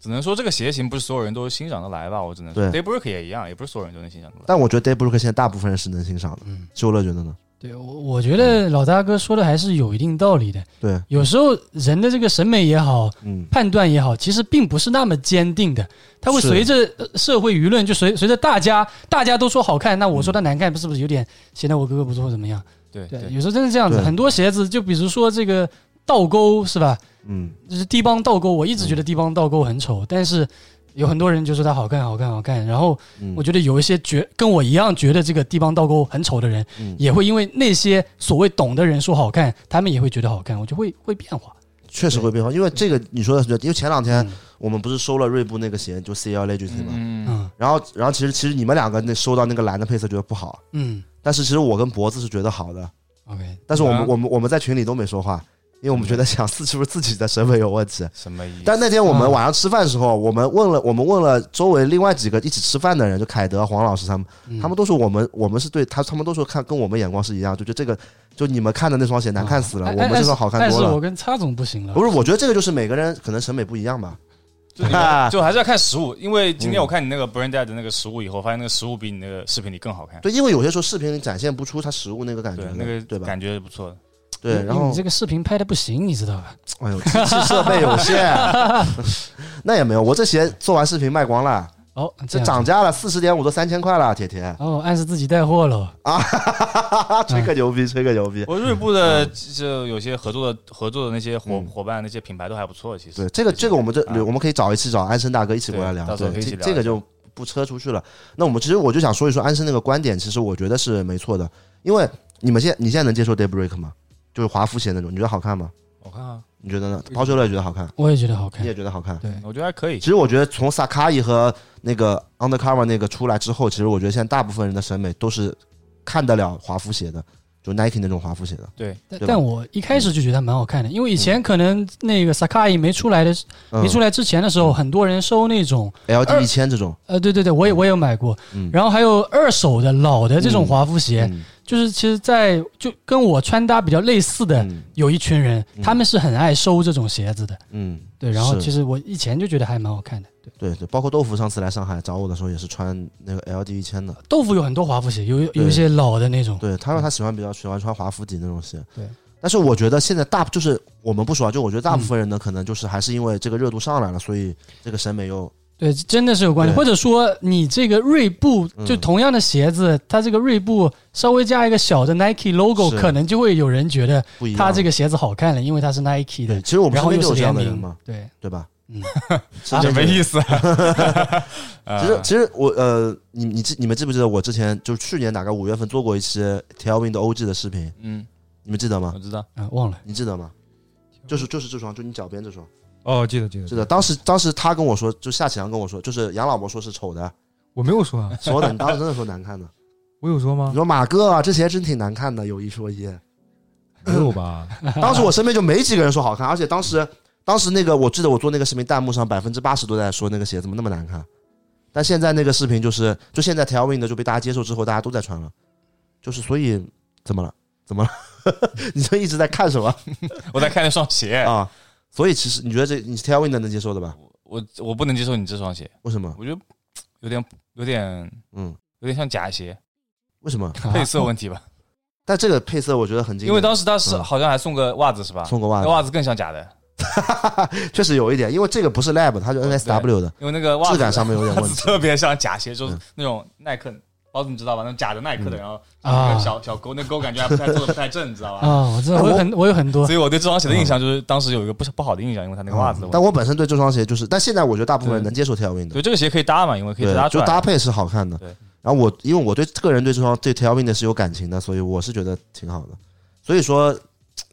[SPEAKER 4] 只能说这个鞋型不是所有人都欣赏得来吧，我只能说
[SPEAKER 2] 对
[SPEAKER 4] Daybreak 也一样，也不是所有人都能欣赏得来。
[SPEAKER 2] 但我觉得 Daybreak 现在大部分人是能欣赏的。
[SPEAKER 1] 嗯，
[SPEAKER 2] 修乐觉得呢？
[SPEAKER 1] 对我我觉
[SPEAKER 2] 嗯
[SPEAKER 1] 得老大哥说的还是有一定道理的。
[SPEAKER 2] 对，
[SPEAKER 1] 有时候人的这个审美也好，
[SPEAKER 2] 嗯，
[SPEAKER 1] 判断也好，其实并不是那么坚定的，它会
[SPEAKER 2] 是
[SPEAKER 1] 随着呃社会舆论，就随随着大家大家都说好看，那我说它难看，是不是有点显得我哥哥不错怎么样？
[SPEAKER 4] 对
[SPEAKER 1] 对，
[SPEAKER 4] 对，
[SPEAKER 1] 有时候真的这样子。
[SPEAKER 2] 嗯对
[SPEAKER 1] 很多鞋子，就比如说这个倒钩是吧？
[SPEAKER 2] 嗯，
[SPEAKER 1] 就是低帮倒钩，我一直觉得低帮倒钩很丑，但是有很多人就说它好看，好看，好看。然后
[SPEAKER 2] 嗯
[SPEAKER 1] 我觉得有一些觉跟我一样觉得这个低帮倒钩很丑的人，
[SPEAKER 2] 嗯
[SPEAKER 1] 也会因为那些所谓懂的人说好看，他们也会觉得好看，我就会会变化。
[SPEAKER 2] 确实会变化，因为这个你说的是对，因为啊前两天
[SPEAKER 1] 嗯
[SPEAKER 2] 我们不是收了锐步那个鞋，就 C L Legacy 嘛，
[SPEAKER 4] 嗯，
[SPEAKER 1] 嗯
[SPEAKER 2] 然后然后其实其实你们两个那收到那个蓝的配色觉得不好，
[SPEAKER 1] 嗯
[SPEAKER 2] 但是其实我跟脖子是觉得好的，
[SPEAKER 1] ，OK，
[SPEAKER 2] 但是我们、
[SPEAKER 4] 啊
[SPEAKER 2] 我们我们在群里都没说话，因为我们
[SPEAKER 1] 嗯
[SPEAKER 2] 觉得想是是不是自己的审美有问题。
[SPEAKER 4] 什么意思？
[SPEAKER 2] 但那天我们
[SPEAKER 1] 啊
[SPEAKER 2] 晚上吃饭的时候，我们问了我们问了周围另外几个一起吃饭的人，就凯德、黄老师他们，
[SPEAKER 1] 嗯
[SPEAKER 2] 他们都说我们我们是对他他们都说看跟我们眼光是一样，就觉得这个就你们看的那双鞋难看死了，
[SPEAKER 1] 啊
[SPEAKER 2] 我们这双好看
[SPEAKER 1] 但是
[SPEAKER 2] 多
[SPEAKER 1] 但是
[SPEAKER 2] 了
[SPEAKER 1] 我。跟叉总不行了
[SPEAKER 2] 不。是，我觉得这个就是每个人可能审美不一样吧。
[SPEAKER 4] 就你
[SPEAKER 2] 啊
[SPEAKER 4] 们就还是要看实物，因为
[SPEAKER 2] 嗯
[SPEAKER 4] 今天我看你那个 Brain Dead 的那个实物以后，发现那个实物比你那个视频里更好看，
[SPEAKER 2] 对，因为有些时候视频里展现不出它实物那个感觉
[SPEAKER 4] 对
[SPEAKER 2] 的，，
[SPEAKER 4] 那
[SPEAKER 2] 对
[SPEAKER 4] 个
[SPEAKER 2] 吧？
[SPEAKER 4] 感觉是不错的。
[SPEAKER 2] 对，然后
[SPEAKER 1] 你这个视频拍的不行，你知道吧？
[SPEAKER 2] 哎呦，机器设备有 限， 那也没有，我这鞋做完视频卖光了，
[SPEAKER 1] 哦，
[SPEAKER 2] 这
[SPEAKER 1] 样
[SPEAKER 2] 涨价了，四十点五都三千块了，铁铁，
[SPEAKER 4] 啊
[SPEAKER 1] 哦，暗示自己带货喽。
[SPEAKER 2] 吹个牛逼，吹个牛逼。
[SPEAKER 4] 我锐步的
[SPEAKER 2] 嗯
[SPEAKER 4] 就有些合作的合作的那些伙伙伴、那些品牌都还不错，其实。
[SPEAKER 2] 对，这个这个我们这、
[SPEAKER 4] 啊
[SPEAKER 2] 我们可以找一期找安生大哥一起过来聊，
[SPEAKER 4] 对到时
[SPEAKER 2] 对
[SPEAKER 4] 候可以一起
[SPEAKER 2] 这
[SPEAKER 4] 聊
[SPEAKER 2] 这个就不扯出去了。那我们其实我就想说一说安生那个观点，其实我觉得是没错的，因为你们现你现在能接受 Daybreak 吗？就是华夫鞋那种，你觉得好看吗？
[SPEAKER 4] 我看啊，
[SPEAKER 2] 你觉得呢？抛球乐觉得好看，
[SPEAKER 1] 我也觉得好看
[SPEAKER 2] 你。也觉得好看。
[SPEAKER 1] 对，
[SPEAKER 4] 我觉得还可以
[SPEAKER 2] 其。实我觉得从 Sakai 和那个 Undercover 那个出来之后，其实我觉得现在大部分人的审美都是看得了华夫鞋的，就 Nike 那种华夫鞋的。
[SPEAKER 4] 对，
[SPEAKER 1] 但
[SPEAKER 2] 对吧
[SPEAKER 1] 但我一开始就觉得它蛮好看的，因为以前可能那个 Sakai 没出来的
[SPEAKER 2] 嗯、
[SPEAKER 1] 没出来之前的时候，很多人收那种，
[SPEAKER 2] LD 一千这种，
[SPEAKER 1] 呃，对对对，我也我也有买过
[SPEAKER 2] 嗯，
[SPEAKER 1] 然后还有二手的老的这种
[SPEAKER 2] 嗯
[SPEAKER 1] 华夫鞋，
[SPEAKER 2] 嗯
[SPEAKER 1] 就是其实，在就跟我穿搭比较类似的
[SPEAKER 2] 嗯
[SPEAKER 1] 有一群人
[SPEAKER 2] 嗯，
[SPEAKER 1] 他们是很爱收这种鞋子的，
[SPEAKER 2] 嗯，
[SPEAKER 1] 对，然后
[SPEAKER 2] 是
[SPEAKER 1] 其实我以前就觉得还蛮好看的，对，
[SPEAKER 2] 对对，包括豆腐上次来上海找我的时候也是穿那个 LD 一千的，
[SPEAKER 1] 豆腐有很多华夫鞋，有有
[SPEAKER 2] 对
[SPEAKER 1] 一些老的那种，
[SPEAKER 2] 对，他说他喜欢比较喜欢穿华夫底那种鞋，
[SPEAKER 1] 嗯对。
[SPEAKER 2] 但是我觉得现在大就是我们不说啊，就我觉得大部分人呢，
[SPEAKER 1] 嗯
[SPEAKER 2] 可能就是还是因为这个热度上来了，所以这个审美又
[SPEAKER 1] 对，真的是有关系。
[SPEAKER 2] 对
[SPEAKER 1] 或者说，你这个锐步
[SPEAKER 2] 嗯
[SPEAKER 1] 就同样的鞋子，它这个锐步稍微加一个小的 Nike logo，
[SPEAKER 2] 是
[SPEAKER 1] 可能就会有人觉得
[SPEAKER 2] 不一样了。
[SPEAKER 1] 它这个鞋子好看了，因为它是 Nike
[SPEAKER 2] 对，
[SPEAKER 1] 的，
[SPEAKER 2] 其实我们
[SPEAKER 1] 然
[SPEAKER 2] 身
[SPEAKER 1] 后
[SPEAKER 2] 边
[SPEAKER 1] 又
[SPEAKER 2] 就是有这样
[SPEAKER 1] 联
[SPEAKER 2] 的人
[SPEAKER 1] 名
[SPEAKER 2] 嘛，，
[SPEAKER 1] 对，
[SPEAKER 2] 对吧？
[SPEAKER 1] 嗯，
[SPEAKER 2] 是 这
[SPEAKER 4] 什
[SPEAKER 2] 样
[SPEAKER 4] 么
[SPEAKER 2] 的
[SPEAKER 4] 意思？
[SPEAKER 2] 其实，其实我呃，你你记你们记不记得我之前就是去年大概五月份做过一期 Tailwind OG 的视频，
[SPEAKER 4] 嗯，
[SPEAKER 2] 你们记得吗
[SPEAKER 4] 我？知道。
[SPEAKER 1] 啊，忘了，
[SPEAKER 2] 你记得吗？就是就是这双，就你脚边这双。
[SPEAKER 3] 哦，记得记
[SPEAKER 2] 是
[SPEAKER 3] 得，
[SPEAKER 2] 的，当时当时他跟我说，就夏启阳跟我说，就是杨老伯说是丑的，
[SPEAKER 3] 我没有说啊，
[SPEAKER 2] 说的，你当时真的说难看的。
[SPEAKER 3] 我有说
[SPEAKER 2] 你
[SPEAKER 3] 吗？
[SPEAKER 2] 说马哥啊，这鞋真挺难看的，有一说一。
[SPEAKER 3] 没有吧？
[SPEAKER 2] 当时我身边就没几个人说好看，而且当时当时那个我记得我做那个视频弹幕上百分之八十都在说那个鞋怎么那么难看，但现在那个视频就是就现在 Tailwind 就被大家接受之后，大家都在穿了，就是所以怎么了？怎么了？ 你就一直在看什么
[SPEAKER 4] 我在看那双 鞋，
[SPEAKER 2] 啊？所以其实你觉得这你 Tailwind 能接受的吧？
[SPEAKER 4] 我我不能接受你这双鞋，
[SPEAKER 2] 为什么？
[SPEAKER 4] 我觉得有点有点
[SPEAKER 2] 嗯，
[SPEAKER 4] 有点像假鞋，
[SPEAKER 2] 为什么？
[SPEAKER 1] 啊
[SPEAKER 2] 啊
[SPEAKER 4] 配色问题吧。
[SPEAKER 2] 但这个配色我觉得很经典，啊
[SPEAKER 4] 因为当时他是好像还送个袜子是吧？
[SPEAKER 2] 嗯送个袜子
[SPEAKER 4] 那袜子更像假的，
[SPEAKER 2] 确实有一点，因为这个不是 Lab，它是 NSW 的，
[SPEAKER 4] 因为那个哦袜子
[SPEAKER 2] 质 感上面有点
[SPEAKER 4] 袜
[SPEAKER 2] 问
[SPEAKER 4] 子
[SPEAKER 2] 题。嗯
[SPEAKER 4] 特别像假鞋，就是那种耐克，包子你知道吧？那种假的耐克的，然后那个小小勾，那勾感觉还不太做的不太正，你知道吧？
[SPEAKER 1] 啊，我知
[SPEAKER 2] 哎
[SPEAKER 1] 道，我有很我有很多
[SPEAKER 4] 所以我对这双鞋的印象就是当时有一个不不好的印象，因为它那个袜子的问题。
[SPEAKER 2] 嗯但我本身对这双鞋就是，但现在我觉得大部分人
[SPEAKER 4] 对
[SPEAKER 2] 能接受 Tailwind 的，
[SPEAKER 4] 对这个鞋可以搭嘛，因为可以
[SPEAKER 2] 对
[SPEAKER 4] 搭，出
[SPEAKER 2] 就
[SPEAKER 4] 来。
[SPEAKER 2] 搭配是好看的
[SPEAKER 4] 对。
[SPEAKER 2] 然后我因为我对个人对这双对 Tailwind 是有感情的，所以我是觉得挺好的。所以说，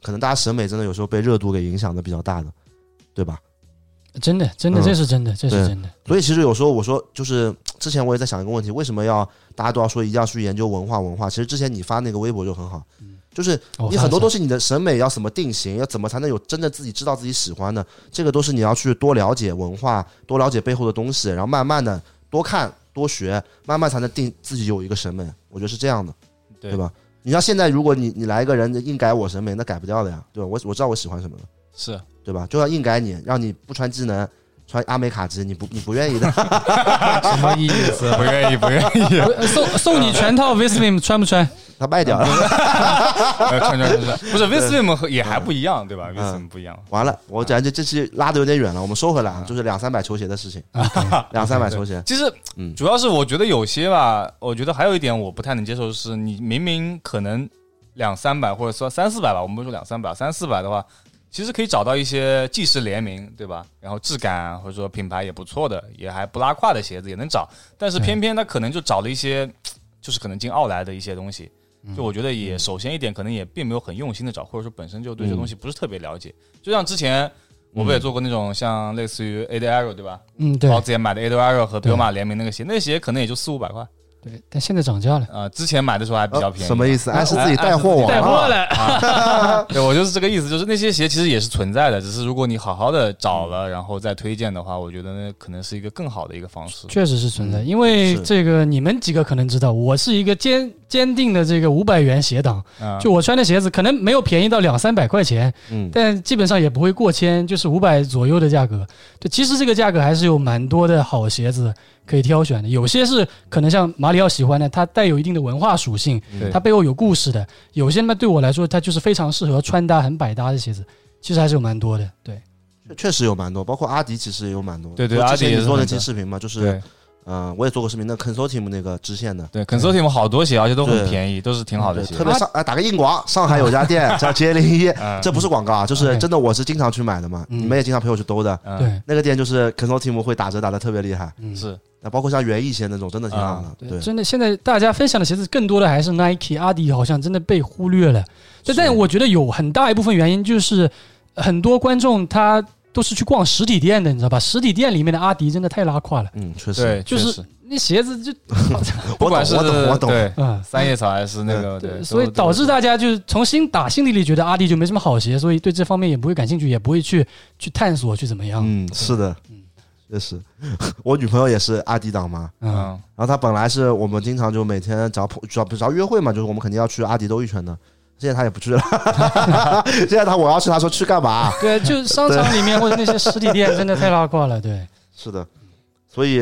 [SPEAKER 2] 可能大家审美真的有时候被热度给影响的比较大的，对吧？
[SPEAKER 1] 真的真的
[SPEAKER 2] 嗯
[SPEAKER 1] 这是真的这是
[SPEAKER 2] 对
[SPEAKER 1] 真的，
[SPEAKER 2] 所以其实有时候我说，就是之前我也在想一个问题，为什么要大家都要说一定要去研究文化文化？其实之前你发那个微博就很好，
[SPEAKER 4] 嗯
[SPEAKER 2] 就是
[SPEAKER 4] 哦
[SPEAKER 1] 我
[SPEAKER 2] 你
[SPEAKER 1] 发
[SPEAKER 2] 很多
[SPEAKER 1] 现
[SPEAKER 2] 东西你的审美要怎么定型，要怎么才能有真的自己知道自己喜欢的，这个都是你要去多了解文化，多了解背后的东西，然后慢慢的多看多学，慢慢才能定自己有一个审美。我觉得是这样的，
[SPEAKER 4] 对
[SPEAKER 2] 吧？你像现在，如果你你来一个人硬改我审美，那改不掉的呀，对吧？我我知道我喜欢什么了，
[SPEAKER 4] 是
[SPEAKER 2] 对吧？就要硬改你，让你不穿技能，穿阿美卡基，你不你不愿意的，
[SPEAKER 1] 什么意义？
[SPEAKER 4] 是，不愿意，不愿意。
[SPEAKER 1] 呃送送你全套 Vislim 穿不穿？
[SPEAKER 2] 他卖掉了。
[SPEAKER 4] 呃穿穿穿穿，不是 Vislim 和也还不一样，对吧？Vislim
[SPEAKER 2] 嗯
[SPEAKER 4] 不一样。
[SPEAKER 2] 完了，我感觉这期拉的有点远了，我们收回来啊，就是两三百球鞋的事情，
[SPEAKER 1] 啊
[SPEAKER 4] 啊
[SPEAKER 2] 两三百球鞋，
[SPEAKER 4] 其实
[SPEAKER 2] 嗯，
[SPEAKER 4] 主要是我觉得有些吧，我觉得还有一点我不太能接受，是你明明可能两三百或者说三四百吧，我们不说两三百，三四百的话，其实可以找到一些即时联名，对吧？然后质感啊或者说品牌也不错的，也还不拉胯的鞋子也能找，但是偏偏他可能就找了一些，就是可能进奥莱的一些东西。就我觉得也，首先一点可能也并没有很用心的找，或者说本身就对这个东西不是特别了解。就像之前我不也做过那种像类似于 A d Arrow 对吧？
[SPEAKER 1] 嗯，对
[SPEAKER 4] 包子也买的 a d o a r o 和
[SPEAKER 1] 对
[SPEAKER 4] Puma 联名那个鞋，那个鞋可能也就四五百块啊、
[SPEAKER 1] 对，但现在涨价了，
[SPEAKER 4] 呃之前买的时候还比较便宜。
[SPEAKER 2] 呃什么意
[SPEAKER 4] 思？
[SPEAKER 2] 思？暗示自己带货
[SPEAKER 4] 啊
[SPEAKER 2] 网
[SPEAKER 1] 带货
[SPEAKER 2] 啊？
[SPEAKER 1] 了，
[SPEAKER 4] 对我哎就是这个意思，就是那些鞋其实也是存在的，只是如果你好好的找了，然后再推荐的话，我觉得那可能是一个更好的一个方式。
[SPEAKER 1] 确实是存在，因为
[SPEAKER 2] 嗯是
[SPEAKER 1] 这个你们几个可能知道，我是一个坚坚定的这个五百元鞋党，
[SPEAKER 4] 嗯，
[SPEAKER 1] 就我穿的鞋子可能没有便宜到两三百块钱，
[SPEAKER 2] 啊嗯，
[SPEAKER 1] 但基本上也不会过千，就是五百左右的价格。对，其实这个价格还是有蛮多的好鞋子可以挑选的，有些是可能像马里奥喜欢的，它带有一定的文化属性，
[SPEAKER 4] 对
[SPEAKER 1] 它背后有故事的；有些呢对我来说，它就是非常适合穿搭、很百搭的鞋子，其实还是有蛮多的。对，
[SPEAKER 2] 确实有蛮多，包括阿迪其实也有蛮多。
[SPEAKER 4] 对对
[SPEAKER 2] 我之
[SPEAKER 4] 阿迪也
[SPEAKER 2] 前
[SPEAKER 4] 是
[SPEAKER 2] 你做那
[SPEAKER 4] 很
[SPEAKER 2] 期
[SPEAKER 4] 多
[SPEAKER 2] 视频嘛，就是
[SPEAKER 4] 对
[SPEAKER 2] 嗯，我也做过视频，那 Consortium 那个支线的
[SPEAKER 4] 对 c o n s o r t i u m 好多鞋，而且都很
[SPEAKER 2] 对
[SPEAKER 4] 便宜，都是挺好的
[SPEAKER 2] 对
[SPEAKER 4] 鞋。
[SPEAKER 2] 特别上哎，打个硬广，上海有家店 叫街零一，
[SPEAKER 4] 嗯
[SPEAKER 2] 这不是广告啊，就是
[SPEAKER 1] 嗯
[SPEAKER 2] 真的，我是经常去买的嘛，
[SPEAKER 1] 嗯
[SPEAKER 2] 你们也经常陪我去兜的。
[SPEAKER 4] 嗯，
[SPEAKER 1] 对，
[SPEAKER 2] 那个店就是 Consortium 会打折打的特别厉害，
[SPEAKER 1] 嗯，
[SPEAKER 4] 是
[SPEAKER 2] 那包括像园艺鞋那种，真的挺
[SPEAKER 4] 啊
[SPEAKER 2] 好的。对，
[SPEAKER 1] 真的，现在大家分享的鞋子更多的还是 Nike、阿迪，好像真的被忽略了。但但我觉得有很大一部分原因就是，很多观众他都是去逛实体店的，你知道吧？实体店里面的阿迪真的太拉胯了，
[SPEAKER 2] 嗯，确实，
[SPEAKER 4] 对，
[SPEAKER 1] 就
[SPEAKER 4] 确
[SPEAKER 1] 是
[SPEAKER 4] 实
[SPEAKER 1] 那鞋子 就
[SPEAKER 4] 不管是
[SPEAKER 2] 我懂，我懂，嗯
[SPEAKER 4] 对。
[SPEAKER 1] 啊
[SPEAKER 4] 三叶草还是那个对，
[SPEAKER 1] 对，
[SPEAKER 4] 都
[SPEAKER 1] 所以导致大家就是从心打心底里觉得阿迪就没什么好鞋，所以对这方面也不会感兴趣，也不会去去探索去怎么样。
[SPEAKER 2] 嗯，是的
[SPEAKER 1] 嗯，
[SPEAKER 2] 确实， 我女朋友也是阿迪党嘛，
[SPEAKER 1] 嗯，
[SPEAKER 4] 嗯
[SPEAKER 2] 然后她本来是我们经常就每天只要碰只要只要约会嘛，就是我们肯定要去阿迪兜一圈的。现在她也不去了， 现在她我要去，她说去干嘛？啊
[SPEAKER 1] 对，就是商场里面或者那些实体店真的太拉胯了，对，
[SPEAKER 2] 是的，所以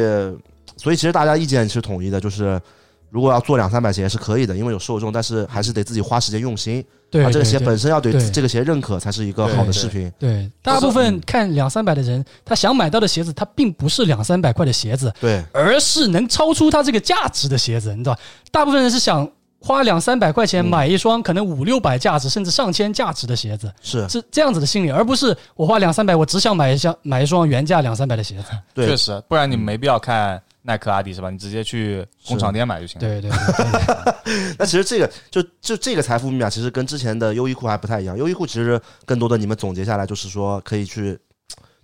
[SPEAKER 2] 所以其实大家意见是统一的，就是如果要做两三百鞋是可以的，因为有受众，但是还是得自己花时间用心，
[SPEAKER 1] 对，
[SPEAKER 2] 把这个鞋
[SPEAKER 1] 对对
[SPEAKER 2] 本身要对
[SPEAKER 1] 对
[SPEAKER 2] 这个鞋认可才是一个好的
[SPEAKER 4] 对
[SPEAKER 2] 视频。
[SPEAKER 1] 对，大部分看两三百的人，他想买到的鞋子，他并不是两三百块的鞋子，
[SPEAKER 2] 对，
[SPEAKER 1] 而是能超出他这个价值的鞋子，你知道吧？大部分人是想花两三百块钱
[SPEAKER 2] 嗯
[SPEAKER 1] 买一双可能五六百价值甚至上千价值的鞋子，
[SPEAKER 2] 是，
[SPEAKER 1] 是这样子的心理，而不是我花两三百，我只想买一双买一双原价两三百的鞋子。
[SPEAKER 2] 对
[SPEAKER 4] 确实，不然你没必要看耐克、阿迪是吧？你直接去工厂店买就行了。
[SPEAKER 1] 对对对，对
[SPEAKER 2] 那其实这个就就这个财富密码，其实跟之前的优衣库还不太一样。优衣库其实更多的你们总结下来就是说可以去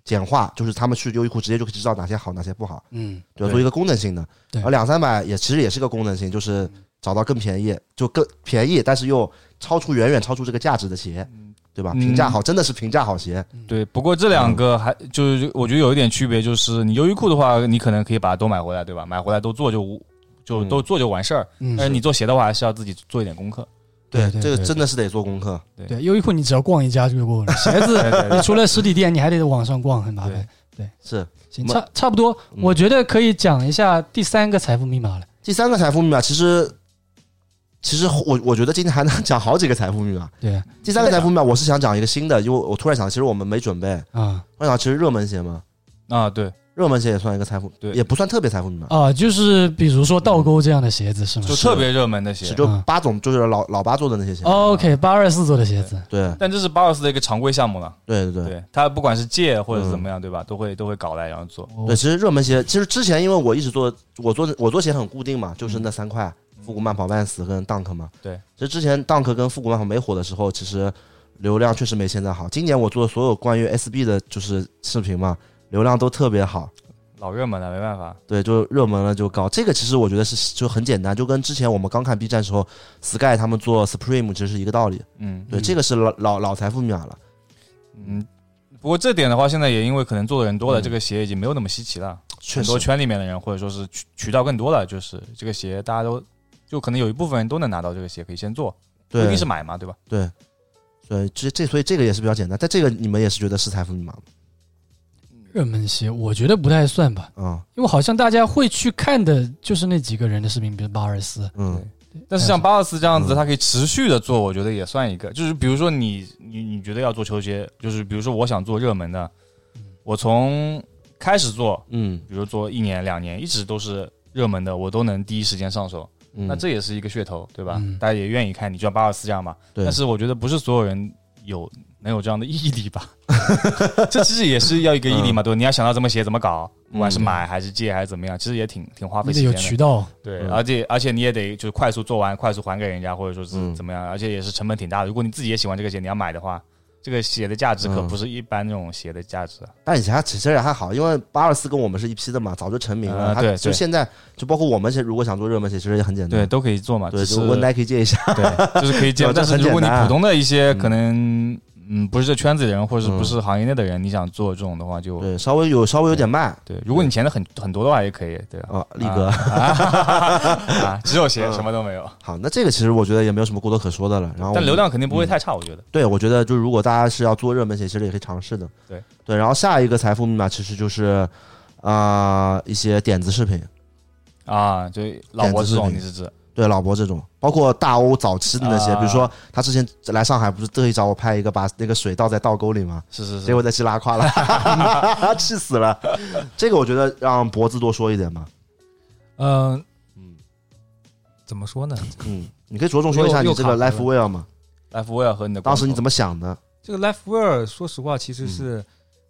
[SPEAKER 2] 简化，就是他们去优衣库直接就可以知道哪些好，哪些不好，
[SPEAKER 1] 嗯，
[SPEAKER 2] 对吧？
[SPEAKER 4] 对
[SPEAKER 2] 做一个功能性的。
[SPEAKER 1] 对
[SPEAKER 2] 然后两三百也其实也是个功能性，就是找到更便宜，就更便宜，但是又超出远远超出这个价值的鞋，对吧？
[SPEAKER 4] 嗯
[SPEAKER 2] 评价好，真的是评价好鞋，
[SPEAKER 4] 对，不过
[SPEAKER 2] 嗯
[SPEAKER 4] 这两个还就是我觉得有一点区别，就是你优衣库的话，你可能可以把它都买回来，对吧？买回来都做就无就
[SPEAKER 2] 嗯
[SPEAKER 4] 都做就完事儿。
[SPEAKER 1] 嗯
[SPEAKER 4] 但是你做鞋的话，还是要自己做一点功课。
[SPEAKER 1] 对对
[SPEAKER 2] 哎这个
[SPEAKER 1] 对
[SPEAKER 2] 真的是得做功课。
[SPEAKER 1] 对优衣库你只要逛一家就够了，鞋 子
[SPEAKER 4] 对对
[SPEAKER 1] 你除了实体店，你还得网上逛，
[SPEAKER 2] 啊
[SPEAKER 1] 很麻烦
[SPEAKER 4] 对。
[SPEAKER 2] 是
[SPEAKER 1] 行，
[SPEAKER 2] 我
[SPEAKER 1] 差差不多，
[SPEAKER 2] 嗯
[SPEAKER 1] 我觉得可以讲一下第三个财富密码了。
[SPEAKER 2] 第三个财富密码，其实其实我我觉得今天还能讲好几个财富密码。
[SPEAKER 1] 对
[SPEAKER 2] 第三个财富密码，我是想讲一个新的，因为我突然想，其实我们没准备。
[SPEAKER 1] 啊
[SPEAKER 2] 我想，其实热门鞋嘛，
[SPEAKER 4] 啊，对，
[SPEAKER 2] 热门鞋也算一个财富，
[SPEAKER 4] 对哦
[SPEAKER 2] 也不算特别财富密码，
[SPEAKER 1] 啊，就是比如说倒钩这样的鞋子是吗
[SPEAKER 4] 就特别热门的
[SPEAKER 2] 是
[SPEAKER 4] 鞋。
[SPEAKER 2] 就八总就是老老八做的那些鞋。
[SPEAKER 4] 哦
[SPEAKER 1] ？OK，八二四做的鞋子，
[SPEAKER 2] 对
[SPEAKER 4] 但这是巴尔斯的一个常规项目了，
[SPEAKER 2] 对对对嗯
[SPEAKER 4] 对他不管是借或者是怎么样，对吧，都会都会搞来然后做。
[SPEAKER 2] 对，其实热门鞋，其实之前因为我一直做，我做我做鞋很固定嘛，就是那三块，复古慢跑、万斯跟 Dunk 嘛。
[SPEAKER 4] 嗯对，
[SPEAKER 2] 其实之前 Dunk 跟复古慢跑没火的时候，其实流量确实没现在好。今年我做的所有关于 SB 的，就是视频嘛，流量都特别好。
[SPEAKER 4] 老热门了，没办法。
[SPEAKER 2] 对，就热门了就高。这个其实我觉得是就很简单，就跟之前我们刚看 B 站时候，Sky 他们做 Supreme 其实是一个道理。
[SPEAKER 4] 嗯
[SPEAKER 2] 对，
[SPEAKER 1] 嗯
[SPEAKER 2] 这个是老老老财富密码了。
[SPEAKER 4] 嗯，不过这点的话，现在也因为可能做的人多了，
[SPEAKER 2] 嗯
[SPEAKER 4] 这个鞋已经没有那么稀奇了。
[SPEAKER 2] 确
[SPEAKER 4] 很多
[SPEAKER 2] 实，
[SPEAKER 4] 圈里面的人，或者说是渠渠道更多了，就是这个鞋大家都就可能有一部分人都能拿到这个鞋，可以先做，不一
[SPEAKER 2] 对
[SPEAKER 4] 定是买嘛，对吧？
[SPEAKER 2] 对，对，这这所以这个也是比较简单。但这个你们也是觉得是财富密码吗？
[SPEAKER 1] 热门鞋我觉得不太算吧，
[SPEAKER 2] 啊、
[SPEAKER 1] 因为好像大家会去看的就是那几个人的视频，比如八二四，
[SPEAKER 2] 嗯，嗯。
[SPEAKER 4] 但是像巴尔斯这样子，
[SPEAKER 2] 嗯
[SPEAKER 4] 它可以持续的做，我觉得也算一个。就是比如说你你你觉得要做球鞋，就是比如说我想做热门的，我从开始做，
[SPEAKER 2] 嗯
[SPEAKER 4] 比如做一年两年，一直都是热门的，我都能第一时间上手，
[SPEAKER 2] 嗯
[SPEAKER 4] 那这也是一个噱头，对吧？
[SPEAKER 1] 嗯
[SPEAKER 4] 大家也愿意看，你就像巴尔斯这样嘛。
[SPEAKER 2] 对
[SPEAKER 4] 但是我觉得不是所有人有能有这样的毅 力吧？这其实也是要一个毅
[SPEAKER 2] 嗯
[SPEAKER 4] 力嘛，对吧？你要想到怎么写怎么搞，不管是买还是借还是怎么样，其实也挺挺花费
[SPEAKER 1] 你
[SPEAKER 4] 时
[SPEAKER 1] 得
[SPEAKER 4] 间
[SPEAKER 1] 有
[SPEAKER 4] 的
[SPEAKER 1] 渠。道，
[SPEAKER 4] 对，
[SPEAKER 2] 嗯
[SPEAKER 4] 而且而且你也得就是快速做完，快速还给人家，或者说
[SPEAKER 2] 嗯
[SPEAKER 4] 是怎么样，而且也是成本挺大的。如果你自己也喜欢这个鞋，你要买的话，这个鞋的价值可
[SPEAKER 2] 嗯
[SPEAKER 4] 不是一般那种鞋的价值啊。
[SPEAKER 2] 但以前还其实也还好，因为八二四跟我们是一批的嘛，早就成名了。
[SPEAKER 4] 啊
[SPEAKER 2] 他
[SPEAKER 4] 对
[SPEAKER 2] 就
[SPEAKER 4] 对
[SPEAKER 2] 现在就包括我们，其实如果想做热门鞋，其实也很简
[SPEAKER 4] 对，
[SPEAKER 2] 单。
[SPEAKER 4] 都可以做嘛，
[SPEAKER 2] 对，
[SPEAKER 4] 只
[SPEAKER 2] 就是问 Nike 借一下。
[SPEAKER 4] 对，就是可以
[SPEAKER 2] 对
[SPEAKER 4] 见。
[SPEAKER 2] 这
[SPEAKER 4] 但是
[SPEAKER 2] 很
[SPEAKER 4] 如果你
[SPEAKER 2] 简单啊
[SPEAKER 4] 普通的一些
[SPEAKER 2] 嗯
[SPEAKER 4] 可能，嗯，不是这圈子里人，或者是
[SPEAKER 2] 嗯
[SPEAKER 4] 不是行业内的人，你想做这种的话，就
[SPEAKER 2] 对，稍微有稍微有点慢。
[SPEAKER 4] 对。如果你钱的很很多的话，也可以，对吧？
[SPEAKER 2] 啊，力哥，
[SPEAKER 4] 啊，只有鞋
[SPEAKER 2] 嗯
[SPEAKER 4] 什么都没有，
[SPEAKER 2] 好，那这个其实我觉得也没有什么过多可说的了。然后我
[SPEAKER 4] 但
[SPEAKER 2] 们
[SPEAKER 4] 流量肯定不会太差，我觉得。
[SPEAKER 2] 对，我觉得就是如果大家是要做热门鞋，其实也可以尝试的。
[SPEAKER 4] 对
[SPEAKER 2] 对，然后下一个财富密码其实就是啊、一些点子视频，
[SPEAKER 4] 啊，就老婆这种，
[SPEAKER 2] 电
[SPEAKER 4] 你
[SPEAKER 2] 子
[SPEAKER 4] 是指
[SPEAKER 2] 对老伯这种，包括大欧早期的那些，
[SPEAKER 4] 啊
[SPEAKER 2] 比如说他之前来上海不是特意找我拍一个把那个水倒在倒沟里吗？
[SPEAKER 4] 是是
[SPEAKER 2] 结
[SPEAKER 4] 是，
[SPEAKER 2] 果再去拉胯了， 气死了。这个我觉得让脖子多说一点吧。
[SPEAKER 3] 嗯
[SPEAKER 2] 嗯
[SPEAKER 3] 怎么说呢？
[SPEAKER 2] 嗯，你可以着重说一下
[SPEAKER 3] 又
[SPEAKER 2] 你这个
[SPEAKER 3] 又卡
[SPEAKER 2] life
[SPEAKER 3] 壳
[SPEAKER 2] wear 嘛，
[SPEAKER 4] 来福威尔和你的
[SPEAKER 2] 当时你怎
[SPEAKER 4] 么
[SPEAKER 2] 么想的？
[SPEAKER 3] 这个 Life Wear 说实话其实是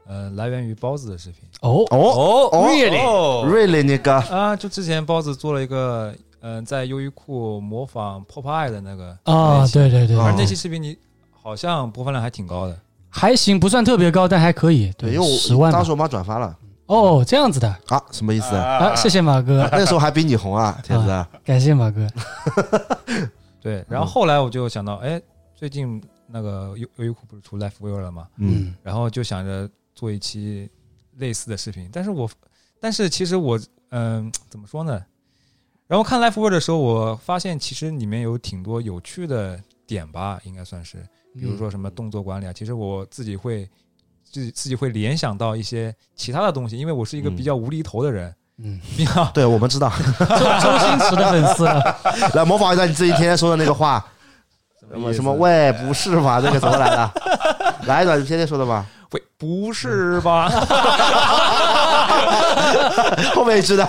[SPEAKER 3] 呃来源于包子的视频
[SPEAKER 1] 哦，
[SPEAKER 2] 嗯哦
[SPEAKER 4] 哦
[SPEAKER 2] 哦
[SPEAKER 4] ，really，
[SPEAKER 2] ，really 那个
[SPEAKER 3] 啊，就之前包子做了一个嗯在优衣库模仿 Popeye 的那个
[SPEAKER 1] 啊，
[SPEAKER 3] 那期，
[SPEAKER 1] 对对对，
[SPEAKER 3] 反正
[SPEAKER 2] 哦
[SPEAKER 3] 那期视频你好像播放量还挺高的。
[SPEAKER 1] 还行，不算特别高，但还可以，
[SPEAKER 2] 因为
[SPEAKER 1] 十
[SPEAKER 2] 我
[SPEAKER 1] 万吧
[SPEAKER 2] 当时我妈转发了
[SPEAKER 1] 哦，这样子的
[SPEAKER 2] 啊，什么意思？
[SPEAKER 1] 啊，谢谢马哥，
[SPEAKER 2] 那时候还比你红啊，铁子。
[SPEAKER 1] 感谢马哥，
[SPEAKER 3] 对，然后
[SPEAKER 2] 嗯
[SPEAKER 3] 后来我就想到，哎，最近那个优优衣库不是出 Life Wear 了吗？
[SPEAKER 2] 嗯
[SPEAKER 1] 嗯
[SPEAKER 3] 然后就想着做一期类似的视频，但是我，但是其实我，嗯、怎么说呢？然后看 Life World 的时候，我发现其实里面有挺多有趣的点吧，应该算是，比
[SPEAKER 2] 嗯
[SPEAKER 3] 如说什么动作管理啊，其实我自己会自己自己会联想到一些其他的东西，因为我是一个
[SPEAKER 2] 嗯
[SPEAKER 3] 比较无厘头的人，
[SPEAKER 1] 嗯，
[SPEAKER 3] 比较
[SPEAKER 2] 对，我们知道。
[SPEAKER 1] 周周星驰的粉丝了，
[SPEAKER 2] 来模仿一下你这一天说的那个话，什么什么喂，不是吧？那个怎么来的？ 来一段你天天说的吧，
[SPEAKER 3] 会不是吧？
[SPEAKER 2] 后面一句的。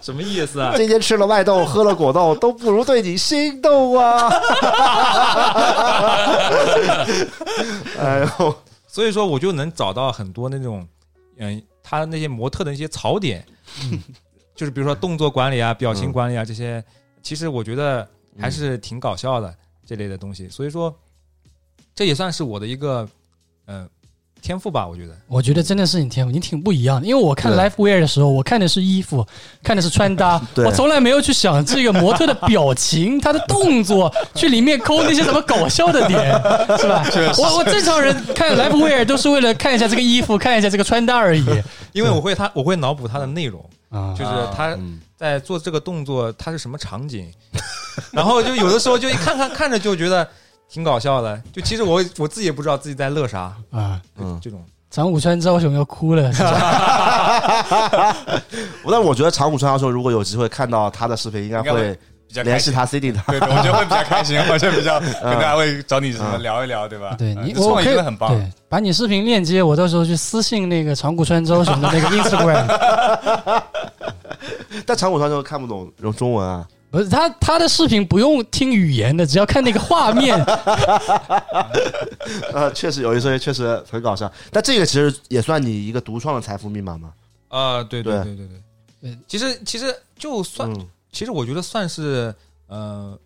[SPEAKER 3] 什么意思啊？
[SPEAKER 2] 今天吃了麦豆，喝了果冻，都不如对你心动啊！ 哎 呦，
[SPEAKER 3] 所以说我就能找到很多那种，嗯，他那些模特的一些槽点， 就是比如说动作管理啊、表情管理啊这些，其实我觉得还是挺搞笑的这类的东西。所以说，这也算是我的一个嗯天赋吧，我觉得。
[SPEAKER 1] 我觉得真的是你天赋，你挺不一样的。因为我看
[SPEAKER 2] 对
[SPEAKER 1] Life Wear 的时候，我看的是衣服，看的是穿搭，
[SPEAKER 2] 对
[SPEAKER 1] 我从来没有去想这个模特的表情、他的动作，去里面抠那些什么搞笑的 点，是吧？我我正常人看 Life Wear 都是为了看一下这个衣服，看一下这个穿搭 而已
[SPEAKER 3] 因为我会他，我会脑补他的内容，
[SPEAKER 1] 啊
[SPEAKER 3] 就。是
[SPEAKER 4] 啊
[SPEAKER 3] 他
[SPEAKER 2] 嗯
[SPEAKER 3] 在做这个动作，他是什么场景， 然后就有的时候就一看看看着就觉得挺搞笑的，就其实我我自己也不知道自己在乐啥，
[SPEAKER 1] 啊，
[SPEAKER 2] 嗯，
[SPEAKER 3] 这种
[SPEAKER 1] 长谷川昭雄要哭了，是吧
[SPEAKER 2] 但我觉得长谷川教授如果有机会看到他的视频，应该
[SPEAKER 4] 应该
[SPEAKER 2] 会
[SPEAKER 4] 会比较开
[SPEAKER 2] 联系
[SPEAKER 4] 心。
[SPEAKER 2] 他 CD 他。
[SPEAKER 4] 对，对我觉得会比较开心，我觉得比较跟大家会找你什么聊一聊，对吧？
[SPEAKER 1] 对
[SPEAKER 4] 嗯
[SPEAKER 1] 你，
[SPEAKER 4] 这
[SPEAKER 1] 我
[SPEAKER 4] 创意
[SPEAKER 1] 可以
[SPEAKER 4] 真的很棒。
[SPEAKER 1] 对，把你视频链接，我到时候去私信那个长谷川昭雄的那个 Instagram。
[SPEAKER 2] 但长谷川就看不懂用中文啊，
[SPEAKER 1] 不是他他的视频不用听语言的，只要看那个画 面。
[SPEAKER 2] 呃，确实有一些确实很搞笑。但这个其实也算你一个独创的财富密码嘛。
[SPEAKER 3] 啊，对对
[SPEAKER 2] 对
[SPEAKER 3] 对对对
[SPEAKER 1] 对。
[SPEAKER 3] 其实其实就算，
[SPEAKER 2] 嗯
[SPEAKER 3] 其实我觉得算是呃，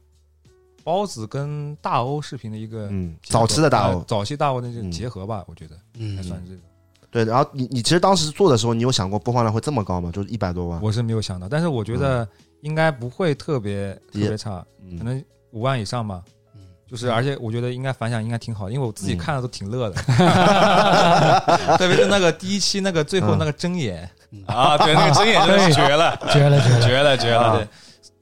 [SPEAKER 3] 包子跟大欧视频的一个
[SPEAKER 2] 嗯，
[SPEAKER 3] 结合
[SPEAKER 2] 早期的大
[SPEAKER 3] 呃
[SPEAKER 2] 欧，
[SPEAKER 3] 早期大欧的这
[SPEAKER 2] 嗯
[SPEAKER 3] 种结合吧，我觉得还
[SPEAKER 1] 嗯，
[SPEAKER 3] 算是这种。
[SPEAKER 2] 对。然后你你其实当时做的时候，你有想过播放量会这么高吗？就是一百多万。
[SPEAKER 3] 我是没有想到，但是我觉得应该不会特别特
[SPEAKER 2] 嗯也
[SPEAKER 3] 别差，可
[SPEAKER 2] 嗯，
[SPEAKER 3] 能五万以上吧。
[SPEAKER 1] 嗯
[SPEAKER 3] 就是，而且我觉得应该反响应该挺好，因为我自己
[SPEAKER 2] 嗯
[SPEAKER 3] 看了都挺乐的， 特别是那个第一期那个最
[SPEAKER 2] 嗯
[SPEAKER 3] 后那个睁眼，
[SPEAKER 4] 啊，对，那个睁眼真是绝了，
[SPEAKER 1] 绝了绝了。
[SPEAKER 4] 绝了，绝了！
[SPEAKER 3] 对，啊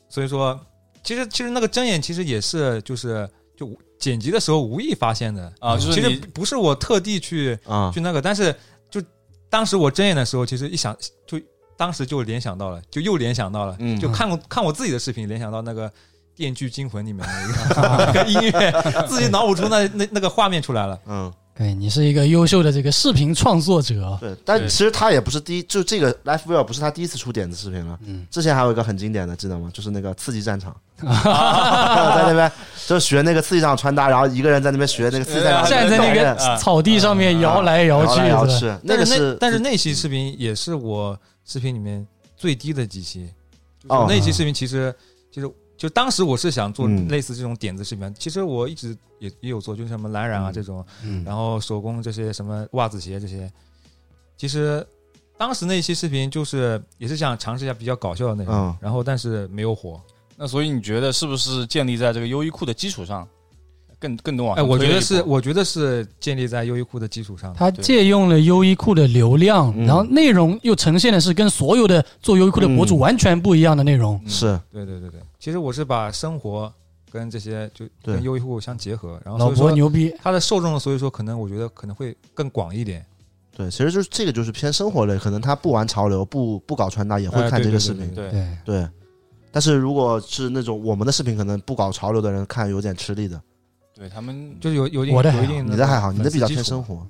[SPEAKER 3] 所以说，其实其实那个睁眼其实也是就是就剪辑的时候无意发现的
[SPEAKER 4] 啊就是
[SPEAKER 3] 其实
[SPEAKER 4] 你
[SPEAKER 3] 不是我特地去
[SPEAKER 2] 啊
[SPEAKER 3] 去那个，但是就当时我睁眼的时候，其实一想就当时就联想到了，就又联想到了，
[SPEAKER 2] 嗯
[SPEAKER 3] 就看过看我自己的视频，联想到那个《电锯惊魂》里面的一个音乐，自己脑补出那 那那个画面出来了。
[SPEAKER 2] 嗯，
[SPEAKER 1] 对你是一个优秀的这个视频创作者。
[SPEAKER 2] 对。但
[SPEAKER 4] 对
[SPEAKER 2] 其实他也不是第一，就这个 Life Will 不是他第一次出点子视频了。
[SPEAKER 1] 嗯，
[SPEAKER 2] 之前还有一个很经典的，记得吗？就是那个刺激战场，在那边就学那个刺激战场穿搭，然后一个人在那边学那个刺激
[SPEAKER 4] 呃
[SPEAKER 2] 战场，
[SPEAKER 1] 站在那个
[SPEAKER 4] 啊
[SPEAKER 1] 草地上面摇来摇
[SPEAKER 2] 摇
[SPEAKER 1] 去
[SPEAKER 2] 来摇
[SPEAKER 1] 的。
[SPEAKER 2] 去，那个
[SPEAKER 3] 但
[SPEAKER 2] 是
[SPEAKER 3] 但是那期视频也是我视频里面最低的几期，就是
[SPEAKER 2] 哦
[SPEAKER 3] 那期视频其实其实就当时我是想做
[SPEAKER 2] 嗯
[SPEAKER 3] 类似这种点子视频，其实我一直也也有做，就是什么蓝染啊
[SPEAKER 2] 嗯
[SPEAKER 3] 这种，
[SPEAKER 1] 嗯
[SPEAKER 3] 然后手工这些什么袜子鞋这些，其实当时那期视频就是也是想尝试一下比较搞笑的那种，
[SPEAKER 2] 嗯
[SPEAKER 3] 然后但是没有火。
[SPEAKER 4] 那所以你觉得是不是建立在这个优衣库的基础上，更更多往
[SPEAKER 3] 哎，
[SPEAKER 4] 上
[SPEAKER 3] 我觉
[SPEAKER 4] 推了
[SPEAKER 3] 得
[SPEAKER 4] 一
[SPEAKER 3] 是
[SPEAKER 4] 步
[SPEAKER 3] 我觉得是建立在优衣库的基础上的。
[SPEAKER 1] 他借用了优衣库的流量，
[SPEAKER 2] 嗯
[SPEAKER 1] 然后内容又呈现的是跟所有的做优衣库的博主
[SPEAKER 2] 嗯
[SPEAKER 1] 完全不一样的内容。
[SPEAKER 2] 是
[SPEAKER 3] 对对对对，其实我是把生活跟这些就
[SPEAKER 2] 对
[SPEAKER 3] 跟优衣库相结合，然后
[SPEAKER 1] 老
[SPEAKER 3] 所以
[SPEAKER 1] 伯
[SPEAKER 3] 说
[SPEAKER 1] 牛逼，
[SPEAKER 3] 它的受众，所以说可能我觉得可能会更广一点。
[SPEAKER 2] 对，其实就是这个就是偏生活类，可能他不玩潮流，不不搞穿搭，也会
[SPEAKER 3] 哎
[SPEAKER 2] 看
[SPEAKER 3] 对
[SPEAKER 2] 这
[SPEAKER 3] 对
[SPEAKER 2] 个视
[SPEAKER 3] 对
[SPEAKER 2] 频。
[SPEAKER 4] 对
[SPEAKER 1] 对，
[SPEAKER 2] 对，但是如果是那种我们的视频，可能不搞潮流的人看有点吃力的。
[SPEAKER 4] 对他们
[SPEAKER 3] 就是有有一定
[SPEAKER 1] 我的还
[SPEAKER 3] 有一
[SPEAKER 1] 好
[SPEAKER 3] 定
[SPEAKER 2] 你的还好，你的
[SPEAKER 3] 嗯粉丝
[SPEAKER 2] 比较
[SPEAKER 3] 基
[SPEAKER 2] 偏
[SPEAKER 3] 础
[SPEAKER 2] 生活。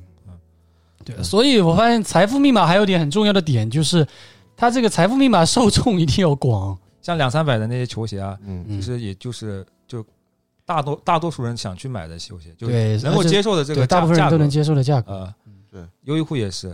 [SPEAKER 1] 对，所以我发现财富密码还有点很重要的点就是，它这个财富密码受众一定要广。
[SPEAKER 3] 像两三百的那些球鞋啊，
[SPEAKER 2] 嗯，
[SPEAKER 1] 嗯
[SPEAKER 3] 其，实也就是就大多大多数人想去买的球鞋，就
[SPEAKER 1] 对
[SPEAKER 3] 能够
[SPEAKER 1] 而且
[SPEAKER 3] 接受的这
[SPEAKER 1] 对
[SPEAKER 3] 个价
[SPEAKER 1] 大部分人
[SPEAKER 3] 价
[SPEAKER 1] 都能
[SPEAKER 3] 格
[SPEAKER 1] 接受的价格。
[SPEAKER 3] 呃，
[SPEAKER 2] 对，
[SPEAKER 3] 优衣库也是，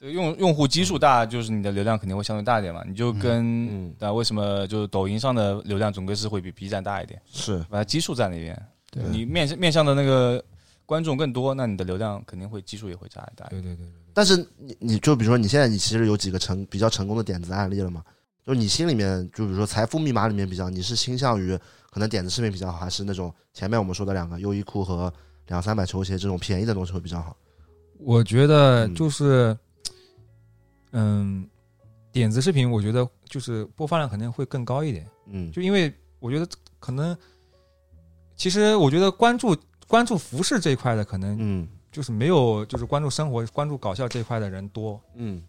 [SPEAKER 4] 这个用用户基数大，就是你的流量肯定会相对大一点嘛。你就
[SPEAKER 2] 嗯
[SPEAKER 4] 跟那为什么就是抖音上的流量总归是会比 B 站大一点，
[SPEAKER 2] 是
[SPEAKER 4] 把它基数在那边，
[SPEAKER 1] 对
[SPEAKER 4] 你面向面向的那个观众更多，那你的流量肯定会基数也会加大一点。
[SPEAKER 3] 对对对，
[SPEAKER 2] 但是你你就比如说你现在你其实有几个成比较成功的点子案例了嘛？就你心里面，就比如说财富密码里面比较，你是倾向于可能点子视频比较好，还是那种前面我们说的两个优衣库和两三百球鞋这种便宜的东西会比较好？
[SPEAKER 3] 我觉得
[SPEAKER 2] 嗯
[SPEAKER 3] 就是，嗯，点子视频，我觉得就是播放量肯定会更高一点，
[SPEAKER 2] 嗯，
[SPEAKER 3] 就因为我觉得可能，其实我觉得关注关注服饰这一块的，可能
[SPEAKER 2] 嗯
[SPEAKER 3] 就是没有就是关注生活、关注搞笑这一块的人多。
[SPEAKER 2] 嗯，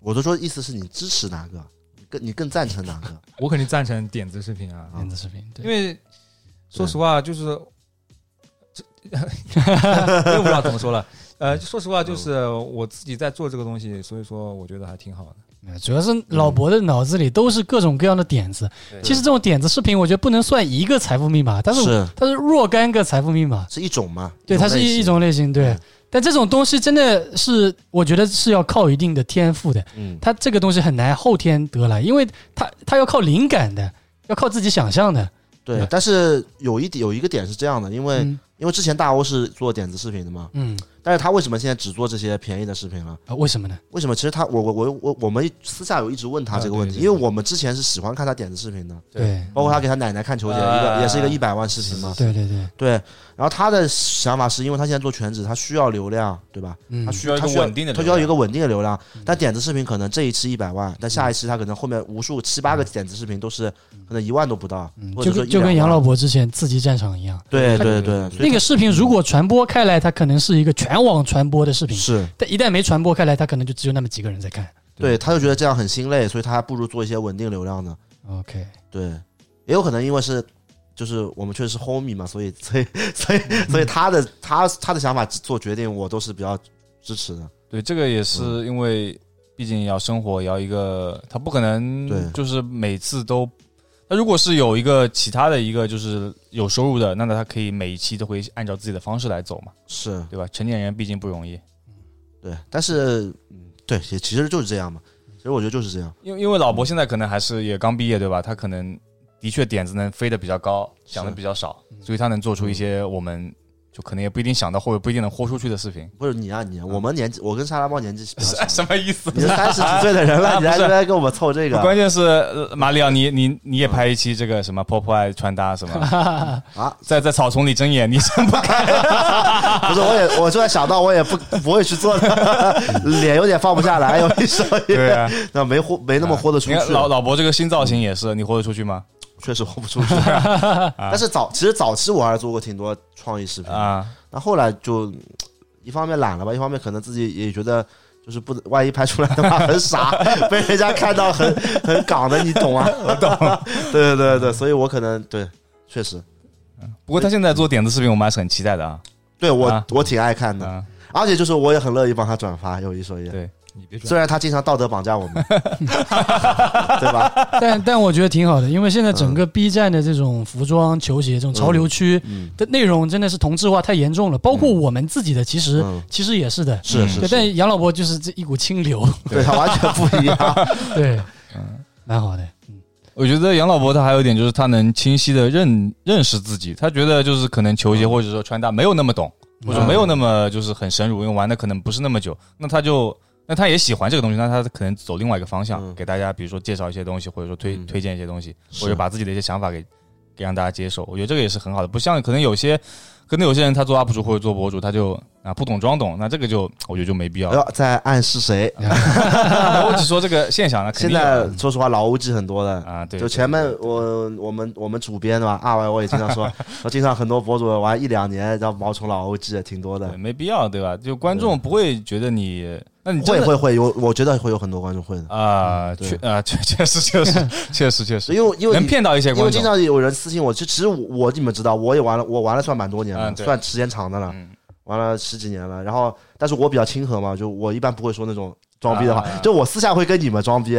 [SPEAKER 2] 我都说意思是你支持哪个，你更你更赞成哪个？
[SPEAKER 3] 我肯定赞成点子视频啊，
[SPEAKER 2] 嗯
[SPEAKER 1] 电子视频，对
[SPEAKER 3] 因为说实话就是， 这又不知道怎么说了。呃，说实话，就是我自己在做这个东西，所以说我觉得还挺好的。
[SPEAKER 1] 呃主要是老伯的脑子里都是各种各样的点子。
[SPEAKER 4] 对
[SPEAKER 1] 其实这种点子视频，我觉得不能算一个财富密码，但是
[SPEAKER 2] 是
[SPEAKER 1] 它是若干个财富密码。
[SPEAKER 2] 是一种嘛？
[SPEAKER 1] 对，它是
[SPEAKER 2] 类型
[SPEAKER 1] 一一，种类型，对
[SPEAKER 2] 嗯。
[SPEAKER 1] 但这种东西真的是，我觉得是要靠一定的天赋的，
[SPEAKER 2] 嗯，
[SPEAKER 1] 它这个东西很难后天得来，因为它它要靠灵感的，要靠自己想象的。
[SPEAKER 2] 对
[SPEAKER 1] 对。
[SPEAKER 2] 但是有一点有一个点是这样的，因为
[SPEAKER 1] 嗯
[SPEAKER 2] 因为之前大欧是做点子视频的嘛，
[SPEAKER 1] 嗯，
[SPEAKER 2] 但是他为什么现在只做这些便宜的视频了？
[SPEAKER 1] 啊为什么呢？
[SPEAKER 2] 为什么？其实他我我我我我们私下有一直问他这个问题，
[SPEAKER 3] 啊对对
[SPEAKER 2] 因为我们之前是喜欢看他点子视频的，
[SPEAKER 1] 对
[SPEAKER 2] 包括他给他奶奶看球姐，一
[SPEAKER 4] 啊
[SPEAKER 2] 个也是一个一百万视频嘛。
[SPEAKER 1] 对对对，
[SPEAKER 2] 对，然后他的想法是因为他现在做全职，他需要流量，对吧？
[SPEAKER 1] 嗯
[SPEAKER 2] 他，
[SPEAKER 4] 需要一个
[SPEAKER 2] 他
[SPEAKER 4] 稳定的
[SPEAKER 2] 他
[SPEAKER 4] 流量嗯
[SPEAKER 2] 需要一个稳定的流量。但点子视频可能这一期一百万，但下一期他可能后面无数七八个
[SPEAKER 4] 嗯
[SPEAKER 2] 点子视频都是可能一万都不到
[SPEAKER 1] 嗯，
[SPEAKER 2] 或
[SPEAKER 1] 就
[SPEAKER 2] 者说啊
[SPEAKER 1] 跟就跟
[SPEAKER 2] 100
[SPEAKER 1] 杨
[SPEAKER 2] 万
[SPEAKER 1] 老伯之前刺激战场一样，
[SPEAKER 2] 对对对，所以
[SPEAKER 1] 那个视频如果传播开来，它可能是一个全网传播的视频，
[SPEAKER 2] 是
[SPEAKER 1] 但一旦没传播开来，它可能就只有那么几个人在看。
[SPEAKER 2] 对，他就觉得这样很心累，所以他还不如做一些稳定流量的。
[SPEAKER 1] OK，
[SPEAKER 2] 对，也有可能因为是就是我们确实是 homie 嘛，所以所以所以
[SPEAKER 4] 嗯
[SPEAKER 2] 所以他的他他的想法做决定，我都是比较支持的。
[SPEAKER 4] 对，这个也是
[SPEAKER 2] 嗯
[SPEAKER 4] 因为，毕竟要生活，也要一个，他不可
[SPEAKER 2] 对
[SPEAKER 4] 能就是每次都。他如果是有一个其他的一个就是有收入的，那他可以每一期都会按照自己的方式来走嘛，
[SPEAKER 2] 是
[SPEAKER 4] 对吧？成年人毕竟不容易，
[SPEAKER 2] 对，但是嗯，对，也其实就是这样嘛。其实我觉得就是这样，
[SPEAKER 4] 因为因为老伯现在可能还是也刚毕业，对吧？他可能的确点子能飞得比较高，想的比较少，所以他能做出一些我们就可能也不一定想到或者不一定能豁出去的事情。
[SPEAKER 2] 不是你啊你啊，我们年纪，我跟沙拉包年纪比较
[SPEAKER 4] 嗯什
[SPEAKER 2] 小，
[SPEAKER 4] 么意思？
[SPEAKER 2] 你是三十 几岁的人了，
[SPEAKER 4] 啊
[SPEAKER 2] 你还
[SPEAKER 4] 哎不是
[SPEAKER 2] 来跟我们凑这个
[SPEAKER 4] 关键是呃马里奥，你你你也拍一期这个 什么破破爱穿搭什么，
[SPEAKER 2] 啊？
[SPEAKER 4] 在在草丛里睁眼，你睁 不开。
[SPEAKER 2] 不是，我也我突然想到，我也不不会去做的， 脸有点放不下来，有一手
[SPEAKER 4] 对啊，
[SPEAKER 2] 那没豁没那么豁得出
[SPEAKER 4] 你看
[SPEAKER 2] 去，啊
[SPEAKER 4] 老老伯这个新造型也是，你活得出去吗？
[SPEAKER 2] 确实豁不 出去。但是早其实早期我还是做过挺多创意视频，
[SPEAKER 4] 啊，
[SPEAKER 2] 那后来就嗯一方面懒了吧，一方面可能自己也觉得。就是不，万一拍出来的话很傻，被人家看到很很港的，你懂 啊？我懂。对对对对，所以我可能对，确实，
[SPEAKER 4] 不过他现在做点子视频，我们还是很期待的啊。
[SPEAKER 2] 对我、
[SPEAKER 4] 啊
[SPEAKER 2] 我挺爱看的，
[SPEAKER 4] 啊，
[SPEAKER 2] 而且就是我也很乐意帮他转发，有一说一，
[SPEAKER 4] 对，
[SPEAKER 3] 你别转
[SPEAKER 2] 虽然他经常道德绑架我们， 对吧？
[SPEAKER 1] 但 但我觉得挺好的，因为现在整个 B 站的这种服装、球鞋这种潮流区
[SPEAKER 2] 嗯
[SPEAKER 1] 的内容真的是同质化太严重了，包括我们自己的，其实
[SPEAKER 2] 嗯，
[SPEAKER 1] 其实也是的。
[SPEAKER 2] 是是
[SPEAKER 1] 对，
[SPEAKER 2] 是，
[SPEAKER 1] 但杨老伯就是这一股清流，
[SPEAKER 2] 对他完全不一样。
[SPEAKER 1] 对，蛮好的。
[SPEAKER 4] 我觉得杨老伯他还有一点就是他能清晰的认认识自己，他觉得就是可能球鞋或者说穿搭没有那么懂，或者
[SPEAKER 2] 嗯
[SPEAKER 4] 没有那么就是很深入，因为玩的可能不是那么久，那他就那他也喜欢这个东西，那他可能走另外一个方向，
[SPEAKER 2] 嗯
[SPEAKER 4] 给大家比如说介绍一些东西，或者说推
[SPEAKER 2] 嗯
[SPEAKER 4] 推荐一些东西，
[SPEAKER 2] 是
[SPEAKER 4] 或者把自己的一些想法给给让大家接受，我觉得这个也是很好的，不像可能有些可能有些人他做 UP 主或者做博主，他就啊不懂装懂，那这个就我觉得就没必要
[SPEAKER 2] 哎。 呦，在暗示谁？
[SPEAKER 4] 我只说这个现象，那啊肯
[SPEAKER 2] 现
[SPEAKER 4] 定有
[SPEAKER 2] 在说实话，老乌记很多的。
[SPEAKER 4] 啊对，
[SPEAKER 2] 就
[SPEAKER 4] 对
[SPEAKER 2] 前面我我们我们主编对吧？二 Y 我也经常 说，说经常很多博主玩一两年，然后毛虫老 OG 也挺多的
[SPEAKER 4] 对，，没必要，对吧？就观众不会觉得你，那你
[SPEAKER 2] 会
[SPEAKER 4] 真的
[SPEAKER 2] 会会有，我觉得会有很多观众会的，
[SPEAKER 4] 啊，
[SPEAKER 2] 对
[SPEAKER 4] 确啊，确 确实确实确实确实
[SPEAKER 2] 因为因为
[SPEAKER 4] 能骗到一些
[SPEAKER 2] 因
[SPEAKER 4] 观
[SPEAKER 2] 为经
[SPEAKER 4] 众，
[SPEAKER 2] 常有人私信我，其实我我你们知道，我也玩了，我玩了算蛮多年了，
[SPEAKER 4] 嗯对
[SPEAKER 2] 算时间长的了，
[SPEAKER 4] 嗯
[SPEAKER 2] 玩了十几年了。然后，但是我比较亲和嘛，就我一般不会说那种装逼的话，
[SPEAKER 4] 啊
[SPEAKER 2] 就我私下会跟你们装逼，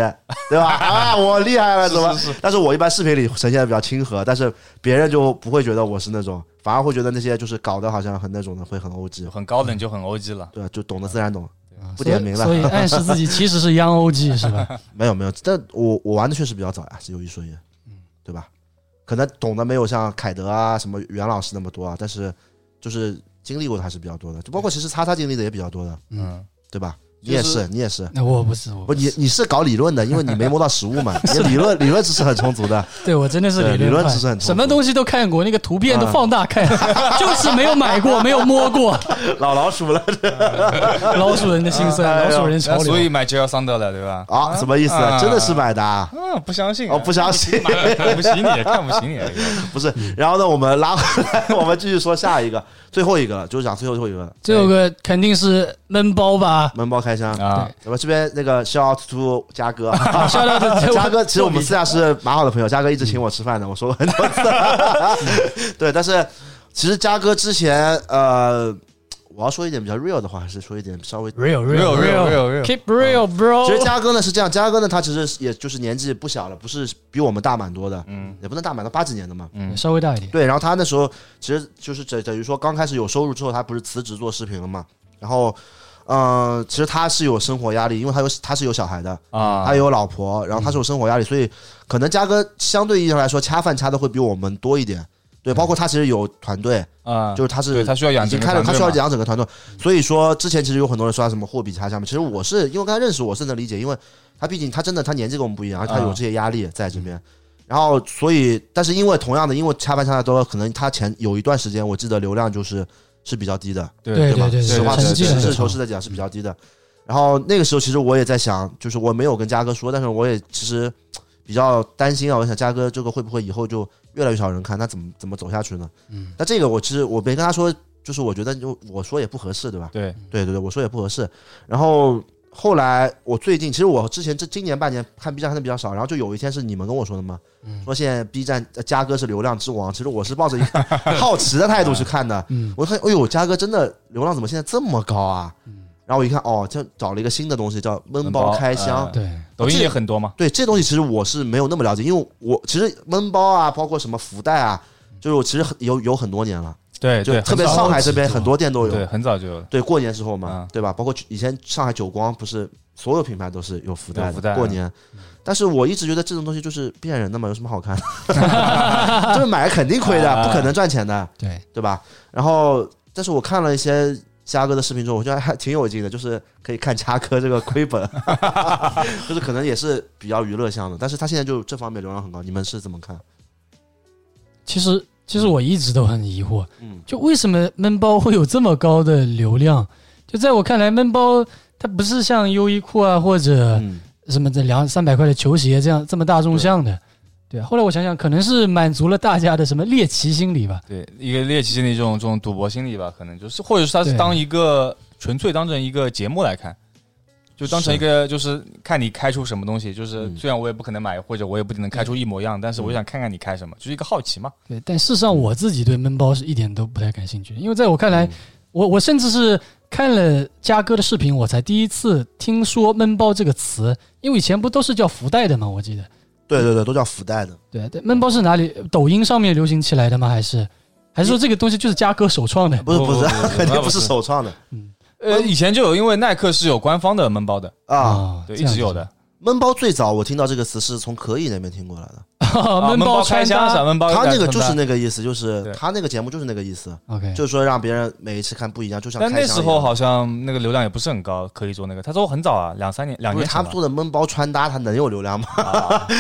[SPEAKER 2] 对吧？ 啊，我厉害了，怎么？但是我一般视频里呈现的比较亲和，但是别人就不会觉得我是那种，反而会觉得那些就是搞得好像很那种的会很 OG，
[SPEAKER 4] 很高冷就很 O G 了。
[SPEAKER 2] 对，就懂得自然懂。
[SPEAKER 1] 啊
[SPEAKER 2] 不点名了
[SPEAKER 1] 所以所以暗示自己其实是 Young OG 是 吧？
[SPEAKER 2] 没有没有，但我我玩的确实比较早呀，是有一说一，
[SPEAKER 4] 嗯
[SPEAKER 2] 对吧？可能懂得没有像凯德啊、什么袁老师那么多啊，但是就是经历过的还是比较多的，就包括其实叉叉经历的也比较多的，
[SPEAKER 4] 嗯，
[SPEAKER 2] 对吧？
[SPEAKER 4] 就是嗯
[SPEAKER 2] 你也是，你也是，
[SPEAKER 1] 那我不是，我
[SPEAKER 2] 不你你是搞理论的，因为你没摸到实物 嘛，你理论理论知识很充足的，
[SPEAKER 1] 对我真的是
[SPEAKER 2] 对
[SPEAKER 1] 理
[SPEAKER 2] 理论
[SPEAKER 1] 派
[SPEAKER 2] 知识很充足嗯
[SPEAKER 1] 什么东西都看过，那个图片都放大看， 就是没有买过，没有摸过。
[SPEAKER 2] 老老鼠了
[SPEAKER 1] 老鼠人的心酸，
[SPEAKER 2] 哎
[SPEAKER 1] 老
[SPEAKER 2] 呦
[SPEAKER 1] 鼠人潮
[SPEAKER 4] 嗯那
[SPEAKER 1] 流。
[SPEAKER 4] 所以买 J L Thunder 了，对吧？
[SPEAKER 2] 啊？什么意思？
[SPEAKER 4] 啊
[SPEAKER 2] 真的是买的？啊？
[SPEAKER 4] 嗯，不相信啊，
[SPEAKER 2] 哦，不相信，
[SPEAKER 4] 买了看不起你，看不起你。
[SPEAKER 2] 不是。然后呢，我们拉回来， 我们继续说下一个，最后一个了，就是讲最后最后一个了
[SPEAKER 1] 这首歌肯定是闷包 吧？
[SPEAKER 2] 闷包开箱
[SPEAKER 4] 啊，
[SPEAKER 2] 咱们这边那个 shout out to 嘉哥，啊
[SPEAKER 1] 笑到 的
[SPEAKER 2] 嘉哥，其实我们私下是蛮好的朋友，嘉哥一直请我吃饭的，我说过很多 次。对，但是其实嘉哥之前，呃，我要说一点比较 real 的话，还是说一点稍微。
[SPEAKER 1] real
[SPEAKER 4] real real real real，
[SPEAKER 1] keep real
[SPEAKER 2] 其实
[SPEAKER 1] bro。
[SPEAKER 2] 嘉哥呢是这样，嘉哥呢他其实也就是年纪不小了，不是比我们大蛮多的，
[SPEAKER 4] 嗯
[SPEAKER 2] 也不能大蛮多，八几年的嘛。
[SPEAKER 4] 嗯
[SPEAKER 1] 稍微大一点，
[SPEAKER 2] 对，然后他那时候其实就是等等于说刚开始有收入之后，他不是辞职做视频了嘛，然后。嗯、其实他是有生活压力，因为他有他是有小孩的，
[SPEAKER 4] 啊，
[SPEAKER 2] 他有老婆，然后他是有生活压力，所以可能嘉哥相对意义上来说，恰饭恰的会比我们多一点。对，包括他其实有团队，
[SPEAKER 4] 嗯啊，
[SPEAKER 2] 就是他是
[SPEAKER 4] 对他需要养
[SPEAKER 2] 已经
[SPEAKER 4] 整个
[SPEAKER 2] 开了，他
[SPEAKER 4] 团队
[SPEAKER 2] 需要
[SPEAKER 4] 嘛
[SPEAKER 2] 养整个团队。所以说之前其实有很多人说他什么货比家乡嘛，其实我是因为跟他认识，我是能理解，因为他毕竟他真的他年纪跟我们不
[SPEAKER 4] 啊
[SPEAKER 2] 一样，而且他有这些压力在这边。然后所以，但是因为同样的，因为恰饭恰的都可能他前有一段时间，我记得流量就是是比较低的，
[SPEAKER 1] 对
[SPEAKER 2] 吧？
[SPEAKER 1] 对对
[SPEAKER 2] 实话
[SPEAKER 4] 对
[SPEAKER 2] 实
[SPEAKER 4] 对
[SPEAKER 2] 实
[SPEAKER 4] 对
[SPEAKER 2] 事求是的讲是比较低的。然后那个时候其实我也在想，就是我没有跟嘉哥说，但是我也其实比较担心啊，我想嘉哥这个会不会以后就越来越少人看，他怎么怎么走下去呢？
[SPEAKER 1] 嗯，
[SPEAKER 2] 那这个我其实我没跟他说，就是我觉得就我说也不合适，对吧？
[SPEAKER 4] 对
[SPEAKER 2] 对对对，我说也不合适。然后后来我最近，其实我之前这今年半年看 B 站看的比较少，然后就有一天是你们跟我说的嘛，
[SPEAKER 1] 嗯
[SPEAKER 2] 说现在 B 站呃嘉哥是流量之王，其实我是抱着一个 好奇的态度去看的，
[SPEAKER 1] 嗯
[SPEAKER 2] 我看哎呦嘉哥真的流量怎么现在这么高啊？
[SPEAKER 1] 嗯
[SPEAKER 2] 然后我一看哦，就找了一个新的东西叫闷包开箱，
[SPEAKER 4] 嗯
[SPEAKER 1] 对，
[SPEAKER 4] 抖音也很多嘛，
[SPEAKER 2] 对这些东西，其实我是没有那么了解，因为我其实闷包啊，包括什么福袋啊，
[SPEAKER 1] 嗯
[SPEAKER 2] 就是我其实很有有很多年了，
[SPEAKER 4] 对
[SPEAKER 2] 就
[SPEAKER 4] 对，
[SPEAKER 2] 特别
[SPEAKER 1] 很早
[SPEAKER 2] 上海这边
[SPEAKER 1] 就有
[SPEAKER 2] 很多店都有。
[SPEAKER 4] 对很早就有了，
[SPEAKER 2] 对过年时候嘛，
[SPEAKER 4] 啊
[SPEAKER 2] 对吧？包括以前上海久光不是所有品牌都是有福袋的，
[SPEAKER 4] 有福袋啊
[SPEAKER 2] 过年。但是我一直觉得这种东西就是骗人的嘛，有什么好看？就是买肯定亏的，
[SPEAKER 4] 啊
[SPEAKER 2] 不可能赚钱的，
[SPEAKER 1] 对，
[SPEAKER 2] 对吧？然后，但是我看了一些嘉哥的视频之后，我觉得还挺有劲的，就是可以看嘉哥这个亏本， 就是可能也是比较娱乐向的。但是他现在就这方面流量很高，你们是怎么看？
[SPEAKER 1] 其实其实我一直都很疑惑，
[SPEAKER 2] 嗯，
[SPEAKER 1] 就为什么闷包会有这么高的流量？就在我看来，闷包它不是像优衣库啊或者
[SPEAKER 2] 嗯
[SPEAKER 1] 什么的两三百块的球鞋这样这么大众向的。对，后来我想想，可能是满足了大家的什么猎奇心理吧。
[SPEAKER 4] 对一个猎奇心理这种这种赌博心理吧，可能就是，或者是他是
[SPEAKER 1] 对
[SPEAKER 4] 当一个纯粹当成一个节目来看，就当成一个就是看你开出什么东西，就是
[SPEAKER 2] 嗯
[SPEAKER 4] 虽然我也不可能买，或者我也不能开出一模一样，但是我想看看你开什么，就是一个好奇嘛。
[SPEAKER 1] 对，但事实
[SPEAKER 2] 嗯
[SPEAKER 1] 上我自己对闷包是一点都不太感兴趣，因为在我看来，我我甚至是看了嘉哥的视频，我才第一次听说闷包这个词，因为以前不都是叫福袋的吗？我记得。
[SPEAKER 2] 对对对，都叫福袋的。
[SPEAKER 1] 对对，闷包是哪里？抖音上面流行起来的吗？还是还是说这个东西就是嘉哥首创的？
[SPEAKER 2] 不是
[SPEAKER 3] 不
[SPEAKER 2] 不
[SPEAKER 3] 不
[SPEAKER 2] 是
[SPEAKER 3] 不不，不
[SPEAKER 2] 肯定不
[SPEAKER 3] 不
[SPEAKER 2] 是
[SPEAKER 3] 是
[SPEAKER 2] 首创的
[SPEAKER 4] 呃，以前就有，因为耐克是有官方的闷包的，
[SPEAKER 2] 啊。
[SPEAKER 1] 哦这
[SPEAKER 4] 对，一
[SPEAKER 1] 样
[SPEAKER 4] 直有
[SPEAKER 1] 子
[SPEAKER 4] 的。
[SPEAKER 2] 闷包最早我听到这个词是从可以那边听过来的，
[SPEAKER 4] 啊
[SPEAKER 1] 闷
[SPEAKER 4] 闷
[SPEAKER 1] 包穿
[SPEAKER 4] 开箱啥
[SPEAKER 1] 搭。
[SPEAKER 4] 闷包，
[SPEAKER 2] 他那个就是
[SPEAKER 4] 穿搭
[SPEAKER 2] 那个意思，就是
[SPEAKER 4] 对
[SPEAKER 2] 他那个节目就是那个意思，
[SPEAKER 1] OK，
[SPEAKER 2] 就是说让别人每一次看不一样，就像
[SPEAKER 4] 但
[SPEAKER 2] 开
[SPEAKER 4] 那
[SPEAKER 2] 箱
[SPEAKER 4] 时
[SPEAKER 2] 一
[SPEAKER 4] 候
[SPEAKER 2] 样
[SPEAKER 4] 好像那个流量也不是很高，可以做那个。他说我很早啊，两三年、两
[SPEAKER 2] 不是
[SPEAKER 4] 年
[SPEAKER 2] 他
[SPEAKER 4] 前吧，
[SPEAKER 2] 做的闷包穿搭，他能有流量吗？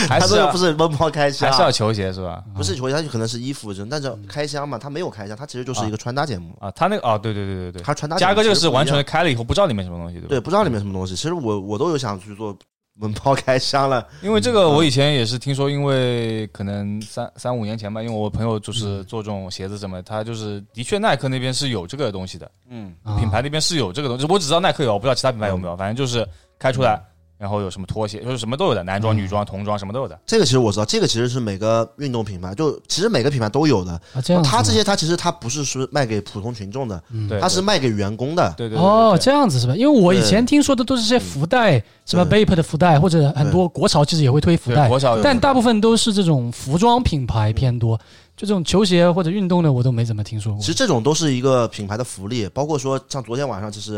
[SPEAKER 4] 还
[SPEAKER 2] 他
[SPEAKER 4] 是
[SPEAKER 2] 说
[SPEAKER 4] 要
[SPEAKER 2] 又不是闷包开箱
[SPEAKER 4] 还，是要球鞋是吧？
[SPEAKER 2] 不是球鞋，他就可能是衣服，但是开箱嘛，他没有开箱，他其实就是一个穿搭节目，
[SPEAKER 4] 啊，他那个哦，对对对对对，
[SPEAKER 2] 他穿搭节目
[SPEAKER 4] 嘉哥这个
[SPEAKER 2] 其实
[SPEAKER 4] 是
[SPEAKER 2] 不一
[SPEAKER 4] 完全
[SPEAKER 2] 样
[SPEAKER 4] 开了以后不知道里面什么东西，对吧？
[SPEAKER 2] 对，不知道里面什么东西。其实我我都有想去做闷包开箱了，
[SPEAKER 4] 因为这
[SPEAKER 2] 嗯
[SPEAKER 4] 个，我以前也是听说，因为可能三三五年前吧，因为我朋友
[SPEAKER 2] 嗯
[SPEAKER 4] 就是做这种鞋子什么，他就是的确耐克那边是有这个东西的，
[SPEAKER 2] 嗯，
[SPEAKER 1] 啊
[SPEAKER 4] 品牌那边是有这个东西，我只知道耐克有，我不知道其他品牌有没有，反正就是开出
[SPEAKER 2] 嗯
[SPEAKER 4] 来，然后有什么拖鞋，就是什么都有的，男装、女装、童装什么都有的。
[SPEAKER 2] 这个其实我知道，这个其实是每个运动品牌，就其实每个品牌都有的。
[SPEAKER 1] 啊，
[SPEAKER 4] 哦
[SPEAKER 1] 这样子吗
[SPEAKER 2] 他这些他其实他不是说卖给普通群众的，
[SPEAKER 1] 嗯
[SPEAKER 4] 对，
[SPEAKER 2] 他是卖给员工的。
[SPEAKER 4] 对对对
[SPEAKER 1] 哦，
[SPEAKER 4] 对嗯
[SPEAKER 1] 这样子是吧？因为我以前听说的都是些福袋，什么 Vape 的福袋，或者很多国潮其实也会推福
[SPEAKER 4] 对
[SPEAKER 1] 袋，
[SPEAKER 4] 国嗯潮有，
[SPEAKER 1] 但大部分都是这种服装品牌偏多，就这种球鞋或者运动的我都没怎么听说过
[SPEAKER 2] 其。实这种都是一个品牌的福利，包括说像昨天晚上，其实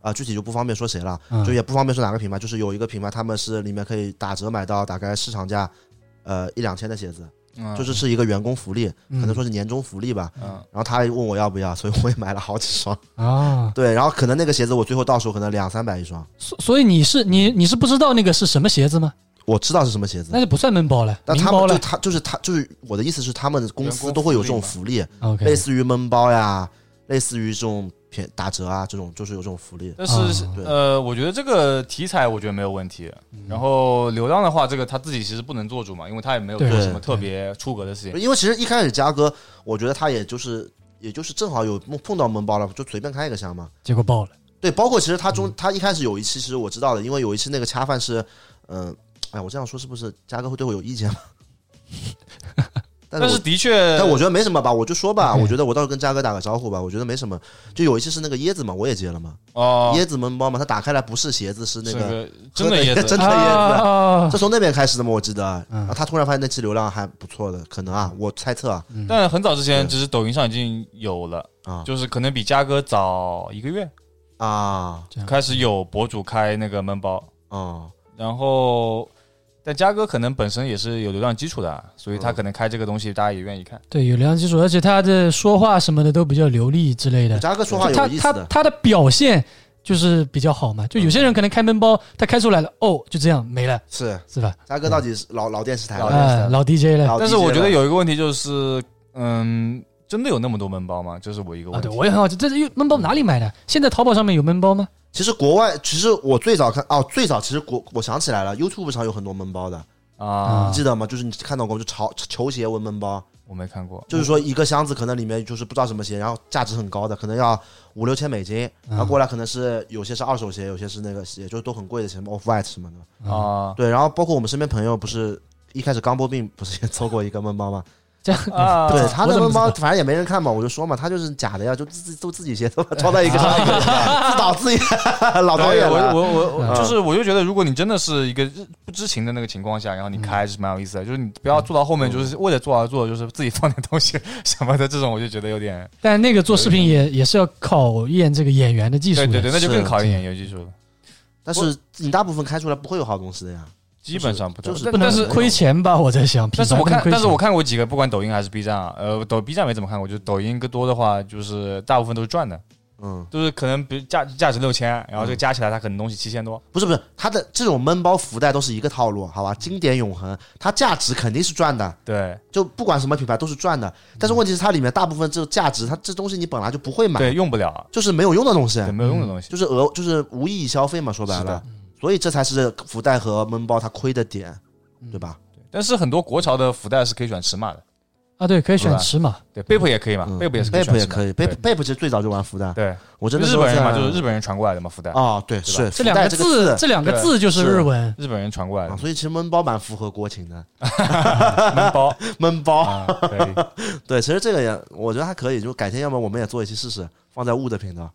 [SPEAKER 2] 啊、呃具体就不方便说谁了，
[SPEAKER 1] 嗯
[SPEAKER 2] 就也不方便说哪个品牌，就是有一个品牌他们是里面可以打折买到大概市场价，呃一两千的鞋子，
[SPEAKER 4] 嗯
[SPEAKER 2] 就是是一个员工福利，
[SPEAKER 1] 嗯
[SPEAKER 2] 可能说是年终福利吧。
[SPEAKER 4] 嗯
[SPEAKER 2] 然后他问我要不要，所以我也买了好几双。
[SPEAKER 1] 啊，
[SPEAKER 2] 对，然后可能那个鞋子我最后到手可能两三百一双，
[SPEAKER 1] 所所以你是你你是不知道那个是什么鞋子
[SPEAKER 4] 嗯
[SPEAKER 1] 吗？
[SPEAKER 2] 我知道是什么鞋子
[SPEAKER 1] 那，就不算闷包了，
[SPEAKER 2] 但
[SPEAKER 1] 名
[SPEAKER 2] 他
[SPEAKER 1] 包
[SPEAKER 2] 们就
[SPEAKER 1] 了。
[SPEAKER 2] 他就是他就是我的意思是他们公司
[SPEAKER 4] 员工
[SPEAKER 2] 都会有这
[SPEAKER 4] 福利
[SPEAKER 2] 种
[SPEAKER 4] 嘛
[SPEAKER 2] 福利，类
[SPEAKER 4] 嗯
[SPEAKER 1] OK，
[SPEAKER 2] 似于闷包呀，类似于这种便打折啊，这种就是有这种福利。
[SPEAKER 4] 但是
[SPEAKER 1] 啊
[SPEAKER 2] 对
[SPEAKER 4] 呃，我觉得这个题材我觉得没有问题。
[SPEAKER 1] 嗯
[SPEAKER 4] 然后流量的话，这个他自己其实不能做主嘛，因为他也没有做
[SPEAKER 1] 对
[SPEAKER 4] 什么特别出格的事情。
[SPEAKER 2] 因为其实一开始嘉哥，我觉得他也就是也就是正好有碰碰到闷包了，就随便开一个箱嘛。
[SPEAKER 1] 结果爆了。
[SPEAKER 2] 对，包括其实他
[SPEAKER 4] 嗯
[SPEAKER 2] 中他一开始有一期，其实我知道的，因为有一期那个恰饭是，嗯，哎，我这样说是不是嘉哥会对我有意见吗？ 但是
[SPEAKER 4] 但
[SPEAKER 2] 我
[SPEAKER 4] 是嗯的确，
[SPEAKER 2] 但我觉得没什么吧，我就说吧，
[SPEAKER 1] OK
[SPEAKER 2] 我觉得我到时候跟嘉哥打个招呼吧，我觉得没什么。就有一期是那个椰子嘛，我也接了嘛，
[SPEAKER 4] 哦，
[SPEAKER 2] 椰子闷包嘛，他打开来不是鞋子，是那
[SPEAKER 4] 是
[SPEAKER 2] 个
[SPEAKER 4] 个真的椰子
[SPEAKER 2] 真的椰子。
[SPEAKER 1] 啊
[SPEAKER 2] 这从那边开始的嘛，我记得。
[SPEAKER 1] 嗯
[SPEAKER 2] 然后他突然发现那期流量还不错的，可能
[SPEAKER 4] 嗯
[SPEAKER 2] 啊，我猜测啊
[SPEAKER 1] 嗯
[SPEAKER 4] 但很早之前，其实抖音上已经有了，
[SPEAKER 2] 啊
[SPEAKER 4] 就是可能比嘉哥早一个月
[SPEAKER 2] 啊
[SPEAKER 1] 嗯
[SPEAKER 4] 开始有博主开那个闷包，
[SPEAKER 2] 啊！
[SPEAKER 4] 然后但嘉哥可能本身也是有流量基础的，啊所以
[SPEAKER 2] 嗯
[SPEAKER 4] 他可能开这个东西，大家也愿意看。
[SPEAKER 1] 对，有流量基础，而且他的说话什么的都比较流利之类的。
[SPEAKER 2] 嘉哥说话
[SPEAKER 1] 就
[SPEAKER 2] 有
[SPEAKER 1] 他
[SPEAKER 2] 意
[SPEAKER 1] 他
[SPEAKER 2] 思的，
[SPEAKER 1] 他的表现就是比较好嘛。就有些人可能开闷包，他开出来了，哦，就这样没了，
[SPEAKER 2] 是
[SPEAKER 1] 是吧？
[SPEAKER 2] 嘉哥到底是老老电视台
[SPEAKER 4] 老
[SPEAKER 2] 了，
[SPEAKER 4] 电视
[SPEAKER 1] 哎，
[SPEAKER 4] 了
[SPEAKER 1] 老 DJ 了。
[SPEAKER 2] 老 DJ 了
[SPEAKER 4] 但是我觉得有一个问题就是，嗯，真的有那么多闷包吗？这是我一个
[SPEAKER 1] 啊，
[SPEAKER 4] 问
[SPEAKER 1] 对，
[SPEAKER 4] 题。
[SPEAKER 1] 我也很好奇，这是闷包哪里买的？现在淘宝上面有闷包吗？
[SPEAKER 2] 其实国外，其实我最早看哦，最早其实国我想起来了，YouTube 上有很多闷包的，
[SPEAKER 4] 啊
[SPEAKER 2] 你，记得吗？就是你看到过，就潮球鞋纹闷包，
[SPEAKER 4] 我没看过，
[SPEAKER 2] 就是说一个箱子可能里面就是不知道什么鞋，然后价值很高的，可能要五六千美金，
[SPEAKER 4] 嗯
[SPEAKER 2] 然后过来可能是有些是二手鞋，有些是那个鞋，就是都很贵的鞋，什么 Off White 什么的。
[SPEAKER 4] 啊
[SPEAKER 2] 对，然后包括我们身边朋友不是。一开始刚波病不是也搜过一个闷包 吗？
[SPEAKER 1] 这样
[SPEAKER 4] 啊，
[SPEAKER 2] 对他
[SPEAKER 1] 我
[SPEAKER 2] 那
[SPEAKER 1] 怎么
[SPEAKER 2] 闷
[SPEAKER 1] 知
[SPEAKER 2] 包
[SPEAKER 1] 道
[SPEAKER 2] 反正也没人看嘛，我就说嘛，他就是假的呀，就自己都自己鞋都装在一个箱子里面， 自导自演，老导
[SPEAKER 4] 啊对，
[SPEAKER 2] 演
[SPEAKER 4] 我
[SPEAKER 2] 了。
[SPEAKER 4] 我我
[SPEAKER 2] 嗯
[SPEAKER 4] 我就是我就觉得，如果你真的是一个不知情的那个情况下，然后你开是蛮有意思的，就是你不要做到后面就是为了做而做，就是自己放点东西什么的，这种我就觉得有点，
[SPEAKER 1] 但那个做视频也也是要考验这个演员的技术
[SPEAKER 4] 对
[SPEAKER 1] 的。
[SPEAKER 4] 对对，那就是更考验演员技术了，
[SPEAKER 2] 但是你大部分开出来不会有好东西的呀。
[SPEAKER 4] 基本上不太
[SPEAKER 2] 就是
[SPEAKER 4] 但
[SPEAKER 1] 不
[SPEAKER 4] 但
[SPEAKER 1] 能
[SPEAKER 4] 是
[SPEAKER 1] 亏钱吧？我在想，
[SPEAKER 4] 但是我
[SPEAKER 1] 平常不，能
[SPEAKER 4] 看
[SPEAKER 1] 亏钱
[SPEAKER 4] 但是我看过几个，不管抖音还是 B 站啊，呃，抖 B 站没怎么看过，就抖音更多的话，就是大部分都是赚的，
[SPEAKER 2] 嗯，
[SPEAKER 4] 就是可能比如价价值六千，然后这个加起来它可能东西七千多，
[SPEAKER 2] 不是不是，它的这种闷包福袋都是一个套路，好吧？经典永恒，它价值肯定是赚的，
[SPEAKER 4] 对
[SPEAKER 2] 就不管什么品牌都是赚的。但是问题是它里面大部分这价值，它这东西你本来就不会买，
[SPEAKER 4] 对，用不了，
[SPEAKER 2] 就是没有用的东西
[SPEAKER 4] 对，，没有用的东西，
[SPEAKER 2] 就是额就是无意义消费嘛，说白了
[SPEAKER 4] 是的。
[SPEAKER 2] 所以这才是福袋和闷包它亏的点，对吧？
[SPEAKER 4] 但是很多国潮的福袋是可以选尺码的。
[SPEAKER 1] 啊，对，可以选
[SPEAKER 4] 对吧
[SPEAKER 1] 尺码，
[SPEAKER 4] 对，贝普也可以嘛，
[SPEAKER 2] 嗯
[SPEAKER 4] 贝普也是
[SPEAKER 2] 贝
[SPEAKER 4] 选
[SPEAKER 2] 普也
[SPEAKER 4] 尺码
[SPEAKER 2] 可以，
[SPEAKER 4] 对
[SPEAKER 2] 贝普贝普其实最早就玩福袋，
[SPEAKER 4] 对，
[SPEAKER 2] 我真的
[SPEAKER 4] 日本人嘛，
[SPEAKER 2] 在
[SPEAKER 4] 就是日本人传过来的嘛，福袋，
[SPEAKER 2] 啊，对，是
[SPEAKER 1] 这两
[SPEAKER 2] 福袋
[SPEAKER 1] 个
[SPEAKER 2] 这个
[SPEAKER 1] 字，这两个字就是
[SPEAKER 2] 是
[SPEAKER 1] 日文。
[SPEAKER 4] 日本人传过来 的
[SPEAKER 2] 啊，所以其实闷包蛮符合国情的，
[SPEAKER 4] 闷包
[SPEAKER 2] 闷包。
[SPEAKER 4] 啊，可以，
[SPEAKER 2] 对，其实这个也我觉得还可以，就改天要么我们也做一期试试，放在物的频道，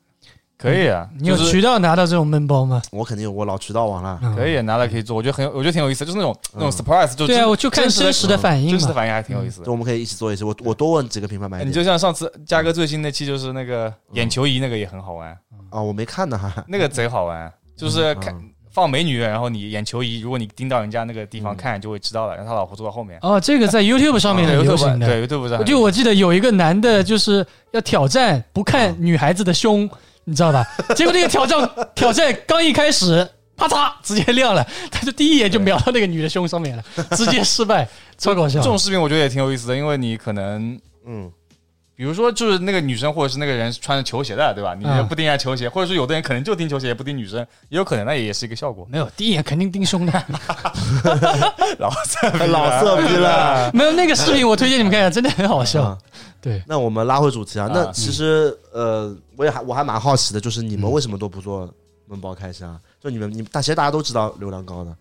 [SPEAKER 4] 可以啊，
[SPEAKER 2] 嗯
[SPEAKER 1] 你有
[SPEAKER 4] 就是
[SPEAKER 1] 渠道拿到这种闷包吗？
[SPEAKER 2] 我肯定有我老渠道网了。
[SPEAKER 1] 嗯
[SPEAKER 4] 可以拿来可以做，我觉得很有，我觉得挺有意思，就是那种
[SPEAKER 2] 嗯
[SPEAKER 4] 那种 surprise，就
[SPEAKER 1] 对啊，
[SPEAKER 4] 真
[SPEAKER 1] 我就看真实的反应
[SPEAKER 4] 真实的
[SPEAKER 1] 嘛。
[SPEAKER 4] 反应还挺有意思
[SPEAKER 2] 就
[SPEAKER 4] 的。哎
[SPEAKER 2] 我们可以一起做一期，我我多问几个品牌买一
[SPEAKER 4] 你
[SPEAKER 2] 点
[SPEAKER 4] 就像上次嘉
[SPEAKER 2] 嗯
[SPEAKER 4] 哥最新那期，就是那个眼球仪那个也很好玩，
[SPEAKER 2] 啊，我没看呢还。
[SPEAKER 4] 那个贼好玩，就是
[SPEAKER 2] 嗯
[SPEAKER 4] 看放美女，然后你眼球仪，如果你盯到人家那个地方看，就会知道了，然后他老婆坐到后面，
[SPEAKER 1] 哦，这个在 YouTube 上面很
[SPEAKER 4] 对
[SPEAKER 1] 流行
[SPEAKER 4] YouTube
[SPEAKER 1] 的。
[SPEAKER 4] 对 YouTube
[SPEAKER 1] 我
[SPEAKER 4] 上，
[SPEAKER 1] 就我记得有一个男的，就是要挑战不
[SPEAKER 4] 啊
[SPEAKER 1] 看女孩子的胸，你知道吧？结果那个挑战挑战刚一开始，啪嚓直接亮了，他就第一眼就瞄到那个女的胸上面了，直接失 败，超搞笑
[SPEAKER 4] 这。种视频我觉得也挺有意思的，因为你可能
[SPEAKER 2] 嗯，
[SPEAKER 4] 比如说，就是那个女生或者是那个人是穿着球鞋的，对吧？你
[SPEAKER 1] 嗯。
[SPEAKER 4] 也不盯人家球鞋，或者说有的人可能就盯球鞋，也不盯女生，也有可能，那也是一个效果
[SPEAKER 1] 没有，第一眼肯定盯胸的。
[SPEAKER 4] 啊老色批了
[SPEAKER 2] 老色批了。
[SPEAKER 1] 没有那个视频，我推荐你们看一下，真的很好笑。
[SPEAKER 2] 啊
[SPEAKER 1] 对，
[SPEAKER 2] 那我们拉回主题啊，那
[SPEAKER 4] 啊
[SPEAKER 1] 嗯
[SPEAKER 2] 其实呃，我也还我还蛮好奇的，就是你们为什么都不做闷包开箱？啊就你们你大其实大家都知道流量高的，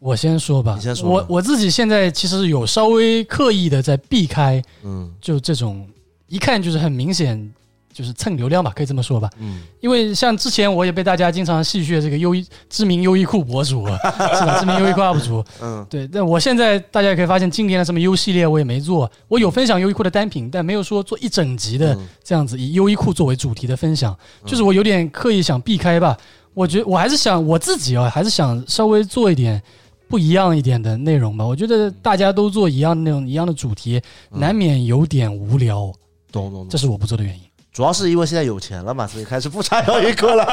[SPEAKER 1] 我先说吧，
[SPEAKER 2] 你先说吧
[SPEAKER 1] 我我自己现在其实有稍微刻意的在避开，
[SPEAKER 2] 嗯
[SPEAKER 1] 就这种一看就是很明显就是蹭流量吧，可以这么说吧。
[SPEAKER 2] 嗯，
[SPEAKER 1] 因为像之前我也被大家经常戏谑这个优衣知名优衣库博主，啊是吧？知名优衣库 UP 主，啊
[SPEAKER 2] 嗯，
[SPEAKER 1] 对。但我现在大家也可以发现，今年的什么 U 系列我也没做，我有分享优衣库的单品，但没有说做一整集的
[SPEAKER 2] 嗯
[SPEAKER 1] 这样子以优衣库作为主题的分享，就是我有点刻意想避开吧。我觉我还是想我自己啊，还是想稍微做一点不一样一点的内容吧。我觉得大家都做一样的内容、一样的主题，
[SPEAKER 2] 嗯
[SPEAKER 1] 难免有点无聊，
[SPEAKER 2] 懂懂
[SPEAKER 1] 这
[SPEAKER 2] 懂。
[SPEAKER 1] 是我不做的原因。
[SPEAKER 2] 主要是因为现在有钱了嘛，所以开始不穿优衣库 了。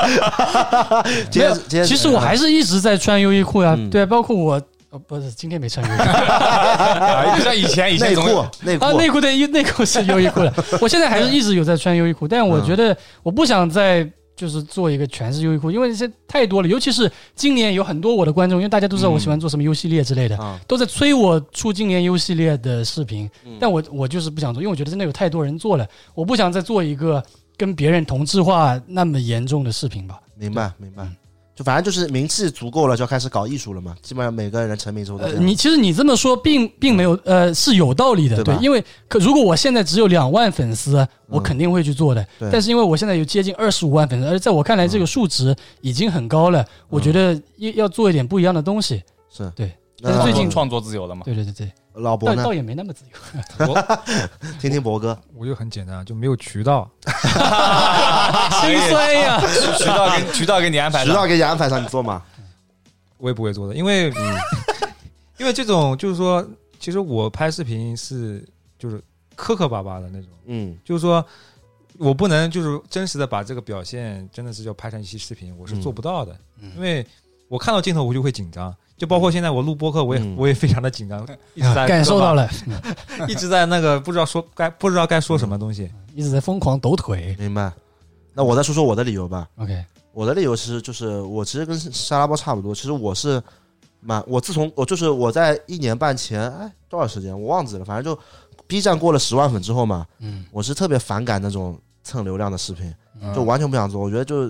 [SPEAKER 2] 今天今天
[SPEAKER 1] 其实我还是一直在穿优衣库呀、
[SPEAKER 2] 嗯
[SPEAKER 1] 对，包括我，哦、不是今天没穿优衣库
[SPEAKER 4] 啊，就像以前以前
[SPEAKER 2] 呃内
[SPEAKER 4] 总
[SPEAKER 2] 裤内
[SPEAKER 1] 啊，
[SPEAKER 2] 裤
[SPEAKER 1] 内裤对，内裤是优衣 库的。我现在还是一直有在穿优衣库，但
[SPEAKER 2] 嗯
[SPEAKER 1] 我觉得我不想再就是做一个全是优衣库，因为这太多了，尤其是今年有很多我的观众，因为大家都知道我喜欢做什么 U 系列之类的，
[SPEAKER 2] 嗯啊，嗯
[SPEAKER 1] 都在催我出今年 U 系列的视频，但我我就是不想做，因为我觉得真的有太多人做了，我不想再做一个跟别人同质化那么严重的视频吧。
[SPEAKER 2] 明白明白，就反正就是名气足够了，就要开始搞艺术了嘛。基本上每个人成名之后都
[SPEAKER 1] 呃
[SPEAKER 2] 这，样。
[SPEAKER 1] 你其实你这么说并并没有呃是有道理的，
[SPEAKER 2] 对吧嗯
[SPEAKER 1] 对，因为可如果我现在只有两万粉丝，我肯定会去做的
[SPEAKER 2] 对，嗯
[SPEAKER 1] 但是因为我现在有接近二十五万粉丝，而且在我看来这个数值已经很高了，我觉得要要做一点不一样的东西，
[SPEAKER 2] 是
[SPEAKER 1] 对。
[SPEAKER 2] 那
[SPEAKER 1] 但是最 近
[SPEAKER 4] 创作自由了嘛？
[SPEAKER 1] 对对对对，
[SPEAKER 2] 老
[SPEAKER 1] 倒
[SPEAKER 2] 伯呢
[SPEAKER 1] 倒？也没那么自由，
[SPEAKER 2] 听听博哥，
[SPEAKER 3] 我就很简单，就没有渠道。
[SPEAKER 2] 哎
[SPEAKER 1] 心酸呀，
[SPEAKER 4] 渠道给渠道给你安排
[SPEAKER 2] 渠道
[SPEAKER 4] 的，
[SPEAKER 2] 给你安排上，你做嘛？
[SPEAKER 3] 我也不会做的，因为、 因为这种就是说，其实我拍视频是就是磕磕巴巴的那种，
[SPEAKER 2] 嗯
[SPEAKER 3] 就是说我不能就是真实的把这个表现真的是就拍成一期视频，我是做不到的，
[SPEAKER 1] 嗯
[SPEAKER 3] 因为我看到镜头我就会紧张，就包括现在我录播客，我也、
[SPEAKER 2] 嗯
[SPEAKER 3] 我也非常的紧张，一直在
[SPEAKER 1] 感受到
[SPEAKER 3] 了，
[SPEAKER 1] 了，
[SPEAKER 3] 一直在那个不知道说该不知道该说什么东西，
[SPEAKER 1] 一直在疯狂抖腿。
[SPEAKER 2] 明白。那我再说说我的理由吧。
[SPEAKER 1] OK，
[SPEAKER 2] 我的理由其实就是，我其实跟沙拉波差不多。其实我是蛮，我自从我就是我在一年半前，哎，多少时间我忘记了，反正就 B 站过了十万粉之后嘛，
[SPEAKER 1] 嗯，
[SPEAKER 2] 我是特别反感那种蹭流量的视频，
[SPEAKER 4] 嗯
[SPEAKER 2] 就完全不想做。我觉得就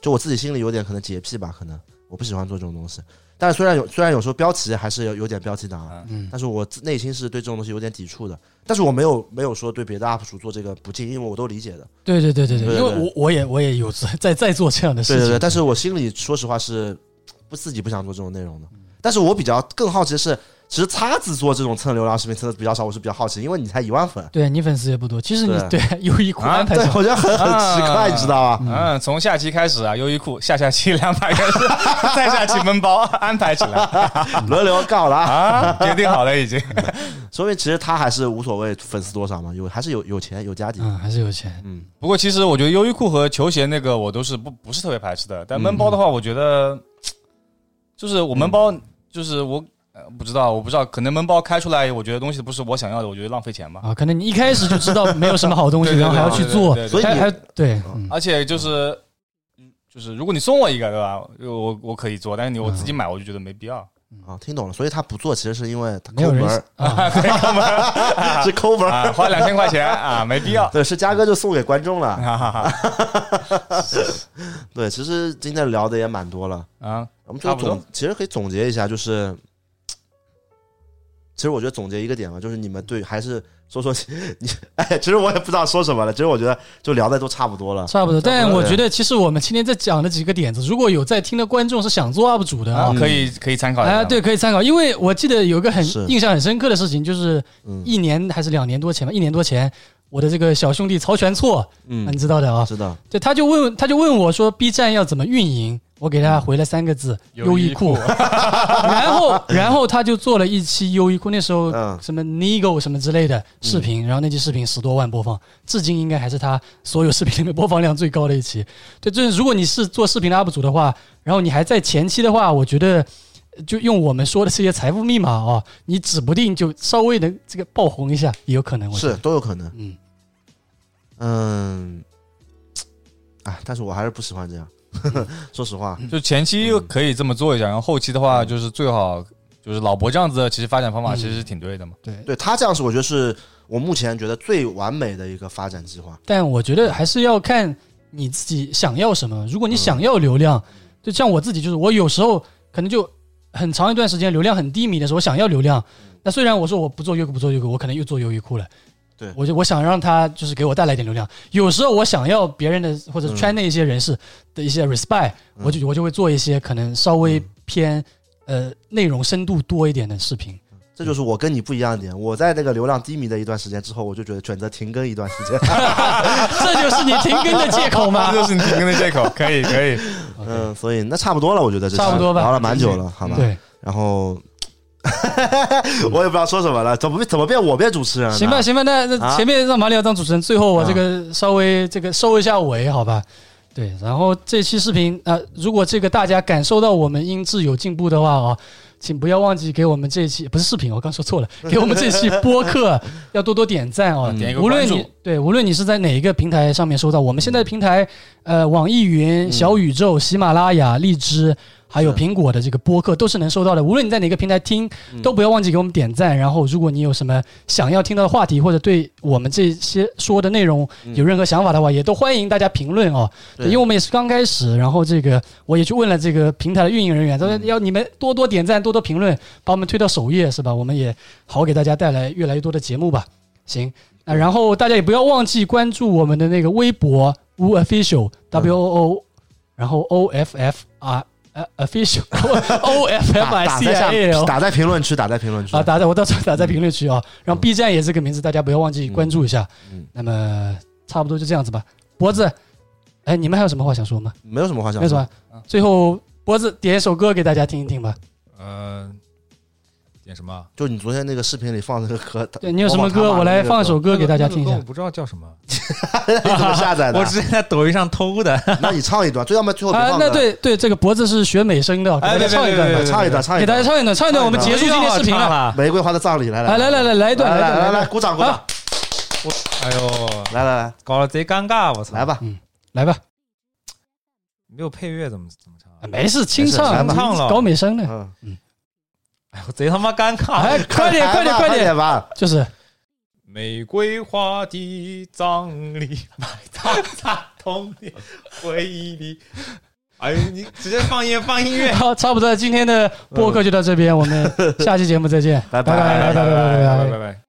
[SPEAKER 2] 就我自己心里有点可能洁癖吧，可能我不喜欢做这种东西。但是虽然有虽然有时候标题还是有有点标题党啊，
[SPEAKER 1] 嗯
[SPEAKER 2] 但是我自内心是对这种东西有点抵触的。但是我没有没有说对别的 UP 主做这个不敬，因为我都理解的。
[SPEAKER 1] 对对对对对，
[SPEAKER 2] 对对
[SPEAKER 1] 因为
[SPEAKER 2] 对
[SPEAKER 1] 我我也我也有在在在做这样的事
[SPEAKER 2] 对
[SPEAKER 1] 情，
[SPEAKER 2] 对对，但是我心里说实话是不自己不想做这种内容的。但是我比较更好奇的是，其实他子做这种蹭流量视频蹭的比较少，我是比较好奇，因为你才一万粉，
[SPEAKER 1] 对你粉丝也不多，其实你对
[SPEAKER 2] 对
[SPEAKER 1] 优衣库
[SPEAKER 4] 啊
[SPEAKER 1] 安排
[SPEAKER 2] 对
[SPEAKER 1] 上，
[SPEAKER 2] 我觉得很很奇怪，
[SPEAKER 4] 啊
[SPEAKER 2] 你知道吧？
[SPEAKER 4] 嗯，从下期开始啊，优衣库下下期两百开 始，再下期闷包安排起来
[SPEAKER 2] 轮流告了啊，
[SPEAKER 4] 啊，决定好了已经。
[SPEAKER 2] 说明其实他还是无所谓粉丝多少嘛，有还是有有钱有家底。
[SPEAKER 1] 嗯，还是有钱，
[SPEAKER 4] 不过其实我觉得优衣库和球鞋那个我都是不不是特别排斥的，但闷包的话，我觉得、就是我闷包就是我、呃不知道我不知道，可能闷包开出来，我觉得东西不是我想要的，我觉得浪费钱吧。
[SPEAKER 1] 啊，可能你一开始就知道没有什么好东西，
[SPEAKER 4] 对对
[SPEAKER 1] 然后还要
[SPEAKER 4] 对
[SPEAKER 1] 去
[SPEAKER 4] 对
[SPEAKER 1] 做，
[SPEAKER 4] 对对啊
[SPEAKER 2] 所以
[SPEAKER 1] 还
[SPEAKER 2] 你
[SPEAKER 1] 还对，嗯
[SPEAKER 4] 而且就是就是如果你送我一个对吧，我我可以做，但是你我自己买我就觉得没必要。
[SPEAKER 2] 啊，听懂了，所以他不做其实是因为他
[SPEAKER 1] 没
[SPEAKER 2] 抠
[SPEAKER 1] 有
[SPEAKER 2] 门
[SPEAKER 1] 人
[SPEAKER 2] 儿，
[SPEAKER 1] 啊，
[SPEAKER 2] 是抠门 儿。
[SPEAKER 4] 啊，花两千块钱啊，没必要。啊
[SPEAKER 2] 对，是嘉哥就送给观众
[SPEAKER 1] 嗯
[SPEAKER 2] 了。
[SPEAKER 4] 哈哈哈
[SPEAKER 2] 对，其实今天聊的也蛮多了，
[SPEAKER 4] 啊，
[SPEAKER 2] 我们最后
[SPEAKER 4] 差不多
[SPEAKER 2] 总其实可以总结一下，就是，其实我觉得总结一个点啊吧，就是你们对还是说说你，哎，其实我也不知道说什么了，其实我觉得就聊的都差不多了。
[SPEAKER 1] 差不多。但我
[SPEAKER 2] 对
[SPEAKER 1] 觉得其实我们今天在讲的几个点子，如果有在听的观众是想做 UP 主的
[SPEAKER 4] 啊
[SPEAKER 1] 啊，
[SPEAKER 4] 可以可以参考一下。
[SPEAKER 1] 哎，对，可以参考，因为我记得有个很
[SPEAKER 2] 是
[SPEAKER 1] 印象很深刻的事情，就是
[SPEAKER 2] 嗯
[SPEAKER 1] 一年还是两年多前吧，一年多前，我的这个小兄弟曹全错，啊
[SPEAKER 2] 嗯
[SPEAKER 1] 你，知道的啊，
[SPEAKER 2] 是的，
[SPEAKER 1] 对，他就问他就问我说 B 站要怎么运营，我给他回了三个字：嗯优衣库。 然后然后他就做了一期优衣库，那时候
[SPEAKER 2] 嗯
[SPEAKER 1] 什么 Nigo 什么之类的视频，然后那期视频十多万播放，至今应该还是他所有视频里面播放量最高的一期。对，就是如果你是做视频的 UP 主的话，然后你还在前期的话，我觉得。就用我们说的这些财富密码啊，你指不定就稍微能这个爆红一下，也有可能。我觉得
[SPEAKER 2] 是，都有可能。
[SPEAKER 1] 嗯
[SPEAKER 2] 嗯，啊，但是我还是不喜欢这样， 说实话。
[SPEAKER 4] 嗯就前期可以这么做一下，然后后期的话就是最好就是老伯这样子的，其实发展方法
[SPEAKER 1] 嗯
[SPEAKER 4] 其实是挺对的嘛。
[SPEAKER 1] 对，
[SPEAKER 2] 对他这样是我觉得是我目前觉得最完美的一个发展计划。
[SPEAKER 1] 但我觉得还是要看你自己想要什么。
[SPEAKER 2] 嗯
[SPEAKER 1] 如果你想要流量，就像我自己，就是我有时候可能就很长一段时间流量很低迷的时候，我想要流量。
[SPEAKER 2] 嗯
[SPEAKER 1] 那虽然我说我不做优衣库，不做优衣库，我可能又做优衣库了。
[SPEAKER 2] 对
[SPEAKER 1] 我就我想让他就是给我带来一点流量。有时候我想要别人的或者
[SPEAKER 2] 嗯
[SPEAKER 1] 圈内一些人士的一些 respect，、
[SPEAKER 2] 嗯
[SPEAKER 1] 我就我就会做一些可能稍微偏、呃内容深度多一点的视频。
[SPEAKER 2] 这就是我跟你不一样的点。我在那个流量低迷的一段时间之后，我就觉得选择停更一段时间。
[SPEAKER 1] 这就是你停更的借口吗
[SPEAKER 4] 这？ 就是你停更的借口，可以可以。
[SPEAKER 2] 嗯，所以那差不多了，我觉得这
[SPEAKER 1] 差不多吧
[SPEAKER 2] 聊了蛮久了，好吧？
[SPEAKER 1] 对，
[SPEAKER 2] 然后我也不知道说什么了，怎么怎么变我变主持人了？
[SPEAKER 1] 行吧，，行吧，那
[SPEAKER 2] 啊
[SPEAKER 1] 那前面让马里奥当主持人，最后我这个稍微这个收一下尾，好吧？对，然后这期视频啊、呃如果这个大家感受到我们音质有进步的话啊、请不要忘记给我们这一期不是视频，我刚说错了，给我们这期播客要多多点赞哦。
[SPEAKER 4] 嗯点一个
[SPEAKER 1] 无论
[SPEAKER 4] 关注
[SPEAKER 1] 你对，无论你是在哪一个平台上面收到，我们现在的平台，呃，网易云、
[SPEAKER 2] 嗯
[SPEAKER 1] 小宇宙、喜马拉雅、荔枝，还有
[SPEAKER 2] 是
[SPEAKER 1] 苹果的这个播客都是能收到的。无论你在哪个平台听，
[SPEAKER 4] 嗯
[SPEAKER 1] 都不要忘记给我们点赞。然后，如果你有什么想要听到的话题，或者对我们这些说的内容
[SPEAKER 4] 嗯
[SPEAKER 1] 有任何想法的话，也都欢迎大家评论哦。对，因
[SPEAKER 2] 对
[SPEAKER 1] 为我们也是刚开始，然后这个我也去问了这个平台的运营人员，他
[SPEAKER 2] 嗯
[SPEAKER 1] 说要你们多多点赞，多多评论，把我们推到首页是吧？我们也好给大家带来越来越多的节目吧。行，那然后大家也不要忘记关注我们的那个微博 Wu
[SPEAKER 2] 嗯
[SPEAKER 1] Official W O O，然后 O F F R。呃，official O F F
[SPEAKER 2] 打
[SPEAKER 1] I
[SPEAKER 2] 打
[SPEAKER 1] C
[SPEAKER 2] 在
[SPEAKER 1] I A
[SPEAKER 2] 下
[SPEAKER 1] L
[SPEAKER 2] 打在评论区，打在评论区
[SPEAKER 1] 啊，。打在我到时候打在评论区啊。然后 B 站也是个名字，大家不要忘记关注一下。
[SPEAKER 2] 嗯
[SPEAKER 1] 那么差不多就这样子吧。脖子，哎，你们还有什么话想说吗？
[SPEAKER 2] 没有什么话想
[SPEAKER 1] 没有什
[SPEAKER 2] 说
[SPEAKER 1] 么，。嗯最后脖子点一首歌给大家听一听吧。
[SPEAKER 3] 呃，点什么啊？
[SPEAKER 2] 就你昨天那个视频里放的那个歌，
[SPEAKER 1] 对你有什么
[SPEAKER 2] 模
[SPEAKER 1] 歌，
[SPEAKER 2] 仿他
[SPEAKER 1] 我
[SPEAKER 2] 嘛
[SPEAKER 1] 来
[SPEAKER 2] 那个
[SPEAKER 1] 放首歌给大家听一
[SPEAKER 3] 那个
[SPEAKER 1] 下
[SPEAKER 3] 我。不知道叫什么，
[SPEAKER 2] 你怎么下载 的
[SPEAKER 3] 我？之前在抖音上偷的。
[SPEAKER 2] 那你唱一段，最要么最后别
[SPEAKER 1] 啊，
[SPEAKER 2] 放
[SPEAKER 1] 那
[SPEAKER 2] 歌。
[SPEAKER 1] 对对，这个脖子是学美声的，给
[SPEAKER 3] 哎
[SPEAKER 1] 大家
[SPEAKER 3] 别
[SPEAKER 1] 唱
[SPEAKER 3] 别
[SPEAKER 1] 一
[SPEAKER 3] 别
[SPEAKER 1] 段
[SPEAKER 3] 别
[SPEAKER 1] 吧，
[SPEAKER 3] 别
[SPEAKER 2] 唱一段，唱一
[SPEAKER 1] 给大
[SPEAKER 2] 段哎
[SPEAKER 1] 家。唱一段，唱一
[SPEAKER 3] 哎
[SPEAKER 1] 段，我们结束今天视频了。
[SPEAKER 3] 了。
[SPEAKER 2] 玫瑰花的葬礼，来
[SPEAKER 1] 来来
[SPEAKER 2] 来
[SPEAKER 1] 来来，来一段，
[SPEAKER 2] 来
[SPEAKER 1] 来一
[SPEAKER 2] 来
[SPEAKER 1] 段，
[SPEAKER 2] 来，鼓掌鼓掌
[SPEAKER 1] 好，
[SPEAKER 3] 哎呦，
[SPEAKER 2] 来来来
[SPEAKER 3] 搞得贼尴尬，我操！
[SPEAKER 2] 来吧。
[SPEAKER 1] 来吧。
[SPEAKER 3] 没有配乐怎么怎么唱啊？
[SPEAKER 1] 没事，清唱，
[SPEAKER 2] 来吧
[SPEAKER 3] 唱了
[SPEAKER 1] 搞美声的，
[SPEAKER 2] 嗯，
[SPEAKER 3] 哎我贼他妈尴尬。
[SPEAKER 1] 哎，快点，快点，
[SPEAKER 2] 快
[SPEAKER 1] 快点，
[SPEAKER 2] 吧！
[SPEAKER 1] 就是
[SPEAKER 3] 玫瑰花的葬 礼，埋葬在童年回忆里。哎呦，你直接放音放音乐。
[SPEAKER 1] 好，差不多，今天的播客就到这边，我们下期节目再见，
[SPEAKER 2] 拜
[SPEAKER 1] 拜拜拜拜拜拜。
[SPEAKER 3] 哎拜拜。